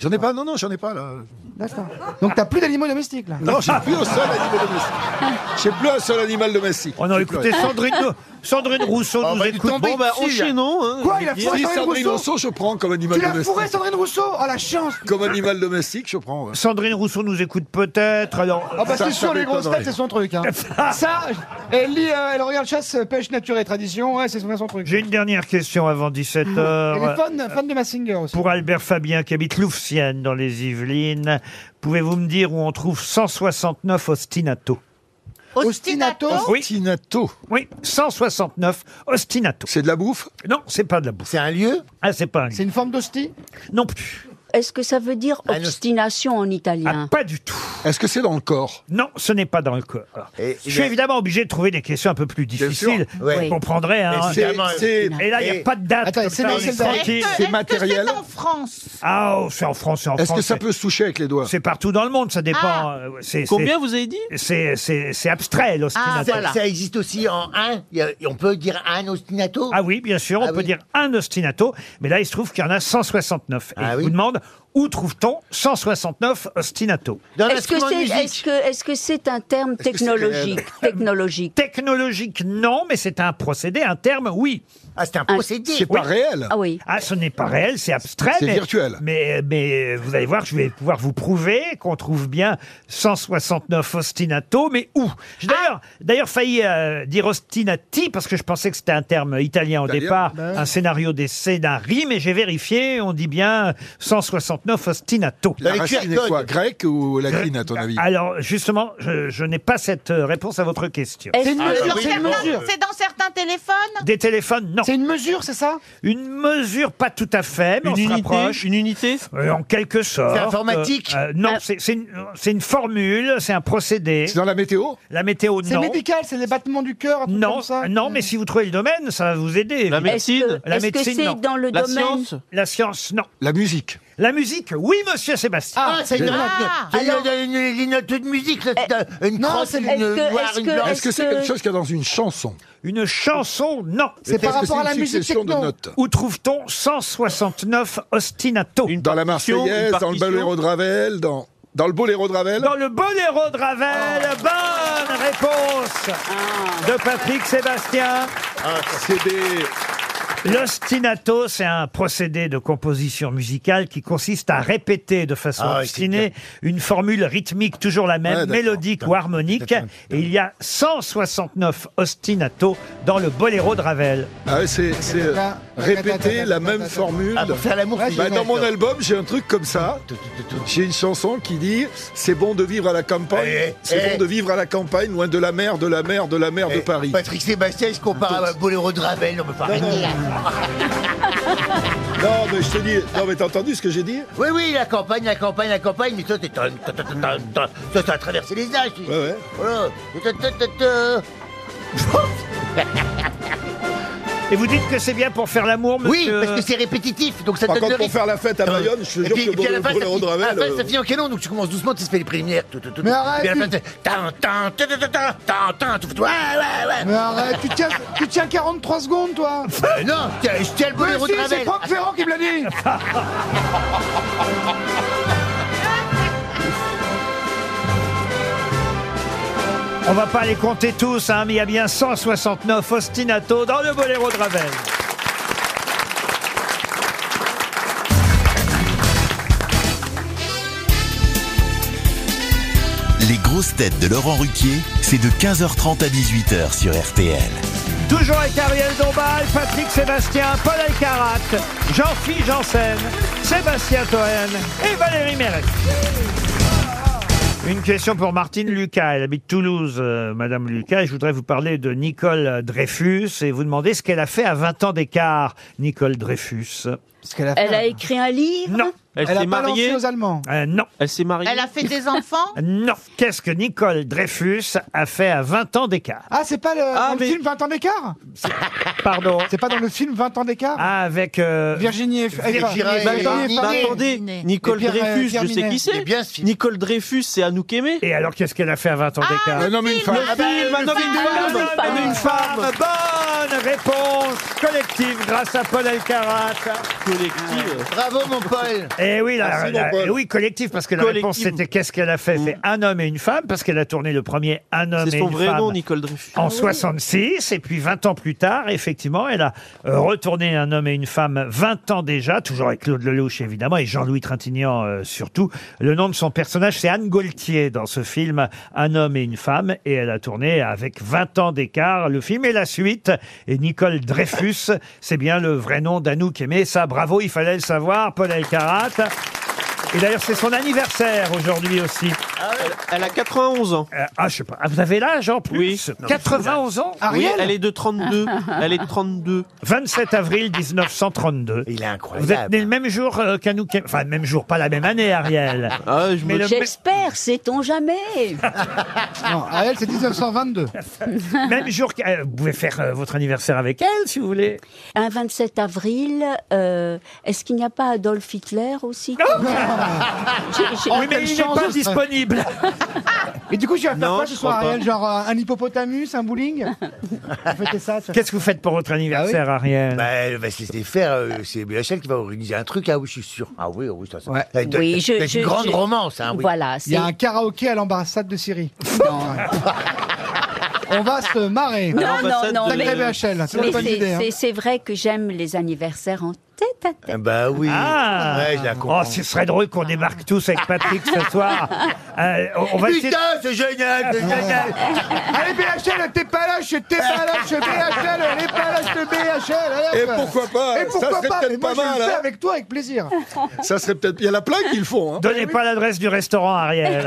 Speaker 6: J'en ai pas, non, non, j'en ai pas, là.
Speaker 7: D'accord. Donc t'as plus d'animaux domestiques là.
Speaker 6: Non, j'ai plus un seul animal domestique. J'ai plus un seul animal domestique.
Speaker 2: On a
Speaker 6: J'ai
Speaker 2: écouté
Speaker 6: plus un.
Speaker 2: Sandrine, Sandrine Rousseau nous écoute.
Speaker 8: Bon, bah, enchaînons. hein.
Speaker 7: Quoi, il a fourré
Speaker 6: Si
Speaker 7: Sandrine
Speaker 6: Sandrine
Speaker 7: Rousseau
Speaker 6: Rousseau, je prends comme
Speaker 7: Tu
Speaker 6: animal
Speaker 7: l'as fourré
Speaker 6: domestique.
Speaker 7: Sandrine Rousseau Oh la chance
Speaker 6: Comme animal domestique, je prends. ouais.
Speaker 2: Sandrine Rousseau nous écoute peut-être. Alors,
Speaker 7: Ah bah
Speaker 6: Ça, ça
Speaker 7: c'est sûr, les
Speaker 6: m'étonnerait.
Speaker 7: grosses têtes, c'est son truc. Hein. ça, elle lit, euh, elle regarde chasse, pêche, nature et tradition, ouais, c'est son son truc.
Speaker 2: j'ai une dernière question avant 17
Speaker 7: Elle est
Speaker 2: h
Speaker 7: fan, fan de Massinger aussi.
Speaker 2: Pour Albert Fabien, qui habite Louvciennes, dans les Yvelines, pouvez-vous me dire où on trouve 169 ostinato
Speaker 7: Ostinato
Speaker 2: Oui.
Speaker 6: Ostinato.
Speaker 2: Oui, 169 ostinato.
Speaker 6: C'est de la bouffe
Speaker 2: Non, c'est pas de la bouffe.
Speaker 3: C'est un lieu
Speaker 2: Ah, c'est pas un
Speaker 7: C'est une forme d'hostie
Speaker 2: Non plus.
Speaker 4: Est-ce que ça veut dire
Speaker 3: Ah, non.
Speaker 4: obstination en
Speaker 2: Ah,
Speaker 4: italien
Speaker 2: pas du tout.
Speaker 6: Est-ce que c'est dans le corps
Speaker 2: Non, ce n'est pas dans le corps. Je suis
Speaker 6: mais-
Speaker 2: évidemment obligé de trouver des questions un peu plus difficiles.
Speaker 6: sûr, ouais.
Speaker 2: Vous comprendrez. hein.
Speaker 6: Mais c'est- c'est-
Speaker 2: Et là, il n'y a
Speaker 6: et-
Speaker 2: pas de date.
Speaker 6: Attends,
Speaker 2: comme
Speaker 6: c'est
Speaker 2: ça,
Speaker 6: dans-
Speaker 2: on est
Speaker 6: c'est dans-
Speaker 2: tranquille.
Speaker 6: est-ce que- c'est matériel
Speaker 11: En France.
Speaker 2: Ah, oh, c'est en France, c'est en
Speaker 6: Est-ce
Speaker 2: France.
Speaker 6: que ça
Speaker 2: c'est-
Speaker 6: peut se toucher avec les doigts
Speaker 2: C'est partout dans le monde, ça dépend.
Speaker 6: Ah.
Speaker 2: euh, c'est-
Speaker 6: Combien
Speaker 2: c'est-
Speaker 6: vous avez dit
Speaker 2: C'est c'est- c'est
Speaker 4: Ah,
Speaker 2: abstrait, l'ostinato.
Speaker 3: ça, ça existe aussi en un. Il y a- On peut dire un ostinato.
Speaker 2: Ah oui, bien sûr, on
Speaker 3: Ah
Speaker 2: peut
Speaker 3: oui.
Speaker 2: dire un ostinato, mais là, il se trouve qu'il y en a 169. Et
Speaker 3: Ah
Speaker 2: je vous demande, où trouve-t-on 169 ostinato
Speaker 4: Est-ce que c'est est-ce que, est-ce que c'est un terme
Speaker 2: que c'est
Speaker 4: technologique Technologique.
Speaker 2: Technologique, non, mais c'est un procédé, un terme, oui.
Speaker 3: Ah, c'est un
Speaker 4: procédé. c'est pas réel. Ah oui.
Speaker 2: Ah, ce n'est pas réel, c'est abstrait.
Speaker 6: C'est
Speaker 2: mais-
Speaker 6: virtuel.
Speaker 2: Mais, mais vous allez voir, je vais pouvoir vous prouver qu'on trouve bien 169 ostinato, mais où
Speaker 4: Ah
Speaker 2: J'ai d'ailleurs, d'ailleurs failli euh, dire ostinati, parce que je pensais que c'était un terme italien au
Speaker 6: Italien.
Speaker 2: départ,
Speaker 6: Bah ouais.
Speaker 2: un scénario des scénarii, mais j'ai vérifié, on dit bien 169 ostinato.
Speaker 6: La racine est quoi Grecque ou latine, à ton avis
Speaker 2: Euh, Alors, justement, je, je n'ai pas cette euh, réponse à votre question.
Speaker 7: Ah, C'est une mesure,
Speaker 2: oui,
Speaker 7: c'est une
Speaker 2: non.
Speaker 7: mesure.
Speaker 11: C'est dans certains téléphones
Speaker 2: Des téléphones, non.
Speaker 7: C'est une mesure, c'est ça
Speaker 2: Une mesure, pas tout à fait, mais
Speaker 8: Une
Speaker 2: on se
Speaker 8: unité
Speaker 2: rapproche.
Speaker 8: Une unité
Speaker 2: Euh, en quelque sorte.
Speaker 8: C'est informatique
Speaker 2: Euh, euh, Non,
Speaker 4: Ah.
Speaker 2: c'est c'est une, c'est une formule, c'est un procédé. C'est
Speaker 6: dans la météo
Speaker 2: La météo,
Speaker 7: C'est
Speaker 2: non.
Speaker 7: médical, c'est les battements du cœur, un truc
Speaker 2: Non,
Speaker 7: comme ça.
Speaker 2: non, mais si vous trouvez le domaine, ça va vous aider. La
Speaker 4: médecine Est-ce que-
Speaker 2: La
Speaker 4: est-ce que
Speaker 2: médecine,
Speaker 4: c'est
Speaker 2: non.
Speaker 4: dans le La domaine science
Speaker 2: La science, non.
Speaker 6: La musique
Speaker 2: La musique, oui, monsieur Sébastien.
Speaker 3: Ah, c'est une,
Speaker 4: Ah,
Speaker 3: c'est une-
Speaker 4: alors-
Speaker 3: une- une- une note de musique, là, c'est un- une crosse,
Speaker 4: c'est-
Speaker 3: une
Speaker 4: est-ce que-
Speaker 3: noire,
Speaker 4: est-ce
Speaker 3: une
Speaker 4: que-
Speaker 3: blanche.
Speaker 6: Est-ce que c'est
Speaker 4: que-
Speaker 6: quelque chose qu'il y a dans une chanson
Speaker 2: Une chanson, non.
Speaker 6: C'est par Est-ce que rapport c'est à la une musique succession de techno notes
Speaker 2: Où trouve-t-on 169 ostinato
Speaker 6: Dans la Marseillaise, dans le boléro de Ravel, dans, dans le boléro de Ravel
Speaker 2: Dans le boléro de Ravel, bonne réponse de Patrick Sébastien.
Speaker 6: C'est des...
Speaker 2: L'ostinato, c'est un procédé de composition musicale qui consiste à répéter de façon
Speaker 3: Ah,
Speaker 2: obstinée une formule rythmique toujours la
Speaker 6: Ouais,
Speaker 2: même,
Speaker 6: d'accord.
Speaker 2: mélodique ou harmonique. Et il y a 169 ostinato dans le boléro de Ravel.
Speaker 6: Ah ouais, c'est c'est, euh, répéter la même formule.
Speaker 3: Ah, pour faire l'amour, c'est
Speaker 6: Bah,
Speaker 3: génial,
Speaker 6: dans mon
Speaker 3: ça.
Speaker 6: album, j'ai un truc comme ça. J'ai une chanson qui dit C'est bon de vivre à la campagne. C'est
Speaker 3: eh.
Speaker 6: bon de vivre à la campagne, loin de la mer, de la mer, de la mer de Paris.
Speaker 3: Patrick Sébastien, il se compare à un boléro de Ravel, on peut pas arrêter là.
Speaker 6: Non, mais je te dis, non, mais t'as entendu ce que j'ai dit
Speaker 3: Oui, oui, la campagne, la campagne, la campagne, mais toi, t'es... ton- ton- ton- ton- ton- Toi, t'as traversé les âges. tu-
Speaker 6: Ouais, ouais.
Speaker 3: Voilà. Ta- ta- ta- ta-
Speaker 2: Et vous dites que c'est bien pour faire l'amour, monsieur
Speaker 3: Oui, parce que c'est répétitif, donc ça
Speaker 6: Par
Speaker 3: donne
Speaker 6: contre,
Speaker 3: le
Speaker 6: pour
Speaker 3: rythme. Ah
Speaker 6: faire la fête à Bayonne, je te
Speaker 3: Et
Speaker 6: jure
Speaker 3: puis,
Speaker 6: que
Speaker 3: et puis à la
Speaker 6: Bolo-
Speaker 3: fin, ça
Speaker 6: Bolo
Speaker 3: finit-
Speaker 6: de Ravel,
Speaker 3: à la fin,
Speaker 6: euh,
Speaker 3: ça finit en canon, donc tu commences doucement, tu te fais les préliminaires. tout, tout, tout,
Speaker 7: Mais
Speaker 3: tout.
Speaker 7: arrête,
Speaker 3: Puis à la fin,
Speaker 7: tu-
Speaker 3: c'est tan, tan, tan, tan, tan, tan, tan, tout, tout. Ouais, ouais, ouais.
Speaker 7: Mais arrête, tu tiens, tu tiens 43 secondes, toi
Speaker 3: Euh, Non, tiens, je tiens le
Speaker 7: Mais
Speaker 3: boléro
Speaker 7: si,
Speaker 3: de
Speaker 7: c'est
Speaker 3: Ravel.
Speaker 7: Franck Ferrand qui me l'a dit
Speaker 2: On va pas les compter tous, hein, mais il y a bien 169 ostinato dans le boléro de Ravel.
Speaker 1: Les grosses têtes de Laurent Ruquier, c'est de 15h30 à 18h sur RTL.
Speaker 2: Toujours avec Ariel Dombal, Patrick Sébastien, Paul Alcarat, Jean-Philippe Janssen, Sébastien Toen et Valérie Mérec. Une question pour Martine Lucas. Elle habite Toulouse, euh, Madame Lucas. Et je voudrais vous parler de Nicole Dreyfus et vous demander ce qu'elle a fait à 20 ans d'écart, Nicole Dreyfus.
Speaker 7: qu'elle
Speaker 4: Elle a écrit un livre
Speaker 2: Non.
Speaker 8: Elle,
Speaker 7: Elle a
Speaker 8: s'est
Speaker 7: pas
Speaker 8: mariée.
Speaker 7: lancé aux Allemands.
Speaker 2: Euh, non. Euh,
Speaker 8: Elle s'est mariée.
Speaker 11: Elle a fait des enfants
Speaker 2: Non. Qu'est-ce que Nicole Dreyfus a fait à 20 ans d'écart
Speaker 7: Ah, c'est pas le,
Speaker 8: Ah,
Speaker 7: dans le
Speaker 8: mais-
Speaker 7: film 20 ans d'écart
Speaker 2: Pardon.
Speaker 7: C'est pas dans le film 20 ans d'écart
Speaker 2: Ah, avec... euh,
Speaker 7: Virginie et
Speaker 3: Virginie et
Speaker 8: Bah, attendez,
Speaker 3: Minet.
Speaker 8: bah, attendez,
Speaker 11: Minet.
Speaker 8: Nicole
Speaker 7: Et Pierre, euh,
Speaker 8: Dreyfus,
Speaker 7: Pierre
Speaker 8: je sais
Speaker 7: Minet.
Speaker 8: qui
Speaker 3: Il est
Speaker 8: c'est.
Speaker 3: bien, ce film.
Speaker 8: Nicole Dreyfus, c'est Anouk Aimée.
Speaker 2: Et alors, qu'est-ce qu'elle a fait à 20 ans d'écart
Speaker 6: Un homme et une femme.
Speaker 8: Ah bah,
Speaker 2: film, un homme et
Speaker 8: femme.
Speaker 2: une femme,
Speaker 8: Un homme et une femme.
Speaker 2: Bonne réponse collective grâce à Paul Alcarat.
Speaker 8: Collective.
Speaker 3: Bravo, mon Paul.
Speaker 2: Eh oui, la-
Speaker 6: Merci, mon
Speaker 2: la-
Speaker 6: Paul.
Speaker 2: eh oui, collective parce que la
Speaker 8: Collective.
Speaker 2: réponse c'était qu'est-ce qu'elle a fait C'est un homme et une femme parce qu'elle a tourné le premier un homme
Speaker 8: C'est
Speaker 2: et
Speaker 8: son
Speaker 2: une
Speaker 8: vrai
Speaker 2: femme.
Speaker 8: nom, Nicole Dreyfus.
Speaker 2: En 66, et puis 20 ans plus tard, effectivement, elle a euh, retourné un homme et une femme 20 ans déjà, toujours avec Claude Lelouch évidemment, et Jean-Louis Trintignant euh, surtout. Le nom de son personnage, c'est Anne Gaultier dans ce film Un homme et une femme, et elle a tourné avec 20 ans d'écart le film et la suite. Et Nicole Dreyfus, c'est bien le vrai nom d'Anouk Aimé. Ça, bravo, il fallait le savoir, Paul Elkarat. Et d'ailleurs, c'est son anniversaire aujourd'hui aussi. Elle a 91 ans. ah, je sais pas. Ah, Vous avez l'âge en plus Oui. 91 ans
Speaker 8: Oui, elle est de 32. Elle est de 32.
Speaker 2: 27 avril 1932. Il est incroyable. Vous êtes né le même jour euh, qu'à nous. qu'à- Enfin, le même jour, pas la même année, Ariel. Mais le-
Speaker 4: J'espère, sait-on jamais
Speaker 2: Non, Ariel, c'est 1922. Même jour, que- euh, vous pouvez faire euh, votre anniversaire avec elle, si vous voulez.
Speaker 4: Un 27 avril, euh, est-ce qu'il n'y a pas Adolf Hitler aussi
Speaker 2: Oh Oui, mais il n'est pas disponible.
Speaker 7: Et du coup, tu vas faire
Speaker 2: Non,
Speaker 7: quoi
Speaker 2: je
Speaker 7: ce soir,
Speaker 2: crois pas.
Speaker 7: Ariel Genre euh, un hippopotamus, un bowling Vous fêtez ça ça
Speaker 2: Qu'est-ce que vous faites pour votre anniversaire, Ariel
Speaker 3: bah, elle va se laisser faire. euh, c'est BHL qui va organiser un truc, ah oui, je suis sûr. Ah oui, oui, ça, ça- ça va être-
Speaker 4: Oui, je-
Speaker 3: c'est
Speaker 4: je-
Speaker 3: une grande
Speaker 4: je-
Speaker 3: romance. Hein, oui.
Speaker 4: Voilà,
Speaker 7: Il y a un karaoké à l'ambassade de Syrie. Non, ouais. On va se marrer.
Speaker 4: Non, non, non,
Speaker 7: Sacré
Speaker 4: mais,
Speaker 7: BHL, c'est
Speaker 4: mais
Speaker 7: une bonne
Speaker 4: c'est-
Speaker 7: idée. hein.
Speaker 4: c'est- c'est vrai que j'aime les anniversaires en tête à tête.
Speaker 3: Ah Bah oui.
Speaker 2: Ah
Speaker 3: Ouais, je la comprends.
Speaker 2: Oh, ce serait drôle qu'on démarque tous avec Patrick ce soir. Euh, on va essayer-
Speaker 3: Putain, c'est génial, c'est génial.
Speaker 7: Allez, BHL, t'es pas là, je t'es pas là, je BHL, les pas là, je BHL. allez,
Speaker 6: Et
Speaker 7: hop.
Speaker 6: pourquoi pas
Speaker 7: Et
Speaker 6: Ça
Speaker 7: pourquoi
Speaker 6: serait
Speaker 7: pas
Speaker 6: peut-être
Speaker 7: Mais
Speaker 6: pas
Speaker 7: moi, je le
Speaker 6: mal,
Speaker 7: fais
Speaker 6: hein.
Speaker 7: avec toi, avec plaisir.
Speaker 6: Ça serait peut-être. Il y en a plein qui le font. hein.
Speaker 2: Donnez pas l'adresse du restaurant, Ariel.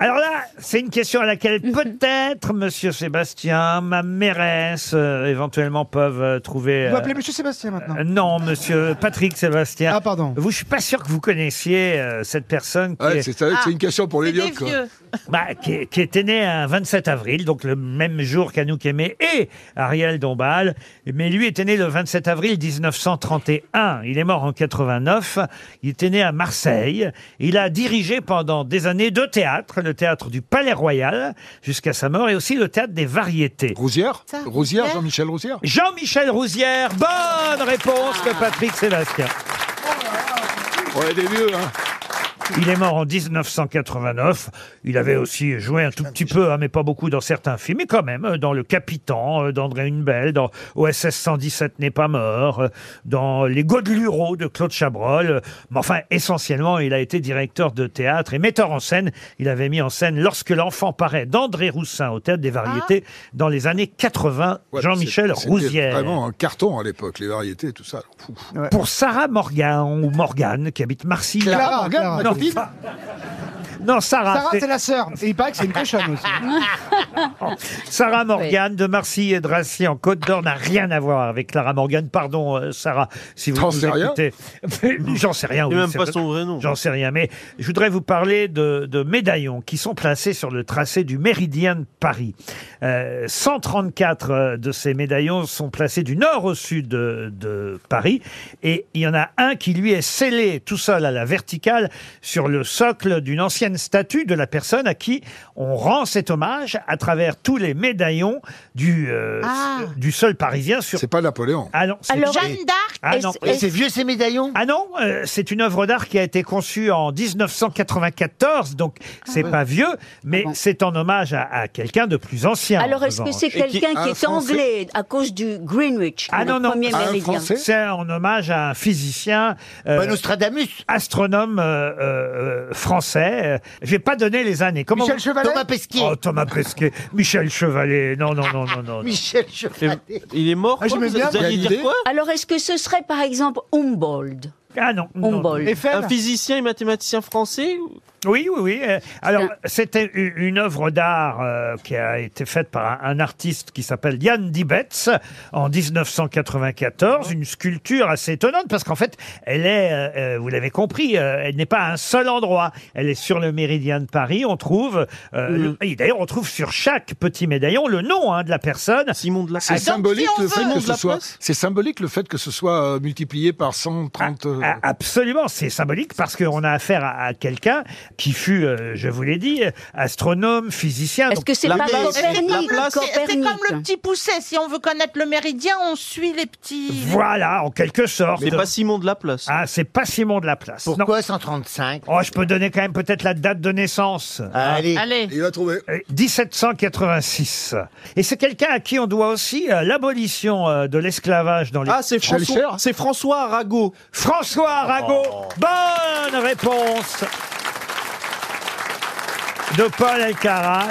Speaker 2: Alors là, c'est une question à laquelle
Speaker 6: Mhm.
Speaker 2: peut-être Monsieur Sébastien, ma mairesse, euh, éventuellement peuvent euh, trouver.
Speaker 7: On
Speaker 2: euh,
Speaker 7: va appeler Monsieur Sébastien maintenant.
Speaker 2: euh, non, monsieur Patrick Sébastien. Ah, pardon. Vous, je suis pas sûr que vous connaissiez euh, cette personne
Speaker 3: Eh.
Speaker 2: qui.
Speaker 6: Ouais,
Speaker 2: est-
Speaker 6: c'est- c'est Ah, une question pour les c'est des idiotes, quoi. vieux.
Speaker 2: Bah, qui, est- qui était né un 27 avril, donc le même jour qu'Anouk Aimé et Ariel Dombal. Mais lui était né le 27 avril 1931. Il est mort en 89. Il était né à Marseille. Il a dirigé pendant des années deux théâtres, le théâtre du Palais Royal jusqu'à sa mort et aussi le théâtre des variétés. Rousière
Speaker 6: Rousière, Jean-Michel Rousière
Speaker 2: Jean-Michel Rousière, bonne réponse de Patrick Sébastien.
Speaker 6: Ouais, des vieux, hein.
Speaker 2: Il est mort en 1989. Il avait aussi joué un tout petit peu, hein, mais pas beaucoup dans certains films, mais quand même, euh, dans Le Capitan, euh, d'André Hunebelle, dans OSS 117 n'est pas mort, euh, dans Les Godelureaux de Claude Chabrol. Euh, Mais enfin, essentiellement, il a été directeur de théâtre et metteur en scène. Il avait mis en scène Lorsque l'enfant paraît d'André Roussin au Théâtre des Variétés dans les années 80,
Speaker 6: Ah. Ouais,
Speaker 2: Jean-Michel
Speaker 6: c'est- c'était
Speaker 2: Rouzière.
Speaker 6: vraiment un carton à l'époque, les variétés et tout ça. Fou.
Speaker 2: Pour Sarah Morgan ou Morgane qui habite Marcy.
Speaker 7: Clara Morgan,
Speaker 2: non,
Speaker 7: ma copine.
Speaker 2: non, Sarah.
Speaker 7: Sarah,
Speaker 2: c'est-
Speaker 7: c'est la sœur. Et il paraît que c'est une cochonne aussi.
Speaker 2: Sarah Morgan de Marcy et de Racy en Côte d'Or n'a rien à voir avec Clara Morgan. Pardon, euh, Sarah, si vous
Speaker 6: T'en
Speaker 2: nous
Speaker 6: sais rien
Speaker 2: écoutez. J'en sais rien.
Speaker 8: Et même
Speaker 2: c'est
Speaker 8: pas
Speaker 2: vrai.
Speaker 8: son vrai nom.
Speaker 2: J'en sais rien. Mais je voudrais vous parler de, de médaillons qui sont placés sur le tracé du méridien de Paris. Euh, 134 euh, de ces médaillons sont placés du nord au sud de, de Paris. Et il y en a un qui lui est scellé tout seul à la verticale sur le socle d'une ancienne statue de la personne à qui on rend cet hommage à travers tous les médaillons du, euh,
Speaker 3: Ah.
Speaker 2: du sol parisien. Sur... C'est
Speaker 6: pas Napoléon.
Speaker 2: Ah non, c'est-
Speaker 3: Alors, Jeanne d'Arc,
Speaker 2: Ah
Speaker 3: est-ce-
Speaker 2: non.
Speaker 3: est-ce- Et c'est vieux, ces médaillons
Speaker 2: Ah non, euh, c'est une œuvre d'art qui a été conçue en 1994, donc
Speaker 3: Ah
Speaker 2: c'est
Speaker 4: ouais.
Speaker 2: pas vieux, mais c'est en hommage à, à quelqu'un de plus ancien. en
Speaker 4: Alors, est-ce que
Speaker 2: revanche.
Speaker 4: c'est quelqu'un qui, est anglais à cause du Greenwich,
Speaker 2: Ah
Speaker 4: le
Speaker 2: non, non,
Speaker 4: premier méridien
Speaker 2: c'est en hommage à un physicien. euh, Astronome euh, euh, euh, français. Euh, Je vais pas donner les années.
Speaker 3: Michel Chevalet Thomas Pesquet.
Speaker 2: Oh, Thomas Pesquet. Michel Chevalet. Non, non, non, non, non. non.
Speaker 3: Michel Chevalet. Ah,
Speaker 2: Il est mort.
Speaker 8: quoi, vous- vous alliez dire quoi
Speaker 4: Alors, est-ce que ce serait par exemple Humboldt
Speaker 2: Ah non, non,
Speaker 4: Humboldt.
Speaker 2: non. Eiffel
Speaker 8: Un physicien et mathématicien français
Speaker 2: Oui, oui, oui. Euh, Alors, c'était u- une œuvre d'art euh, qui a été faite par un, un artiste qui s'appelle Yann Dibetz en 1994. Une sculpture assez étonnante parce qu'en fait, elle est, euh, euh, vous l'avez compris, euh, elle n'est pas à un seul endroit. Elle est sur le méridien de Paris. On trouve, euh, le- et d'ailleurs, on trouve sur chaque petit médaillon le nom hein, de la personne.
Speaker 8: Simon de la
Speaker 6: C'est symbolique, le fait que ce soit,
Speaker 2: Laplace.
Speaker 6: c'est symbolique le fait que ce soit euh, multiplié par 130. euh,
Speaker 2: Ah, Absolument, c'est symbolique parce qu'on a affaire à, à quelqu'un qui fut, euh, je vous l'ai dit, euh, astronome, physicien.
Speaker 4: Est-ce que c'est pas Copernic
Speaker 5: C'est comme
Speaker 4: Copernic.
Speaker 5: le petit pousset. Si on veut connaître le méridien, on suit les petits.
Speaker 2: Voilà, en quelque sorte.
Speaker 8: C'est pas Simon de Laplace.
Speaker 2: Ah, c'est pas Simon de la place. Pourquoi 135 Oh, je peux donner quand même peut-être la date de naissance.
Speaker 3: allez.
Speaker 5: Allez.
Speaker 6: Ah, Il va trouver.
Speaker 2: Euh, 1786. Et c'est quelqu'un à qui on doit aussi euh, l'abolition euh, de l'esclavage dans les...
Speaker 8: Ah, c'est François, c'est François Arago.
Speaker 2: François Arago. Bonne réponse de Paul Elkarat.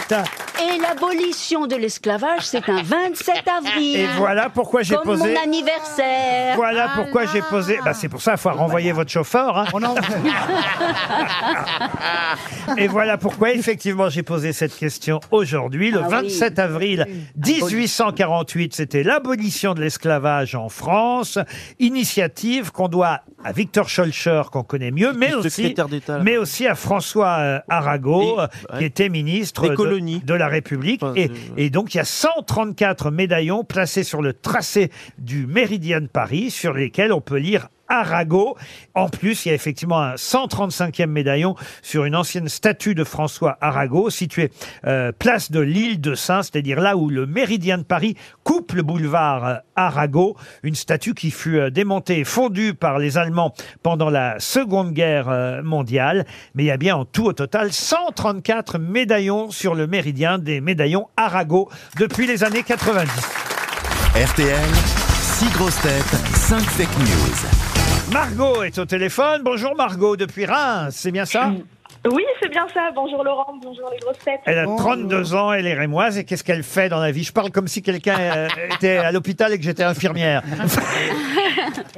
Speaker 4: Et l'abolition de l'esclavage, c'est un 27 avril.
Speaker 2: Et voilà pourquoi j'ai
Speaker 4: Comme
Speaker 2: posé-
Speaker 4: mon anniversaire.
Speaker 2: Voilà pourquoi j'ai posé. Bah, c'est pour ça, il faut renvoyer votre chauffeur. hein. Et voilà pourquoi, effectivement, j'ai posé cette question aujourd'hui, le
Speaker 18: Ah oui.
Speaker 2: 27 avril 1848. C'était l'abolition de l'esclavage en France, initiative qu'on doit à Victor Schulcher, qu'on connaît mieux, mais aussi,
Speaker 8: secrétaire d'État, là.
Speaker 2: mais aussi à François euh, Arago, euh, qui était ministre
Speaker 8: Des
Speaker 2: de-
Speaker 8: colonies.
Speaker 2: de la République. Et, et donc, il y a 134 médaillons placés sur le tracé du Méridien de Paris, sur lesquels on peut lire Arago. En plus, il y a effectivement un 135e médaillon sur une ancienne statue de François Arago, située euh, place de l'île de Saint, c'est-à-dire là où le Méridien de Paris coupe le boulevard euh, Arago, une statue qui fut euh, démontée et fondue par les Allemands pendant la Seconde Guerre euh, mondiale. Mais il y a bien en tout au total 134 médaillons sur le méridien des médaillons Arago depuis les années 90.
Speaker 1: RTL, 6 grosses têtes, 5 fake news.
Speaker 2: Margot est au téléphone. Bonjour Margot depuis Reims, c'est bien ça
Speaker 19: Oui, c'est bien ça. Bonjour Laurent, bonjour les grosses têtes.
Speaker 2: Elle a 32 ans, elle est rémoise, et qu'est-ce qu'elle fait dans la vie Je parle comme si quelqu'un euh, était à l'hôpital et que j'étais infirmière.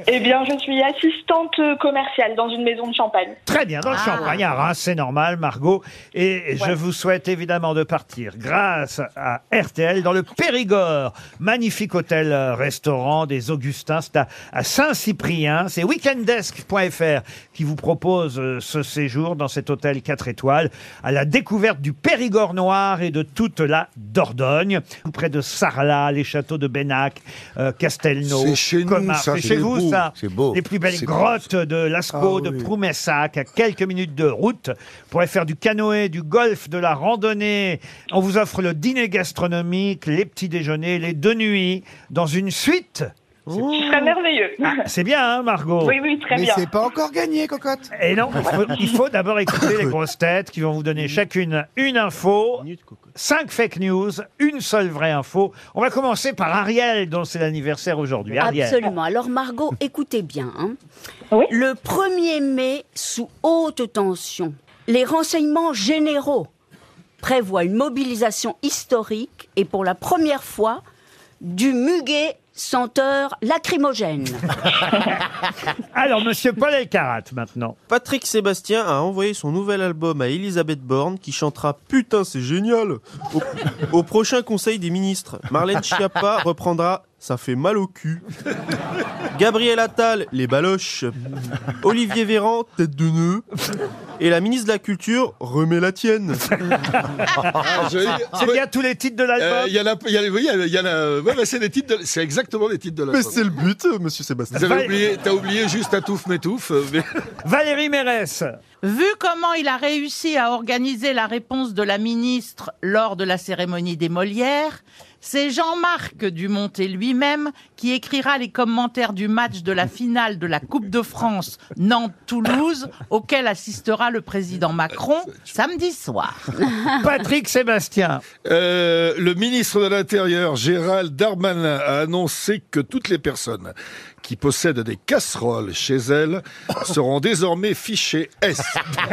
Speaker 19: Eh bien, je suis assistante commerciale dans une maison de champagne.
Speaker 2: Très bien, dans le champagne à Reims, c'est normal, Margot. Et je vous souhaite évidemment de partir, grâce à RTL, dans le Périgord. Magnifique hôtel-restaurant des Augustins, c'est à, à Saint-Cyprien. C'est weekendesk.fr qui vous propose euh, ce séjour dans cet hôtel 4 étoiles, à la découverte du Périgord noir et de toute la Dordogne, tout près de Sarlat, les châteaux de Benac, euh, Castelnau.
Speaker 6: C'est chez nous,
Speaker 2: Comars.
Speaker 6: ça,
Speaker 2: C'est
Speaker 6: c'est
Speaker 2: chez vous,
Speaker 6: beau,
Speaker 2: ça.
Speaker 6: c'est beau.
Speaker 2: Les plus belles
Speaker 6: C'est beau,
Speaker 2: grottes de Lascaux,
Speaker 6: Ah
Speaker 2: de
Speaker 6: oui.
Speaker 2: Proumessac, à quelques minutes de route. Vous pourrez faire du canoë, du golf, de la randonnée. On vous offre le dîner gastronomique, les petits déjeuners, les deux nuits, dans une suite.
Speaker 19: Ce serait merveilleux.
Speaker 2: C'est bien, hein, Margot
Speaker 19: Oui, oui, très
Speaker 7: Mais
Speaker 19: bien.
Speaker 7: c'est pas encore gagné, cocotte.
Speaker 2: Et non, il faut, il faut d'abord écouter les grosses têtes qui vont vous donner chacune une info, cinq fake news, une seule vraie info. On va commencer par Ariel, dont c'est l'anniversaire aujourd'hui. Ariel.
Speaker 4: Absolument. Alors Margot, écoutez bien. hein. Le 1er mai, sous haute tension, les renseignements généraux prévoient une mobilisation historique et pour la première fois du muguet senteur lacrymogène.
Speaker 2: Alors, monsieur Paul Elkarat, maintenant.
Speaker 8: Patrick Sébastien a envoyé son nouvel album à Elisabeth Borne qui chantera Putain, c'est génial au, au prochain conseil des ministres. Marlène Schiappa reprendra Ça fait mal au cul. Gabriel Attal, les baloches. Olivier Véran, tête de nœud. Et la ministre de la Culture, remet la tienne.
Speaker 6: Ah,
Speaker 14: Ah,
Speaker 8: Ah,
Speaker 2: C'est bien tous les titres de l'album.
Speaker 6: Euh, Il y a la, il y a, les- oui, il y a la, ouais, bah, c'est les titres, de- c'est exactement les titres de la.
Speaker 14: Mais c'est le but, euh, monsieur Sébastien.
Speaker 6: Vous avez oublié, t'as oublié juste à touffe m'étouffe. euh, Mais...
Speaker 2: Valérie Mérès.
Speaker 5: Vu comment il a réussi à organiser la réponse de la ministre lors de la cérémonie des Molières, c'est Jean-Marc Dumonté lui-même qui écrira les commentaires du match de la finale de la Coupe de France Nantes-Toulouse, auquel assistera le président Macron samedi soir.
Speaker 2: Patrick Sébastien.
Speaker 6: Euh, le ministre de l'Intérieur, Gérald Darmanin, a annoncé que toutes les personnes qui possèdent des casseroles chez elles seront désormais fichées S.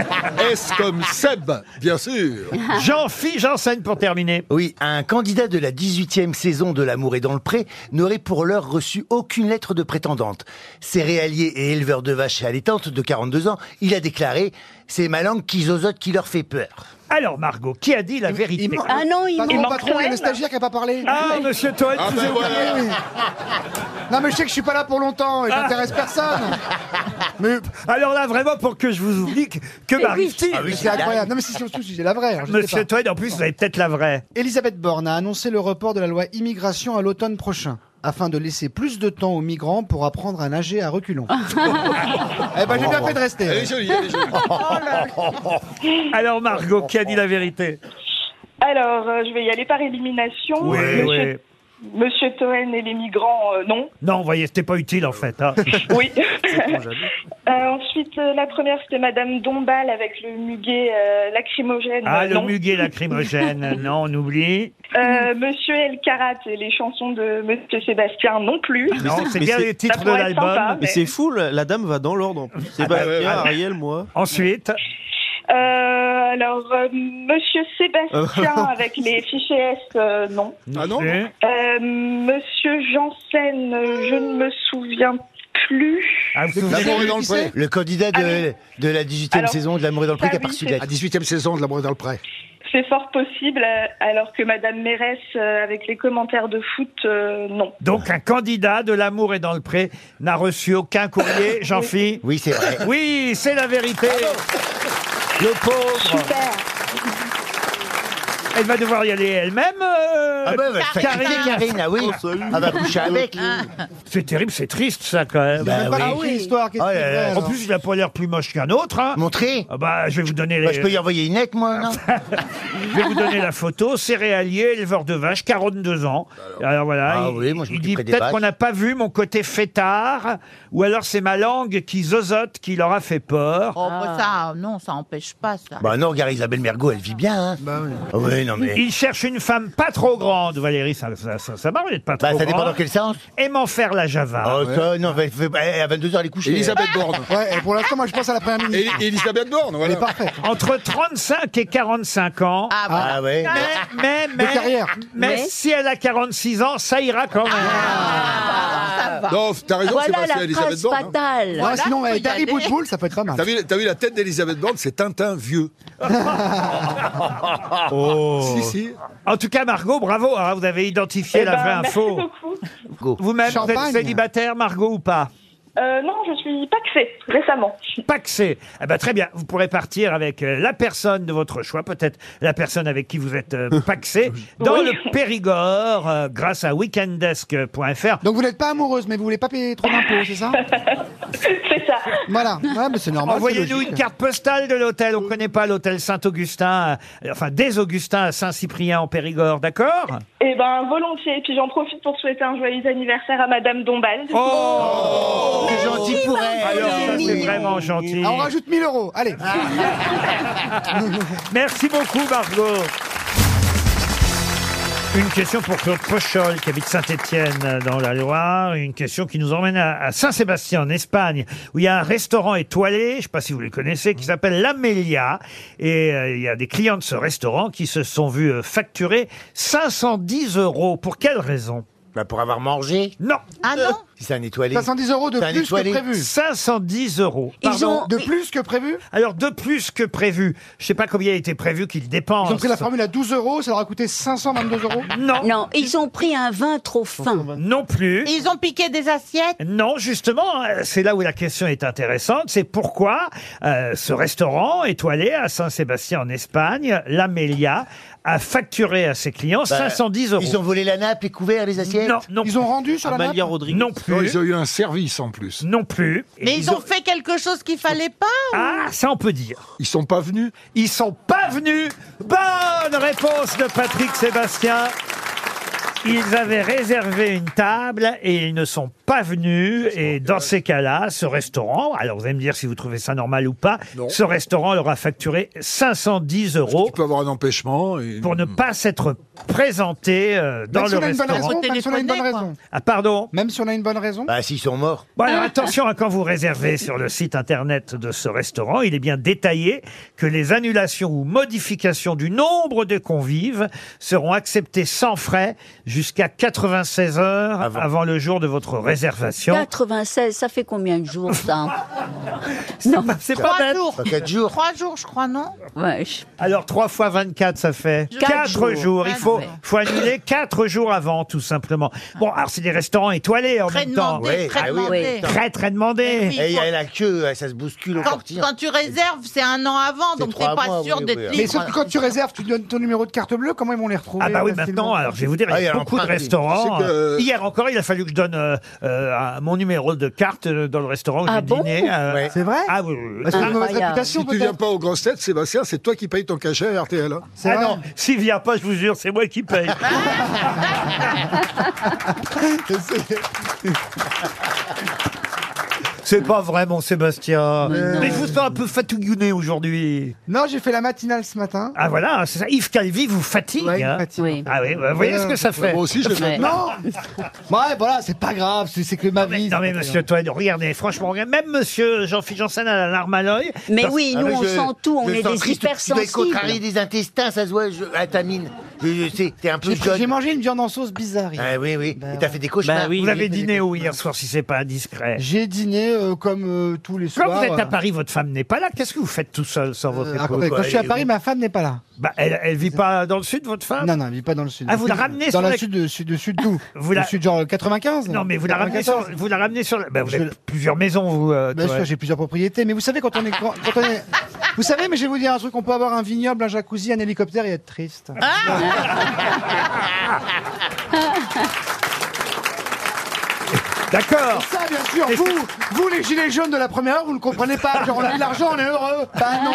Speaker 6: S comme Seb, bien sûr.
Speaker 2: Jean-Philippe Janssen pour terminer.
Speaker 3: Oui, un candidat de la 18e saison de L'amour est dans le pré n'aurait pour l'heure reçu aucune lettre de prétendante. Céréalier et éleveur de vaches allaitantes de 42 ans, il a déclaré « C'est ma langue qui zozote qui leur fait peur ».
Speaker 2: Alors, Margot, qui a dit la vérité
Speaker 4: Ah non, il
Speaker 7: patron,
Speaker 4: manque
Speaker 7: patron, il y a le stagiaire qui a pas parlé.
Speaker 2: Ah, monsieur Toen,
Speaker 7: Ah,
Speaker 2: vous
Speaker 7: ben
Speaker 2: êtes-
Speaker 7: voilà. Oui, oui. Non, mais je sais que je suis pas là pour longtemps et j'intéresse personne.
Speaker 2: Mais alors là, vraiment, pour que je vous oublie, que, que
Speaker 7: Mais
Speaker 2: m'arrive-t-il
Speaker 7: Eh Ah oui, c'est incroyable. Non, mais c'est surtout si j'ai la vraie. alors je sais
Speaker 2: Monsieur
Speaker 7: pas.
Speaker 2: Toen, en plus, vous avez peut-être la vraie.
Speaker 7: Elisabeth Borne a annoncé le report de la loi immigration à l'automne prochain afin de laisser plus de temps aux migrants pour apprendre à nager à reculons.
Speaker 4: Ah.
Speaker 7: eh ben, j'ai bien fait de rester. Oh
Speaker 6: Elle est jolie, hein. elle est jolie.
Speaker 2: Alors, Margot, qui a dit la vérité
Speaker 19: Alors, euh, je vais y aller par élimination.
Speaker 2: Oui, oui.
Speaker 19: Monsieur, Monsieur Toen et les migrants, euh, non.
Speaker 2: Non, vous voyez, c'était pas utile, en fait. hein.
Speaker 19: Oui. Euh, ensuite, euh, la première, c'était Madame Dombal avec le muguet euh, lacrymogène.
Speaker 2: Ah,
Speaker 19: euh,
Speaker 2: le
Speaker 19: non.
Speaker 2: muguet lacrymogène, non, on oublie.
Speaker 19: Euh, Monsieur El Karat et les chansons de Monsieur Sébastien, non plus.
Speaker 8: Ah,
Speaker 2: Non, c'est bien les titres
Speaker 19: Ça
Speaker 2: de
Speaker 19: pourrait être
Speaker 2: l'album.
Speaker 19: sympa,
Speaker 8: Mais
Speaker 19: mais-
Speaker 8: c'est fou, la, la dame va dans l'ordre en plus.
Speaker 2: Ah bah,
Speaker 8: Sébastien,
Speaker 2: ouais, ouais.
Speaker 8: Ariel, moi.
Speaker 2: Ensuite,
Speaker 19: Euh, Alors, euh, Monsieur Sébastien
Speaker 2: Oh.
Speaker 19: avec les fichiers S, euh, non.
Speaker 6: Ah non
Speaker 19: Euh, Monsieur Janssen, euh, je ne me souviens plus.
Speaker 2: Ah,
Speaker 6: L'amour est dans le pré.
Speaker 3: Le candidat de, de la 18e
Speaker 19: Alors,
Speaker 3: saison de L'amour est dans le pré
Speaker 19: ça,
Speaker 3: qui a
Speaker 19: oui,
Speaker 3: parti
Speaker 19: c'est-
Speaker 3: La 18e saison de L'amour est dans le pré.
Speaker 19: C'est fort possible, euh, alors que Madame Mérès, euh, avec les commentaires de foot, euh, non.
Speaker 2: Donc un candidat de l'amour et dans le pré n'a reçu aucun courrier, jean philippe
Speaker 3: Oui, c'est vrai.
Speaker 2: Oui, c'est la vérité. Le pauvre. Elle va devoir y aller elle-même. euh,
Speaker 3: Ah bah, elle va se sacrifier, Karine, ah oui. Oh, salut. Elle va coucher
Speaker 4: Ah,
Speaker 3: avec.
Speaker 2: C'est terrible, c'est triste ça quand même.
Speaker 3: Bah oui.
Speaker 2: Ah oui. Oh là là. En plus, il a pas l'air plus moche qu'un autre.
Speaker 3: Montrez.
Speaker 2: bah, je vais vous donner.
Speaker 3: Bah,
Speaker 2: les-
Speaker 3: je peux y envoyer une lettre, moi, non
Speaker 2: Je vais vous donner la photo. Céréalier, éleveur de vaches, 42 ans. Alors, voilà.
Speaker 3: Ah
Speaker 2: il,
Speaker 3: oui, moi, je
Speaker 2: il dit
Speaker 3: m'occuperai des
Speaker 2: peut-être
Speaker 3: vaches.
Speaker 2: qu'on n'a pas vu mon côté fêtard, ou alors c'est ma langue qui zozote qui leur a fait peur.
Speaker 5: Oh, bah, ça, non, ça empêche pas ça.
Speaker 3: Bah non, regarde, Isabelle Mergot, elle vit bien. Hein.
Speaker 7: Bah
Speaker 3: Ah oui, non mais.
Speaker 2: Il cherche une femme pas trop grande, Valérie, ça, ça, ça, ça marche d'être pas
Speaker 3: Bah,
Speaker 2: trop
Speaker 3: ça dépend
Speaker 2: grande.
Speaker 3: dans quel sens
Speaker 2: Aimant faire la Java.
Speaker 3: Oh, ça, non, elle fait- elle- à 22h, elle est couchée.
Speaker 7: Ouais, et pour l'instant, moi, je pense à la première ministre.
Speaker 2: Et- et Elisabeth
Speaker 6: Borne,
Speaker 7: Elle est parfaite.
Speaker 2: Entre 35 et 45 ans. Ah,
Speaker 7: voilà. Ah ouais.
Speaker 2: Mais, mais,
Speaker 7: De
Speaker 2: mais,
Speaker 7: carrière.
Speaker 2: mais
Speaker 7: Mais
Speaker 2: si elle a 46 ans, ça ira quand même.
Speaker 6: Non, t'as raison,
Speaker 4: Voilà
Speaker 6: c'est pas
Speaker 4: la
Speaker 6: c'est Elisabeth
Speaker 4: phrase
Speaker 6: Borne.
Speaker 4: fatale.
Speaker 6: hein.
Speaker 4: Non, Voilà, sinon, faut avec y Harry aller. Boutboul,
Speaker 7: eh, ça peut être pas mal.
Speaker 6: T'as vu, t'as vu la tête d'Elisabeth Borne, c'est Tintin vieux.
Speaker 2: Oh.
Speaker 6: Si, si.
Speaker 2: En tout cas, Margot, bravo, hein, vous avez identifié
Speaker 19: Eh
Speaker 2: la
Speaker 19: ben,
Speaker 2: vraie
Speaker 19: merci
Speaker 2: info. Vous-même, vous êtes
Speaker 19: Champagne.
Speaker 2: célibataire, Margot, ou pas
Speaker 19: Euh, non, je suis paxée, récemment.
Speaker 2: Paxé. Ah bah, très bien, vous pourrez partir avec euh, la personne de votre choix, peut-être la personne avec qui vous êtes euh, paxé, dans
Speaker 7: Oui.
Speaker 2: le Périgord, euh, grâce à weekendesk.fr.
Speaker 7: Donc vous n'êtes pas amoureuse, mais vous voulez pas payer trop d'impôts, c'est ça
Speaker 19: C'est ça.
Speaker 7: Voilà. Ouais, mais c'est normal. c'est
Speaker 2: Envoyez-nous
Speaker 7: logique.
Speaker 2: une carte postale de l'hôtel. On ne connaît pas l'hôtel Saint-Augustin, euh, enfin des Augustins à Saint-Cyprien en Périgord, d'accord
Speaker 19: Eh ben, volontiers. Et puis j'en profite pour souhaiter un joyeux anniversaire à Madame Dombal.
Speaker 2: Oh,
Speaker 7: C'est
Speaker 19: gentil pour elle.
Speaker 2: Alors ça, c'est vraiment gentil. Ah.
Speaker 7: Ah, on rajoute 1000 euros. Allez.
Speaker 2: Merci beaucoup, Margot. Une question pour Claude Pochol, qui habite Saint-Étienne dans la Loire. Une question qui nous emmène à à Saint-Sébastien, en Espagne, où il y a un restaurant étoilé, je ne sais pas si vous le connaissez, qui s'appelle l'Amelia. Et euh, il y a des clients de ce restaurant qui se sont vus euh, facturer 510 euros. Pour quelle raison
Speaker 3: bah Pour avoir mangé
Speaker 2: Non.
Speaker 5: Ah non
Speaker 3: Si c'est un étoilé.
Speaker 7: 510 euros de
Speaker 3: C'est un
Speaker 7: plus que
Speaker 3: étoilé.
Speaker 7: prévu.
Speaker 2: 510 euros.
Speaker 7: Ils
Speaker 2: Pardon
Speaker 7: ont- De plus que prévu
Speaker 2: Alors, de plus que prévu. Je sais pas combien il était prévu qu'il dépense.
Speaker 7: Ils ont pris la formule à 12 euros, ça leur a coûté 522 euros.
Speaker 2: Non.
Speaker 4: Non, ils ont pris un vin trop fin.
Speaker 2: Non plus.
Speaker 5: Ils ont piqué des assiettes
Speaker 2: Non, justement, euh, c'est là où la question est intéressante. C'est pourquoi euh, ce restaurant étoilé à Saint-Sébastien en Espagne, l'Amelia, a facturé à ses clients
Speaker 3: Bah,
Speaker 2: 510 euros.
Speaker 3: Ils ont volé la nappe et couvert les assiettes
Speaker 2: Non, non.
Speaker 7: Ils ont rendu sur la nappe
Speaker 2: Rodriguez. Non
Speaker 6: Non,
Speaker 2: plus.
Speaker 6: ils ont eu un service en plus.
Speaker 2: Non plus.
Speaker 5: Mais ils, ont, fait quelque chose qu'il fallait pas ou-
Speaker 2: Ah, ça on peut dire.
Speaker 6: Ils sont pas venus.
Speaker 2: Ils sont pas venus. Bonne réponse de Patrick Sébastien. Ils avaient réservé une table et ils ne sont pas venus. Et dans ces cas-là, ce restaurant, alors vous allez me dire si vous trouvez ça normal ou pas,
Speaker 6: Non.
Speaker 2: ce restaurant leur a facturé 510 euros
Speaker 6: Il peut avoir un empêchement. et- Hmm.
Speaker 2: pour ne pas s'être présenté euh, dans
Speaker 7: Même si
Speaker 2: le
Speaker 7: on a une bonne
Speaker 2: restaurant.
Speaker 7: raison, même si on a une bonne
Speaker 5: Téléphoner,
Speaker 7: raison.
Speaker 2: Ah pardon
Speaker 7: Même si on a une bonne raison.
Speaker 3: Bah s'ils sont morts.
Speaker 2: Bon, alors attention à quand vous réservez sur le site internet de ce restaurant, il est bien détaillé que les annulations ou modifications du nombre de convives seront acceptées sans frais jusqu'à 96 heures avant, le jour de votre réservation.
Speaker 4: 96, ça fait combien de jours ça
Speaker 2: Non, c'est pas
Speaker 5: Trois
Speaker 2: bête.
Speaker 5: jours.
Speaker 3: Pas quatre jours.
Speaker 5: Trois jours, je crois, non
Speaker 4: Ouais, je-
Speaker 2: Alors 3 fois 24, ça fait
Speaker 4: Quatre
Speaker 2: 4 jours.
Speaker 4: jours.
Speaker 2: Il
Speaker 5: Ah,
Speaker 2: faut,
Speaker 5: ouais.
Speaker 2: faut annuler 4 jours avant, tout simplement. Bon, alors c'est des restaurants étoilés en
Speaker 5: Très
Speaker 2: même temps.
Speaker 5: demandé,
Speaker 3: Ouais,
Speaker 5: très
Speaker 3: ah oui,
Speaker 5: demandé. Eh
Speaker 3: putain.
Speaker 2: Très, très demandé.
Speaker 5: Oui,
Speaker 3: Et il y
Speaker 5: faut-
Speaker 3: a la queue, euh, ça se bouscule au
Speaker 5: Quand,
Speaker 3: portillon.
Speaker 5: quand tu réserves, c'est un an avant, donc t'es
Speaker 3: trois
Speaker 5: pas
Speaker 7: Ah,
Speaker 3: mois,
Speaker 5: sûr
Speaker 3: oui,
Speaker 5: d'être
Speaker 3: oui, oui.
Speaker 7: Mais
Speaker 5: libre.
Speaker 7: sauf que quand tu réserves, tu donnes ton numéro de carte bleue, comment ils vont les retrouver euh,
Speaker 2: Ah bah oui,
Speaker 7: facilement
Speaker 2: maintenant, alors je vais vous dire,
Speaker 3: Ah,
Speaker 2: il y a
Speaker 3: alors,
Speaker 2: beaucoup de
Speaker 3: parti.
Speaker 2: restaurants.
Speaker 6: C'est que-
Speaker 2: Euh, Hier encore, il a fallu que je donne euh, euh, un- mon numéro de carte euh, dans le restaurant où
Speaker 4: Ah
Speaker 2: j'ai
Speaker 4: bon
Speaker 2: dîné. euh,
Speaker 3: Ouais.
Speaker 7: C'est vrai
Speaker 2: Ah oui, oui, oui.
Speaker 7: Parce qu'il y a une mauvaise
Speaker 4: Incroyable.
Speaker 7: réputation
Speaker 6: Si tu viens
Speaker 7: peut-être.
Speaker 6: pas aux grosses têtes, Sébastien, c'est toi qui payes ton cachet à RTL. hein.
Speaker 7: C'est
Speaker 2: Ah
Speaker 7: vrai.
Speaker 2: non, s'il vient pas, je vous jure, c'est moi qui paye. C'est pas vrai, mon Sébastien.
Speaker 7: Mais non.
Speaker 2: Mais je vous sens un peu fatigué aujourd'hui.
Speaker 7: Non, j'ai fait la matinale ce matin.
Speaker 2: Ah voilà, c'est ça. Yves Calvi vous fatigue.
Speaker 7: Ouais, il me
Speaker 2: hein.
Speaker 7: fatigue.
Speaker 2: Ah oui, bah, vous voyez
Speaker 7: Ouais.
Speaker 2: ce que ça fait.
Speaker 7: Ouais, moi aussi, je le fais. Non. Ouais, voilà, c'est pas grave, c'est c'est que ma vie.
Speaker 2: Non mais monsieur Toine, regardez, franchement, regarde, même monsieur Jean-Philippe Janssen a la larme à l'œil.
Speaker 4: Mais
Speaker 2: Parce-
Speaker 4: oui, nous, on sent tout, on
Speaker 3: ah Je
Speaker 4: est
Speaker 3: sens
Speaker 4: des
Speaker 3: triste, tu dois être
Speaker 4: hypersensibles.
Speaker 3: contrarié des intestins, ça se voit je- à ta mine. Je, je sais, t'es un peu
Speaker 7: J'ai pris- j'ai
Speaker 3: jaune.
Speaker 7: mangé une viande en sauce bizarre. hier.
Speaker 3: Ah oui, oui. Et t'as fait des cauchemars.
Speaker 7: Bah oui,
Speaker 2: vous
Speaker 7: oui.
Speaker 2: avez dîné où hier soir, si c'est pas indiscret
Speaker 7: J'ai dîné euh, comme euh, tous les
Speaker 2: Quand
Speaker 7: soirs.
Speaker 2: vous êtes à
Speaker 7: euh,
Speaker 2: Paris, votre femme n'est pas là. Qu'est-ce que vous faites tout seul sans votre
Speaker 7: ah,
Speaker 2: épouse
Speaker 7: quand je suis à Paris, ma femme n'est pas là.
Speaker 2: Bah, elle, elle vit pas dans le sud, votre femme
Speaker 7: Non, non, elle vit pas dans le sud.
Speaker 2: Ah, vous la ramenez
Speaker 7: Dans
Speaker 2: sur
Speaker 7: le
Speaker 2: la-
Speaker 7: sud, de- sud, de sud d'où
Speaker 2: Vous la-
Speaker 7: Le sud, genre euh, 95
Speaker 2: Non, mais vous la ramenez sur,
Speaker 7: 94.
Speaker 2: vous la ramenez sur. la- bah, vous
Speaker 7: Je-
Speaker 2: avez plusieurs maisons, vous. euh,
Speaker 7: Bien
Speaker 2: Toine.
Speaker 7: sûr, j'ai plusieurs propriétés, mais vous savez, quand on est. grand- Quand on est... Vous savez, mais je vais vous dire un truc on peut avoir un vignoble, un jacuzzi, un hélicoptère et être triste.
Speaker 20: Ah
Speaker 2: D'accord.
Speaker 7: Ça, bien sûr, vous, vous, les gilets jaunes de la première heure, vous ne comprenez pas. Genre, on a de l'argent, on est heureux. Bah non,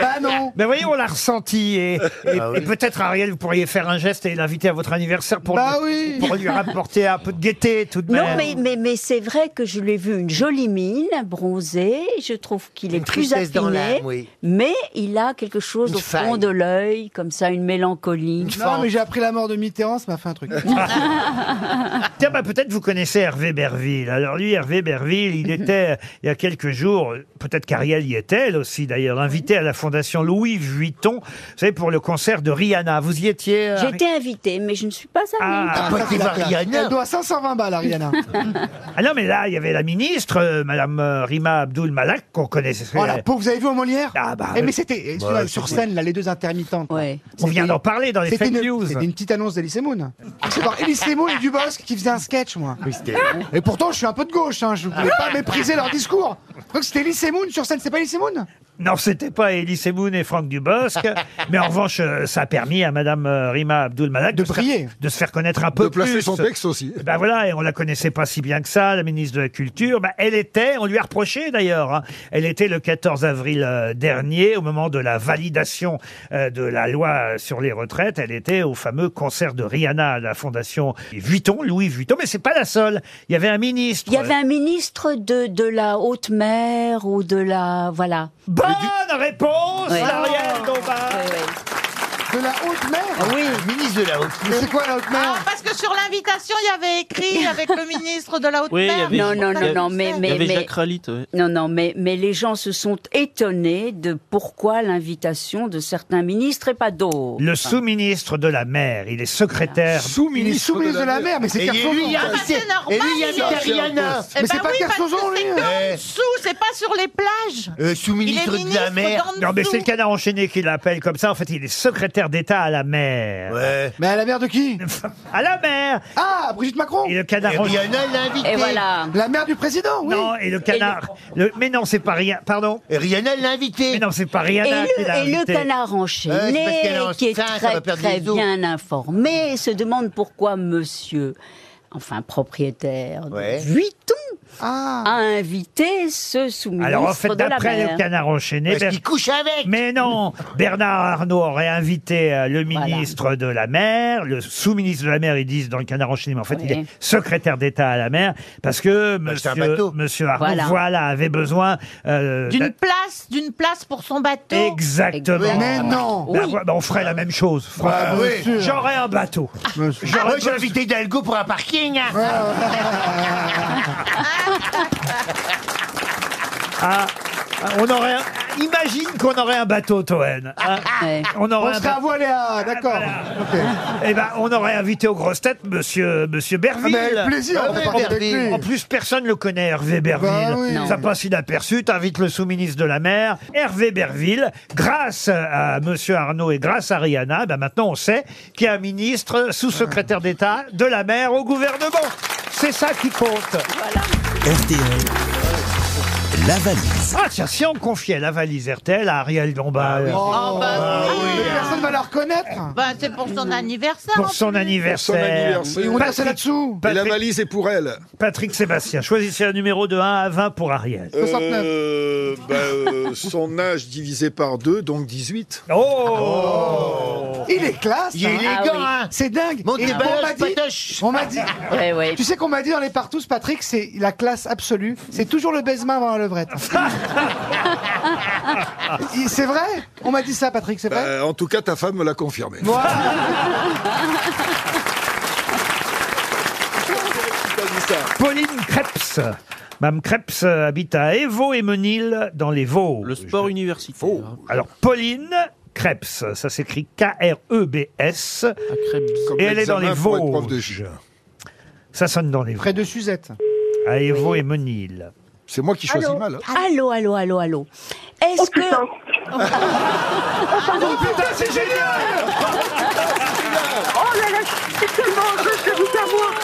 Speaker 7: bah non. Ah
Speaker 2: Ben voyez, on l'a ressenti. Et, et- et peut-être, Ariel, vous pourriez faire un geste et l'inviter à votre anniversaire pour,
Speaker 7: Bah
Speaker 2: lui,
Speaker 7: oui.
Speaker 2: pour lui rapporter un peu de gaieté tout de même.
Speaker 3: Ben,
Speaker 4: Non, mais, mais, mais c'est vrai que je l'ai vu une jolie mine, bronzée. Je trouve qu'il est plus
Speaker 3: tristesse
Speaker 4: affiné.
Speaker 3: dans l'âme, oui.
Speaker 4: Mais il a quelque chose
Speaker 3: Une
Speaker 4: au fond
Speaker 3: faille.
Speaker 4: de l'œil, comme ça, une mélancolie. Euh,
Speaker 7: Non, mais j'ai appris la mort de Mitterrand, ça m'a fait un truc.
Speaker 2: Tiens, bah, peut-être vous connaissez Hervé Berville. Alors lui, Hervé Berville, il était, il y a quelques jours, peut-être qu'Ariel y était, elle aussi d'ailleurs, invité à la Fondation Louis Vuitton, vous savez, pour le concert de Rihanna. Vous y étiez euh,
Speaker 4: J'ai été invitée, mais je ne suis pas allée.
Speaker 2: Ah,
Speaker 7: ça, c'est la classe. Elle doit 520 balles, Ariana.
Speaker 2: Ah non, mais là, il y avait la ministre, euh, Madame euh, Rima Abdul Malak, qu'on connaissait.
Speaker 7: Oh la pauvre, vous avez vu au Molière
Speaker 2: Ah, bah,
Speaker 7: Eh,
Speaker 2: oui.
Speaker 7: mais c'était
Speaker 2: Bah,
Speaker 7: excusez-moi,
Speaker 2: c'est
Speaker 7: sur
Speaker 2: cool.
Speaker 7: scène, là, les deux intermittentes.
Speaker 4: Ouais.
Speaker 2: On vient d'en parler dans les
Speaker 7: C'était
Speaker 2: fake
Speaker 7: une,
Speaker 2: news.
Speaker 7: c'était une petite annonce d'Elysée Moon. Ah, C'est dans Elysée Moon et Dubosc qui faisaient un sketch, moi. Ah. Et pourtant, je suis un peu de gauche, hein, je voulais pas mépriser leur discours. Donc c'était Elysée Moon sur scène, c'est pas Elysée Moon
Speaker 2: Non, c'était pas Elise Moon et Franck Dubosc, mais en revanche, euh, ça a permis à Madame euh, Rima Abdul Malak de, se faire-
Speaker 7: briller.
Speaker 2: de se faire connaître un peu
Speaker 6: De placer
Speaker 2: plus.
Speaker 6: son texte aussi.
Speaker 2: Ben voilà, et on la connaissait pas si bien que ça, la ministre de la Culture. Ben, elle était, on lui a reproché d'ailleurs, hein, elle était le 14 avril euh, dernier, au moment de la validation euh, de la loi sur les retraites, elle était au fameux concert de Rihanna à la Fondation Vuitton, Louis Vuitton, mais c'est pas la seule. Il y avait un ministre.
Speaker 4: Il y avait un ministre de, de la haute mer ou de la. Voilà.
Speaker 2: Bonne réponse,
Speaker 4: Ouais.
Speaker 2: Ariel Dombal.
Speaker 7: De la haute mer
Speaker 4: Ah Oui.
Speaker 3: Ministre de la haute
Speaker 7: Mais c'est quoi la haute
Speaker 5: Ah,
Speaker 7: mer
Speaker 5: parce que sur l'invitation, il y avait écrit avec le ministre de la haute
Speaker 8: Oui, il y
Speaker 5: mer.
Speaker 8: avait-
Speaker 4: Non, non, non, non, mais.
Speaker 8: Il y
Speaker 4: mais,
Speaker 8: avait
Speaker 4: mais-
Speaker 8: Jacques Ralit, ouais.
Speaker 4: Non, non, mais, mais les gens se sont étonnés de pourquoi l'invitation de certains ministres et pas d'autres.
Speaker 2: Le sous-ministre de la mer, il est secrétaire.
Speaker 7: Il est sous-ministre de la mer, mais c'est
Speaker 3: Et
Speaker 7: Kersozon.
Speaker 3: lui, il y a
Speaker 5: Ah, bah, c'est normal.
Speaker 3: et lui, il y a
Speaker 5: Eh
Speaker 3: Rihanna.
Speaker 7: Mais c'est
Speaker 5: ben
Speaker 7: pas
Speaker 5: oui, parce que
Speaker 7: Kersozon, lui
Speaker 5: c'est
Speaker 7: hein.
Speaker 5: en dessous, c'est pas sur les plages. Il
Speaker 3: Euh,
Speaker 5: est
Speaker 3: Sous-ministre de
Speaker 5: ministre
Speaker 3: la mer.
Speaker 5: d'en
Speaker 2: Non, mais c'est le
Speaker 5: dessous.
Speaker 2: canard enchaîné qui l'appelle comme ça. En fait, il est secrétaire d'État à la mer.
Speaker 3: Ouais.
Speaker 7: Mais à la mer de qui
Speaker 2: À la mer
Speaker 7: Ah, Brigitte Macron
Speaker 2: Et le canard
Speaker 3: Et
Speaker 2: enchaîné.
Speaker 3: Rihanna l'a invité.
Speaker 4: Et voilà.
Speaker 7: La mère du président, oui.
Speaker 2: Non, et le canard. le- Mais non, c'est pas rien. Pardon
Speaker 3: Et Rihanna l'a
Speaker 2: Mais
Speaker 3: invité.
Speaker 2: non, c'est pas
Speaker 4: Et
Speaker 2: Rihanna qui l'a
Speaker 4: le, et le
Speaker 2: invité.
Speaker 4: canard
Speaker 3: Ouais, c'est
Speaker 4: enchaîné,
Speaker 3: parce qu'elle est enceinte,
Speaker 4: qui est
Speaker 3: ça va
Speaker 4: très,
Speaker 3: perdre
Speaker 4: très
Speaker 3: des os.
Speaker 4: bien informé, se demande pourquoi monsieur, enfin propriétaire de
Speaker 3: Ouais.
Speaker 4: Vuitton,
Speaker 7: Ah.
Speaker 4: a invité ce sous-ministre
Speaker 2: Alors, en fait,
Speaker 4: de la
Speaker 2: d'après le
Speaker 4: mer.
Speaker 2: canard enchaîné,
Speaker 3: Parce
Speaker 2: Ber-
Speaker 3: qu'il couche avec.
Speaker 2: Mais non, Bernard Arnault aurait invité euh, le
Speaker 4: Voilà.
Speaker 2: ministre de la mer, le sous-ministre de la mer, ils disent dans le Canard enchaîné, mais en fait,
Speaker 4: Oui.
Speaker 2: il est secrétaire d'État à la mer, parce que
Speaker 3: Bah, c'est un
Speaker 2: monsieur,
Speaker 3: bateau.
Speaker 2: monsieur Arnault, voilà.
Speaker 4: Voilà.
Speaker 2: avait besoin euh, d'a-
Speaker 5: D'une place, d'une place pour son bateau.
Speaker 2: Exactement.
Speaker 7: Mais non
Speaker 2: Bah,
Speaker 4: Oui.
Speaker 2: ouais, bah, on ferait la même chose.
Speaker 3: Bah,
Speaker 2: Franchement,
Speaker 3: oui. Ah,
Speaker 2: J'aurais un bateau.
Speaker 7: Ah,
Speaker 3: Moi, j'ai invité Hidalgo pour un parking. hein.
Speaker 2: Ah, ah, on aurait un- Imagine qu'on aurait un bateau, Toen. Ah,
Speaker 4: Ouais.
Speaker 2: on aurait
Speaker 7: On
Speaker 2: un
Speaker 7: serait à
Speaker 2: bateau.
Speaker 7: voilé à... D'accord. Ok.
Speaker 2: Eh ben, on aurait invité aux grosses têtes Monsieur Monsieur
Speaker 7: Ah,
Speaker 2: Berville. Bah
Speaker 7: mais avec plaisir,
Speaker 3: Ah
Speaker 7: on
Speaker 3: oui,
Speaker 7: va partir avec
Speaker 3: Berville.
Speaker 7: lui.
Speaker 2: En plus, personne ne le connaît, Hervé Berville.
Speaker 7: Bah oui.
Speaker 2: Ça passe inaperçu, t'invites le sous-ministre de la mer, Hervé Berville. Grâce à Monsieur Arnaud et grâce à Rihanna, ben maintenant on sait qu'il y a un ministre sous-secrétaire d'État de la mer au gouvernement. C'est ça qui compte.
Speaker 1: RTL, la valise.
Speaker 2: Ah tiens, si on confiait la valise RTL à Ariel
Speaker 7: Ah
Speaker 2: Dombal
Speaker 5: Oh, bah, oui.
Speaker 7: Mais Personne va la reconnaître.
Speaker 5: Bah, c'est pour son anniversaire. en
Speaker 2: pour son
Speaker 5: plus.
Speaker 2: anniversaire.
Speaker 6: anniversaire.
Speaker 7: Et on est là-dessous.
Speaker 6: Et la
Speaker 2: Patrick-
Speaker 6: valise est pour elle.
Speaker 2: Patrick Sébastien, choisissez un numéro de 1 à 20 pour Ariel.
Speaker 7: 69.
Speaker 6: Euh, bah, euh, son âge divisé par 2, donc 18.
Speaker 2: Oh
Speaker 7: Il il est classe.
Speaker 3: Il est
Speaker 7: hein.
Speaker 3: élégant, Ah oui. hein.
Speaker 7: C'est dingue.
Speaker 3: Monte
Speaker 7: Et
Speaker 3: tes
Speaker 7: on
Speaker 3: baloches,
Speaker 7: m'a dit- On m'a dit.
Speaker 3: Ouais, ouais.
Speaker 7: Tu sais qu'on m'a dit dans les partous, Patrick, c'est la classe absolue. C'est toujours le baisement avant la levrette. Il- c'est vrai On m'a dit ça, Patrick, c'est vrai
Speaker 6: Bah, en tout cas, ta femme me l'a confirmé.
Speaker 2: Pauline Krebs. Mme Krebs euh, habite à Évo et Menil dans les Vosges. Le sport
Speaker 8: universitaire.
Speaker 2: Alors, Pauline Krebs, ça s'écrit Ah, K-R-E-B-S.
Speaker 6: Comme
Speaker 2: Et elle est dans les
Speaker 6: l'examen pour être prof de
Speaker 2: Vosges. Ça sonne dans les Vosges.
Speaker 7: Près de Suzette.
Speaker 2: À Évo et Menil.
Speaker 6: C'est moi qui
Speaker 4: allô,
Speaker 8: hein.
Speaker 4: allô, allô, allô, allô. Est-ce que.
Speaker 11: Oh putain, c'est génial Oh là là, c'est tellement heureux de vous avoir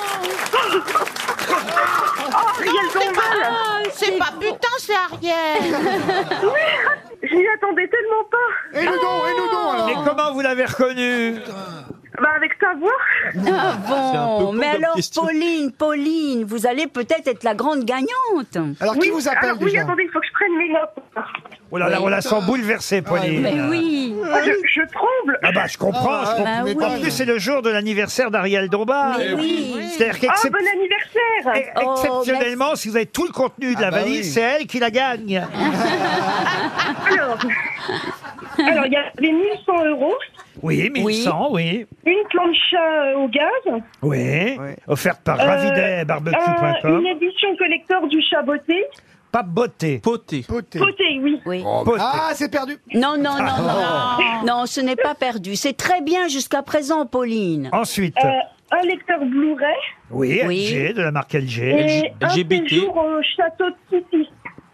Speaker 11: Oh, Ariel Dombal
Speaker 5: Ah, C'est pas putain, c'est Ariel
Speaker 11: Oui, j'y attendais tellement pas
Speaker 19: Oh.
Speaker 7: Et nous donc, et nous donc alors
Speaker 2: Et comment vous l'avez reconnue
Speaker 11: Bah avec ta voix
Speaker 4: Ah bon, mais alors
Speaker 11: question.
Speaker 4: Pauline, Pauline, vous allez peut-être être la grande gagnante.
Speaker 11: Oui, alors, Oui, attendez, il faut que je prenne mes notes.
Speaker 2: Oh là là, on la sent bouleversée, Pauline.
Speaker 4: Mais oui.
Speaker 11: Ah, je, je tremble
Speaker 2: Ah bah je comprends, je comprends. En plus c'est le jour de l'anniversaire d'Ariel Dombal.
Speaker 11: Mais oui.
Speaker 2: C'est-à-dire
Speaker 11: Oh,
Speaker 2: qu'exceptionnellement,
Speaker 11: bon anniversaire
Speaker 2: exceptionnellement, si vous avez tout le contenu de la
Speaker 11: Ah bah
Speaker 2: valise,
Speaker 11: oui.
Speaker 2: c'est elle qui la gagne.
Speaker 11: Alors, alors, il y avait 1100 euros,
Speaker 2: Oui, 1100, oui.
Speaker 11: une plancha euh, au gaz,
Speaker 2: Oui. Offerte par
Speaker 11: euh,
Speaker 2: ravidet.barbecue.com.
Speaker 11: euh, une édition collector du chat beauté.
Speaker 2: Pas beauté.
Speaker 8: Poté.
Speaker 2: Poté.
Speaker 11: Beauté, oui.
Speaker 2: Poté.
Speaker 7: Ah, c'est perdu.
Speaker 4: Non, non, non,
Speaker 11: Ah.
Speaker 4: non. Non, ce n'est pas perdu. C'est très bien jusqu'à présent, Pauline.
Speaker 2: Ensuite.
Speaker 11: Euh, un lecteur Blu-ray
Speaker 2: Oui, LG, de la marque LG.
Speaker 11: et un séjour au château de Titi.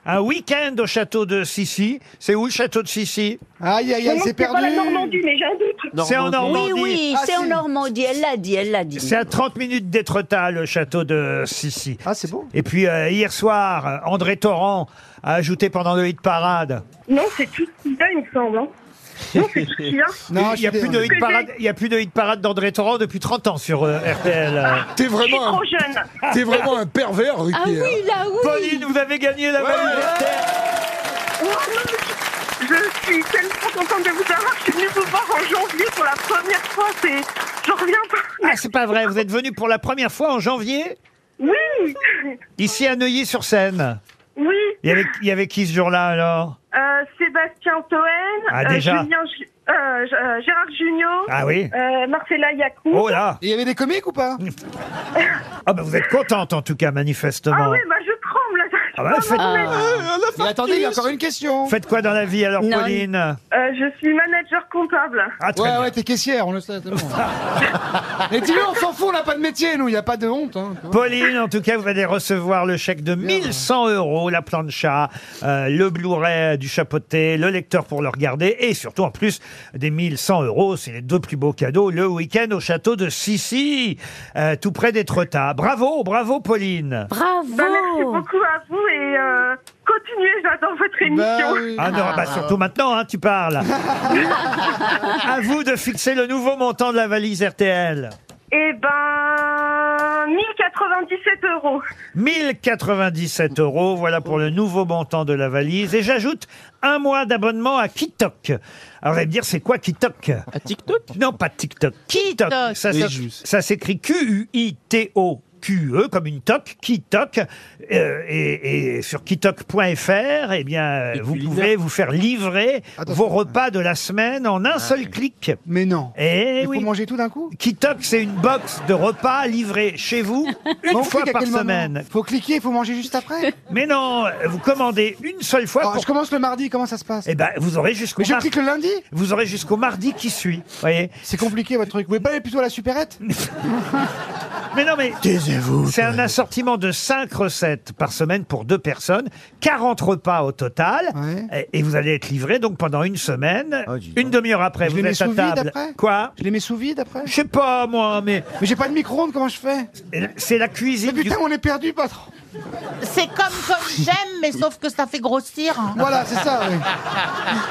Speaker 2: Un week-end au château de Sissi. C'est où le château de Sissi
Speaker 7: Aïe,
Speaker 11: Non, non, pas la Normandie, mais j'ai un doute.
Speaker 2: C'est en Normandie.
Speaker 4: Oui, oui,
Speaker 2: Ah,
Speaker 4: c'est en
Speaker 2: si.
Speaker 4: Normandie. Elle l'a dit, elle l'a dit.
Speaker 2: C'est à 30 minutes d'Étretat, le château de Sissi.
Speaker 7: Ah, c'est beau.
Speaker 2: Et puis, euh, hier soir, euh, André Torrent a ajouté pendant le hit parade.
Speaker 11: Non, c'est tout là, il me semble. hein. Non, c'est tout là.
Speaker 2: il n'y a, plus de hit parade- il y a plus de hit parade d'André Torrent depuis 30 ans sur euh, RTL. euh.
Speaker 6: T'es vraiment, un...
Speaker 11: Je suis trop jeune. Ah
Speaker 6: t'es vraiment un pervers, Ruquier. hein.
Speaker 4: là, oui.
Speaker 2: Pauline, vous avez gagné la valise RTL.
Speaker 11: Oh, non, Je suis tellement contente de vous avoir. Je suis venue vous voir en janvier pour la première fois. C'est... Je reviens pas.
Speaker 2: Ah, c'est pas vrai, vous êtes venu pour la première fois en janvier,
Speaker 11: Oui,
Speaker 2: ici à Neuilly-sur-Seine.
Speaker 11: oui.
Speaker 2: Il y avait, il y avait qui ce jour-là alors
Speaker 11: Euh, Sébastien Toen,
Speaker 2: Ah, déjà.
Speaker 11: Julien Ju- euh, G- euh, Gérard Junior,
Speaker 2: Ah oui.
Speaker 11: euh, Marcella Yacoub.
Speaker 2: Oh là
Speaker 7: Il y avait des comiques ou pas
Speaker 2: Ah, bah vous êtes contente en tout cas,
Speaker 11: Ah
Speaker 2: manifestement.
Speaker 11: oui, bah je tremble. là.
Speaker 2: Ah bah, faites-
Speaker 7: Mais attendez, il y a encore une question.
Speaker 2: Faites quoi dans la vie alors,
Speaker 7: Non.
Speaker 2: Pauline
Speaker 11: Euh, je suis manager comptable.
Speaker 2: Ah, très
Speaker 7: ouais,
Speaker 2: bien.
Speaker 7: ouais, t'es caissière, on le sait. c'est bon. Et dis-le, on s'en fout, on n'a pas de métier, nous, il n'y a pas de honte. hein, tu vois.
Speaker 2: Pauline, en tout cas, vous allez recevoir le chèque de 1100 euros, la plancha, euh, le Blu-ray du chapeauté, le lecteur pour le regarder, et surtout, en plus des 1100 euros, c'est les deux plus beaux cadeaux, le week-end au château de Sissi, euh, tout près d'Étretat. Bravo, bravo, Pauline
Speaker 4: Bravo.
Speaker 11: Bah, merci beaucoup à vous et euh, continuez, j'adore votre émission.
Speaker 2: Ah non, bah surtout maintenant, hein, tu parles À vous de fixer le nouveau montant de la valise RTL
Speaker 11: Eh ben, 1097 euros.
Speaker 2: 1097 euros, voilà pour le nouveau montant de la valise. Et j'ajoute un mois d'abonnement à Kitok. Alors, vous allez me dire, c'est quoi Kitok À TikTok Non, pas TikTok. Kitok. Ça
Speaker 8: Oui,
Speaker 2: s'éc-
Speaker 8: juste.
Speaker 2: ça s'écrit Q-U-I-T-O. QE E, comme une toc, Kitok, Euh, et, et sur kitok.fr, eh bien, euh, vous pouvez vous faire livrer vos repas de la semaine en un seul clic.
Speaker 7: Ah Mais non.
Speaker 2: Et
Speaker 7: Il
Speaker 2: oui.
Speaker 7: faut manger tout d'un coup
Speaker 2: Kitok, c'est une box de repas livrée chez vous
Speaker 7: Mais on
Speaker 2: une fois
Speaker 7: clique à
Speaker 2: par
Speaker 7: quel moment
Speaker 2: semaine.
Speaker 7: Faut cliquer, faut manger juste après.
Speaker 2: Mais non, vous commandez une seule fois.
Speaker 7: Oh,
Speaker 2: pour-
Speaker 7: Je commence le mardi, comment ça se passe
Speaker 2: Eh ben, vous aurez jusqu'au
Speaker 7: Mais je
Speaker 2: mar-
Speaker 7: clique le lundi
Speaker 2: Vous aurez jusqu'au mardi qui suit. Voyez.
Speaker 7: C'est compliqué votre truc. Vous pouvez pas aller plutôt à la supérette
Speaker 2: Mais non, mais c'est un assortiment de 5 recettes par semaine pour deux personnes, 40 repas au total, et et vous allez être livré donc pendant une semaine, une demi-heure après,
Speaker 7: Oh, Je
Speaker 2: vous
Speaker 7: les mets
Speaker 2: êtes à
Speaker 7: sous vide
Speaker 2: table.
Speaker 7: après
Speaker 2: Quoi
Speaker 7: Je les mets sous vide après
Speaker 2: Je sais pas moi, mais
Speaker 7: Mais j'ai pas de micro-ondes, comment je fais
Speaker 2: c'est la cuisine.
Speaker 7: Mais putain, on est perdu, patron
Speaker 5: C'est comme comme j'aime, mais sauf que ça fait grossir. hein.
Speaker 7: Voilà, c'est ça, oui.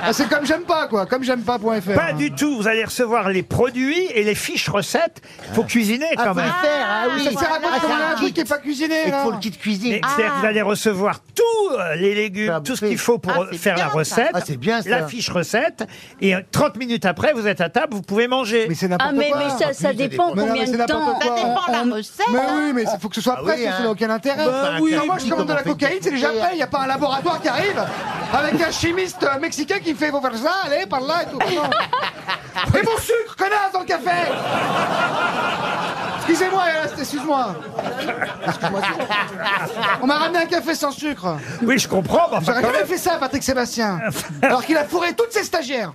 Speaker 7: Ah, C'est comme j'aime pas, quoi. Comme j'aime pas.fr.
Speaker 2: Pas du tout.
Speaker 7: Ah.
Speaker 3: Eh,
Speaker 2: Vous allez recevoir les produits et les fiches recettes. Faut cuisiner quand même.
Speaker 7: hein,
Speaker 4: Ah
Speaker 3: Ah,
Speaker 7: Ça sert à quoi on a un truc qui n'est pas cuisiné, là.
Speaker 2: Mais
Speaker 4: Ah.
Speaker 2: c'est-à-dire que Vous allez recevoir tous euh, les légumes, tout ce qu'il faut pour euh, faire la recette,
Speaker 3: Ah, c'est bien, ça.
Speaker 2: la fiche recette, et euh, 30 minutes après, vous êtes à table, vous pouvez manger. Mais c'est
Speaker 4: Ah, mais, mais ça, ça dépend combien de temps. euh,
Speaker 7: dépend la recette. Mais oui, mais il faut que ce soit
Speaker 4: Ah
Speaker 7: prêt,
Speaker 4: oui,
Speaker 7: sinon ça
Speaker 4: hein.
Speaker 7: n'a aucun intérêt.
Speaker 4: Bah
Speaker 7: Enfin,
Speaker 4: oui,
Speaker 7: quand moi,
Speaker 4: puis
Speaker 7: je commande de
Speaker 4: comment
Speaker 7: la
Speaker 4: on fait
Speaker 7: cocaïne, c'est déjà prêt. Il n'y a pas un laboratoire qui arrive avec un chimiste euh, mexicain qui me fait, faut faire ça, allez, par là et tout. Non. Et mon sucre, connasse, dans le café Excusez-moi, Elas, excuse-moi. Excuse-moi. On m'a ramené un café sans sucre.
Speaker 2: Oui, je comprends. mais enfin,
Speaker 7: J'aurais
Speaker 2: quand
Speaker 7: jamais
Speaker 2: même.
Speaker 7: fait ça, Patrick Sébastien. Alors qu'il a fourré toutes ses stagiaires.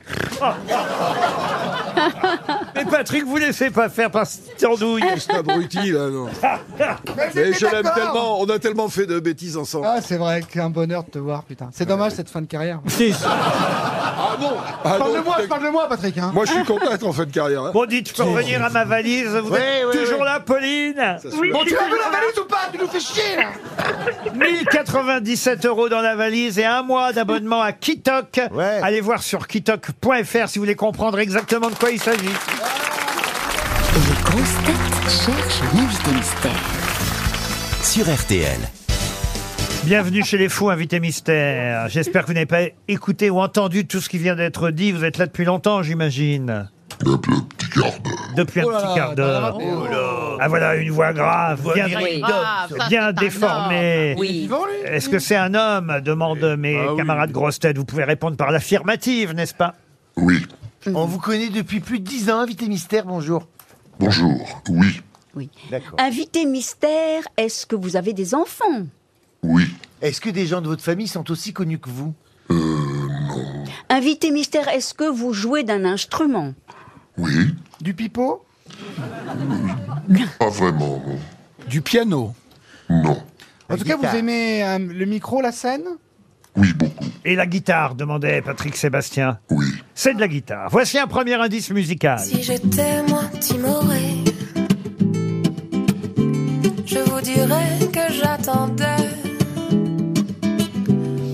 Speaker 2: Mais Patrick, vous laissez pas faire par cette andouille.
Speaker 6: C'est abruti, là, hein, non. Mais je l'aime tellement, on a tellement fait de bêtises ensemble.
Speaker 7: Ah, c'est vrai, c'est un bonheur de te voir, putain. C'est dommage cette fin de carrière.
Speaker 6: Ah non, ah non,
Speaker 7: Parle-moi,
Speaker 6: putain,
Speaker 7: parle-moi, Patrick. hein.
Speaker 6: Moi, je suis content d'être en fin de carrière. hein.
Speaker 2: Bon, dites, pour revenir à ma valise, vous
Speaker 6: Ouais,
Speaker 2: êtes
Speaker 6: ouais,
Speaker 2: toujours
Speaker 6: ouais.
Speaker 2: là, Pauline
Speaker 6: Oui,
Speaker 7: Bon, tu as vu la valise ou pas Tu nous fais chier, là
Speaker 2: 1097 euros dans la valise et un mois d'abonnement à Kitok. Allez voir sur kitok.fr si vous voulez comprendre exactement de quoi il s'agit.
Speaker 9: Les grosses têtes cherchent l'invité mystère.
Speaker 1: Sur RTL.
Speaker 2: Bienvenue chez les fous, invité mystère. J'espère que vous n'avez pas écouté ou entendu tout ce qui vient d'être dit. Vous êtes là depuis longtemps, j'imagine. Depuis un
Speaker 3: Oh là
Speaker 2: petit
Speaker 3: là,
Speaker 2: quart d'heure.
Speaker 3: t'en as raté.
Speaker 2: Ah voilà, une voix grave,
Speaker 3: Voix
Speaker 2: bien,
Speaker 3: viril
Speaker 2: bien
Speaker 3: d'homme, ça.
Speaker 2: bien
Speaker 3: Ah, ça, c'est
Speaker 2: déformée.
Speaker 3: un homme. Oui. Il est vivant, lui Ah
Speaker 2: Est-ce que c'est un homme demande mes camarades grosses têtes. Vous pouvez répondre par l'affirmative, n'est-ce pas
Speaker 3: On vous connaît depuis plus de 10 ans, invité mystère, bonjour.
Speaker 18: Bonjour, oui,
Speaker 3: D'accord.
Speaker 4: Invité mystère, est-ce que vous avez des enfants
Speaker 3: Est-ce que des gens de votre famille sont aussi connus que vous
Speaker 4: Invité mystère, est-ce que vous jouez d'un instrument
Speaker 18: oui,
Speaker 7: Du pipeau
Speaker 18: pas vraiment. non.
Speaker 2: Du piano.
Speaker 7: En tout cas, vous
Speaker 2: guitare.
Speaker 7: aimez euh, le micro, la scène
Speaker 2: Et la guitare, demandait Patrick Sébastien. Oui. C'est de la guitare. Voici un premier indice musical.
Speaker 21: Si j'étais moins timorée, je vous dirais que j'attendais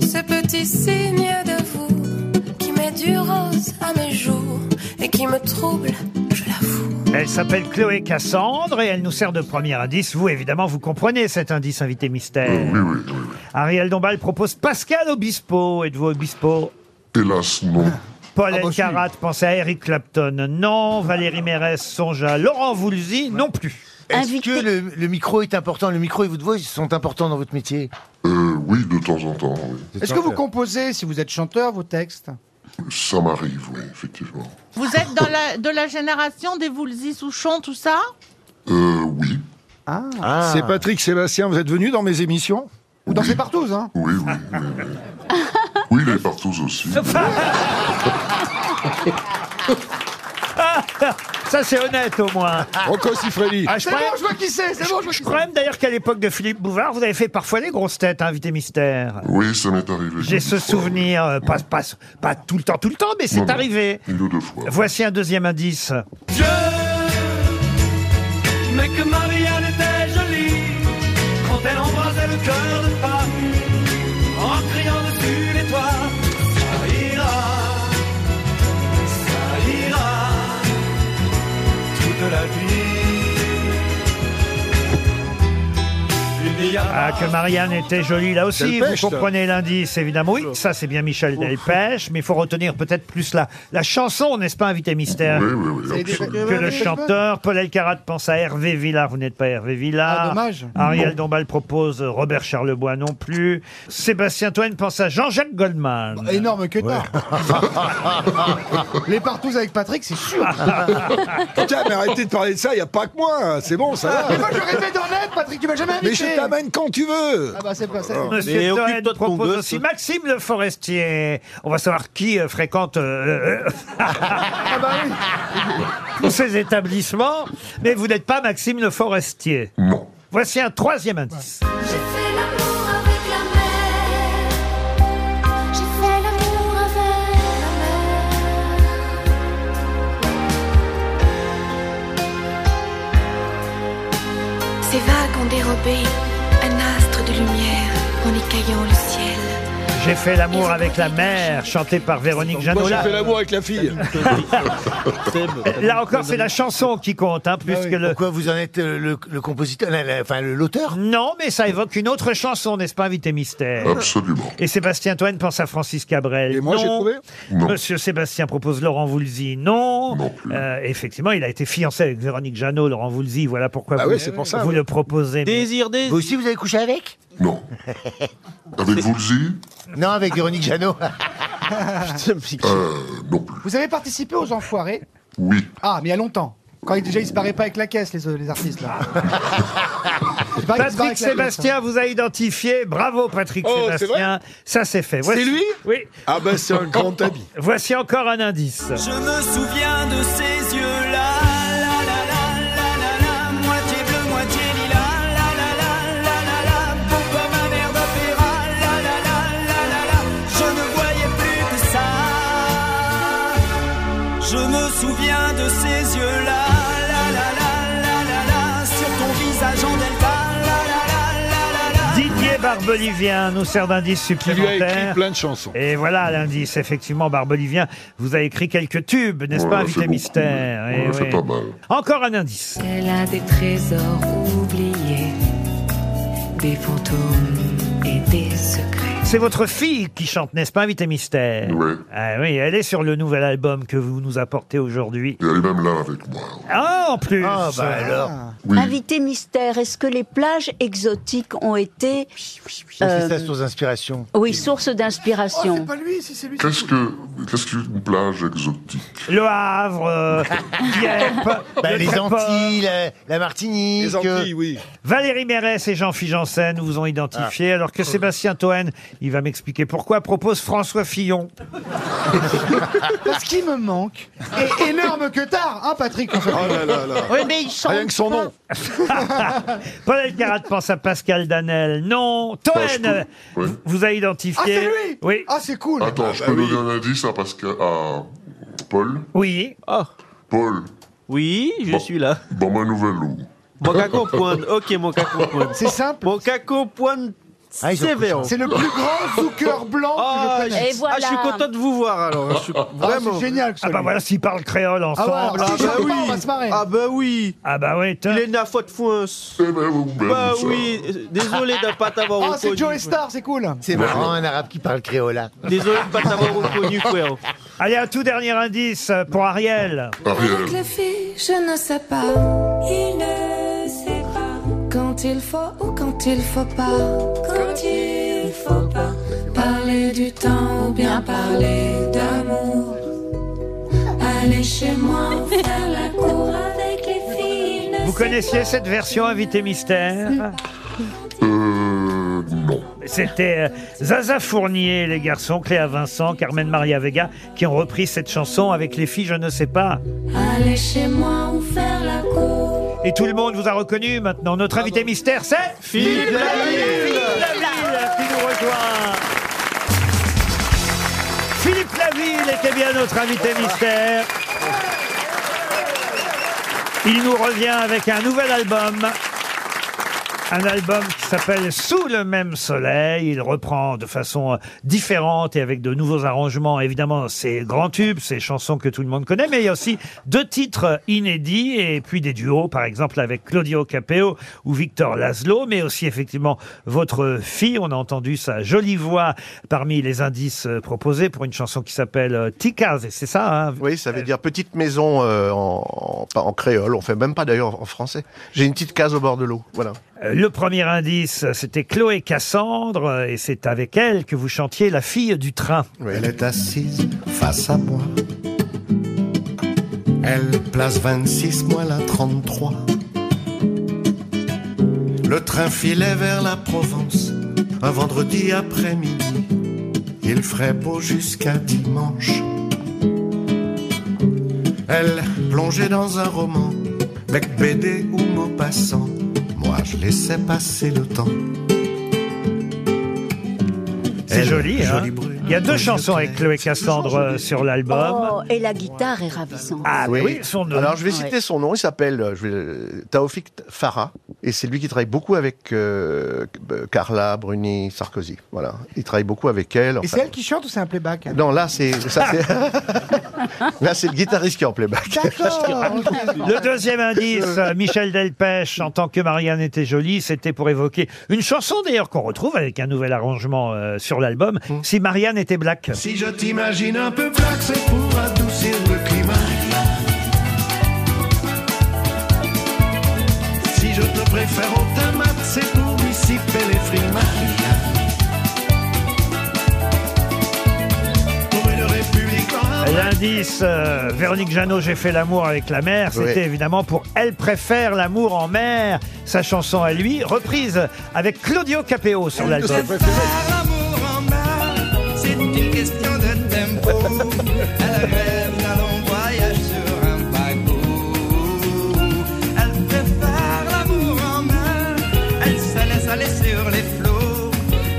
Speaker 21: ce petit signe de vous qui met du rose à mes joues et qui me trouble.
Speaker 2: Elle s'appelle Chloé Cassandre et elle nous sert de premier indice. Vous, évidemment, vous comprenez cet indice invité
Speaker 18: Euh,
Speaker 2: mystère. Ariel Dombal propose Pascal Obispo. Êtes-vous Obispo
Speaker 18: Hélas, non.
Speaker 2: Paul
Speaker 7: Ah, bah,
Speaker 2: Elkarat pensez à Eric Clapton. Non. Valérie Mérès songe à Laurent Voulzy. Non plus.
Speaker 3: Est-ce que le, le micro est important Le micro et votre voix sont importants dans votre métier
Speaker 18: Euh, oui, de temps en temps, oui.
Speaker 7: Est-ce que vous composez, si vous êtes chanteur, vos textes
Speaker 18: Ça m'arrive, oui, effectivement.
Speaker 5: Vous êtes dans la, de la génération des Woolsey Souchon, tout ça
Speaker 18: Euh, oui,
Speaker 7: Ah.
Speaker 6: C'est Patrick Sébastien, vous êtes venu dans mes émissions
Speaker 7: Ou dans ses partous, hein
Speaker 18: oui, oui, oui. oui. Oui, les partous aussi.
Speaker 2: Ah, Ça, c'est honnête au moins.
Speaker 6: Rocco Siffredi.
Speaker 2: Ah,
Speaker 7: C'est
Speaker 2: croyais-
Speaker 7: bon, je vois qui c'est, c'est bon, je vois qui
Speaker 2: Je crois même d'ailleurs qu'à l'époque de Philippe Bouvard, vous avez fait parfois les grosses têtes, hein, invité mystère.
Speaker 18: Oui, ça m'est arrivé.
Speaker 2: J'ai ce souvenir, euh, pas, pas, pas tout le temps, tout le temps, mais c'est
Speaker 18: Voilà.
Speaker 2: arrivé.
Speaker 18: Une ou deux fois.
Speaker 2: Voici un deuxième indice.
Speaker 11: Mais que Marianne était jolie quand elle embrasait le cœur de femme en criant dessus les toits. Ça ira, ça ira, toute la vie. Il n'y a
Speaker 2: Ah, que Marianne était jolie là aussi, vous
Speaker 11: Delpech, ça.
Speaker 2: comprenez l'indice évidemment. Oui, ça c'est bien Michel Delpech, mais il faut retenir peut-être plus la, la chanson, n'est-ce pas, Invité Mystère
Speaker 18: Oui, oui, oui,
Speaker 2: Que
Speaker 18: absolument.
Speaker 2: que le chanteur. Paul Elkarat pense à Hervé Villard, vous n'êtes pas Hervé Villard.
Speaker 7: Ah, dommage.
Speaker 2: Ariel
Speaker 7: Non.
Speaker 2: Dombal propose Robert Charlebois non plus. Sébastien Toine pense à Jean-Jacques Goldman.
Speaker 7: Énorme que tard. Les partous avec Patrick, c'est sûr.
Speaker 6: Putain, Ah, mais arrêtez de parler de ça, il n'y a pas que moi, hein. c'est bon, ça
Speaker 7: Ah,
Speaker 20: Ah,
Speaker 7: Mais moi,
Speaker 6: va.
Speaker 7: je rêvais d'en être, Patrick, tu m'as jamais invité.
Speaker 6: Mais je t'amène quand tu veux.
Speaker 7: Ah bah, c'est pas ça.
Speaker 2: Monsieur Toen
Speaker 6: Hein. occupe-toi de ton
Speaker 2: propose
Speaker 6: gosse.
Speaker 2: aussi Maxime Le Forestier. On va savoir qui euh, fréquente euh, euh, tous ces établissements, mais vous n'êtes pas Maxime Le Forestier. Voici un troisième indice.
Speaker 21: J'ai fait l'amour avec la mer. J'ai fait l'amour avec la mer. Ces vagues ont dérobé un astre de lumière en écaillant le ciel.
Speaker 2: J'ai fait l'amour avec la mère, chantée par Véronique
Speaker 6: Moi, j'ai
Speaker 2: Janola.
Speaker 6: fait l'amour avec la fille.
Speaker 2: Là encore, c'est la chanson qui compte, hein,
Speaker 6: Ah
Speaker 2: plus que le.
Speaker 3: Pourquoi Ah vous en êtes euh, le, le compositeur, la- la- enfin le- l'auteur
Speaker 2: Non, mais ça évoque une autre chanson, n'est-ce pas, Invité Mystère
Speaker 18: Absolument.
Speaker 2: Et Sébastien Toine pense à Francis Cabrel. Et
Speaker 6: moi, j'ai trouvé Non.
Speaker 2: Monsieur Sébastien propose Laurent Voulzy. Non. Euh, effectivement, il a été fiancé avec Véronique Jeannot, Laurent Voulzy. Voilà pourquoi
Speaker 6: Ah
Speaker 2: vous,
Speaker 6: oui, c'est pour ça,
Speaker 2: vous
Speaker 6: oui.
Speaker 2: le proposez.
Speaker 3: Désir,
Speaker 2: désir.
Speaker 3: Vous aussi, vous avez couché avec
Speaker 18: Non. Avec Woolsey
Speaker 3: Non, avec Véronique Jeannot.
Speaker 18: euh, Non plus.
Speaker 7: Vous avez participé aux enfoirés
Speaker 18: Oui.
Speaker 7: Ah, mais il y a longtemps. Quand il, déjà, ils se barraient pas avec la caisse, les, les artistes, là. Il paraît qu'ils se barraient
Speaker 2: Patrick
Speaker 7: avec la caisse,
Speaker 2: Sébastien vous a identifié. Bravo, Patrick
Speaker 6: Oh, c'est
Speaker 2: Sébastien. Ça, c'est fait.
Speaker 6: C'est lui
Speaker 2: Oui.
Speaker 6: Ah ben, c'est un grand ami.
Speaker 2: Voici encore un indice.
Speaker 11: Je me souviens de ces yeux-là. La la la la la la, moitié bleu, moitié lilas. La la la la la la, beau comme un air d'opéra. La la la la la la, je ne voyais plus que ça. Je me souviens de ces yeux-là. La la la la la la, sur ton visage en delta. La la la la la la.
Speaker 2: Didier Barbelivien nous sert d'indice
Speaker 6: Il lui a écrit
Speaker 2: supplémentaire.
Speaker 6: plein de chansons.
Speaker 2: Et voilà l'indice, effectivement, Barbelivien vous a écrit quelques tubes, n'est-ce
Speaker 18: Ouais,
Speaker 2: pas,
Speaker 18: Oh, c'est
Speaker 2: Invité
Speaker 18: beaucoup,
Speaker 2: Mystère
Speaker 18: ouais.
Speaker 2: Eh
Speaker 18: Ouais, c'est
Speaker 2: oui.
Speaker 18: pas mal.
Speaker 2: Encore un indice.
Speaker 21: Elle a des trésors oubliés, des fantômes et des secrets.
Speaker 2: C'est votre fille qui chante, n'est-ce pas, Invité Mystère
Speaker 18: Oui.
Speaker 2: Ah oui, elle est sur le nouvel album que vous nous apportez aujourd'hui.
Speaker 18: Et elle est même là avec moi.
Speaker 2: Ah, en plus
Speaker 3: Ah, bah alors.
Speaker 4: Invité mystère, est-ce que les plages exotiques ont été
Speaker 3: C'est
Speaker 4: euh,
Speaker 3: ça, source d'inspiration.
Speaker 4: oui, source
Speaker 7: là.
Speaker 20: Oh,
Speaker 4: d'inspiration
Speaker 7: C'est pas lui, si c'est lui.
Speaker 18: Qu'est-ce que qu'est-ce qu'une plage exotique
Speaker 2: Le Havre, euh, Dieppe,
Speaker 3: Bah,
Speaker 2: le
Speaker 3: les
Speaker 2: Tréport.
Speaker 3: Antilles, la, la Martinique.
Speaker 6: Les Antilles, oui.
Speaker 2: Valérie Mérès et Jean-Philippe Janssen vous ont identifié,
Speaker 3: Ah.
Speaker 2: alors que Sébastien Toen, il va m'expliquer pourquoi, propose François Fillon.
Speaker 7: Parce qu'il me manque. Et énorme que tard, hein, Patrick
Speaker 6: Oh là là là.
Speaker 5: Oui, mais il chante.
Speaker 6: Rien que son nom.
Speaker 2: Paul Elkarat pense à Pascal Danel. Non, Toen euh,
Speaker 18: Oui.
Speaker 2: vous a
Speaker 7: Ah,
Speaker 2: identifié.
Speaker 7: c'est lui
Speaker 2: Oui.
Speaker 7: Ah, c'est cool
Speaker 18: Attends,
Speaker 2: bah
Speaker 18: je peux donner un indice à Pascal, à ah, Paul.
Speaker 2: Oui.
Speaker 8: Ah,
Speaker 18: Paul,
Speaker 8: oui, je suis là.
Speaker 18: dans ma nouvelle loup.
Speaker 8: Mon caco pointe. Ok, mon caco pointe.
Speaker 7: C'est simple.
Speaker 8: Mon caco pointe.
Speaker 3: Ah, ils ont
Speaker 8: sévère.
Speaker 7: C'est le plus grand zouker blanc
Speaker 8: Ah,
Speaker 7: que je
Speaker 8: je-
Speaker 7: connaisse.
Speaker 4: Et voilà.
Speaker 8: ah, je suis content de vous voir alors. Je suis-
Speaker 7: Ah,
Speaker 8: Vraiment.
Speaker 7: c'est génial que ce
Speaker 2: Ah bah
Speaker 7: lui.
Speaker 2: voilà, s'ils parlent créole
Speaker 7: Ah
Speaker 2: ensemble.
Speaker 7: ouais, alors, si je
Speaker 8: bah
Speaker 7: sais pas,
Speaker 8: oui.
Speaker 7: on va se marrer.
Speaker 8: Ah bah oui.
Speaker 2: Ah bah oui, Toen.
Speaker 8: Il est né à faute foince.
Speaker 18: Eh ben, vous même,
Speaker 8: Bah
Speaker 18: ça.
Speaker 8: oui, euh, désolé de pas t'avoir
Speaker 7: Ah,
Speaker 8: reconnu.
Speaker 7: c'est Joe Star, c'est cool.
Speaker 3: C'est marrant, un arabe qui parle créole.
Speaker 8: Désolé de pas t'avoir reconnu, frère.
Speaker 2: Allez, un tout dernier indice pour Ariel.
Speaker 21: Avec
Speaker 18: Ariel,
Speaker 21: les filles, je ne sais pas. Il ne sait pas. Quand il faut ou quand il faut pas. Quand il faut pas. Parler du temps ou bien parler d'amour. Aller chez moi, faire la cour avec les filles.
Speaker 2: Vous connaissiez cette version Invité Mystère
Speaker 18: euh, non.
Speaker 2: C'était euh, Zaza Fournier, les garçons, Cléa Vincent, Carmen Maria Vega, qui ont repris cette chanson avec les filles, je ne sais pas.
Speaker 21: Aller chez moi ou faire la cour.
Speaker 2: Et tout le monde vous a reconnu maintenant. Notre invité mystère, c'est Philippe Laville qui nous rejoint Philippe Laville était bien notre invité mystère. Il nous revient avec un nouvel album. Un album qui s'appelle Sous le même soleil. Il reprend de façon euh, différente et avec de nouveaux arrangements, évidemment, ses grands tubes, ses chansons que tout le monde connaît, mais il y a aussi deux titres inédits et puis des duos, par exemple avec Claudio Capeo ou Victor Laszlo, mais aussi effectivement votre fille. On a entendu sa jolie voix parmi les indices euh, proposés pour une chanson qui s'appelle euh, Tikaz, et c'est ça, hein
Speaker 20: Oui, ça veut dire petite maison euh, en, en- en créole. On fait même pas d'ailleurs en français. J'ai une petite case au bord de l'eau. Voilà.
Speaker 2: Euh, Le premier indice, euh, c'était Chloé Cassandre, euh, et c'est avec elle que vous chantiez La fille du train.
Speaker 20: Oui.
Speaker 22: Elle est assise face à moi. Elle place 26, moi la 33. Le train filait vers la Provence un vendredi après-midi. Il ferait beau jusqu'à dimanche. Elle plongeait dans un roman, bec BD ou mot passant. Moi je laissais passer le temps.
Speaker 2: C'est
Speaker 22: Elle,
Speaker 2: joli, hein
Speaker 22: jolie brune,
Speaker 2: Il y a deux
Speaker 22: aux
Speaker 2: chansons
Speaker 22: yeux
Speaker 2: avec Chloé Cassandre euh, sur l'album.
Speaker 4: Oh, et la guitare est ravissante.
Speaker 7: ben
Speaker 2: Ah mais oui, son nom.
Speaker 20: Alors je vais
Speaker 4: Ouais.
Speaker 20: citer son nom. Il s'appelle euh, je vais- Taoufik Farah. Et c'est lui qui travaille beaucoup avec euh, Carla, Bruni, Sarkozy. Voilà. Il travaille beaucoup avec elle.
Speaker 7: Et
Speaker 20: enfin-
Speaker 7: c'est elle qui chante ou c'est un playback elle
Speaker 20: Non, là, c'est ça, c'est- là, c'est le guitariste qui est en playback.
Speaker 7: D'accord, ok.
Speaker 2: Le deuxième indice, euh, Michel Delpech, en tant que Marianne était jolie, c'était pour évoquer une chanson d'ailleurs qu'on retrouve avec un nouvel arrangement euh, sur l'album,
Speaker 22: Mmh.
Speaker 2: Si Marianne était black.
Speaker 22: Si je t'imagine un peu black, c'est pour adoucir le climat. Si je te préfère au tomate, c'est pour dissiper les frimas. Pour une république
Speaker 2: Eh
Speaker 22: en
Speaker 2: L'indice, euh, Véronique Jeannot, j'ai fait l'amour avec la mer, c'était
Speaker 20: Oui.
Speaker 2: évidemment pour Elle préfère l'amour en mer, sa chanson à lui, reprise avec Claudio Capéo sur l'album.
Speaker 11: l'amour en mer, c'est une question de tempo. Elle rêve d'un long voyage sur un paquebot. Elle préfère l'amour en mer, elle se laisse aller sur les flots.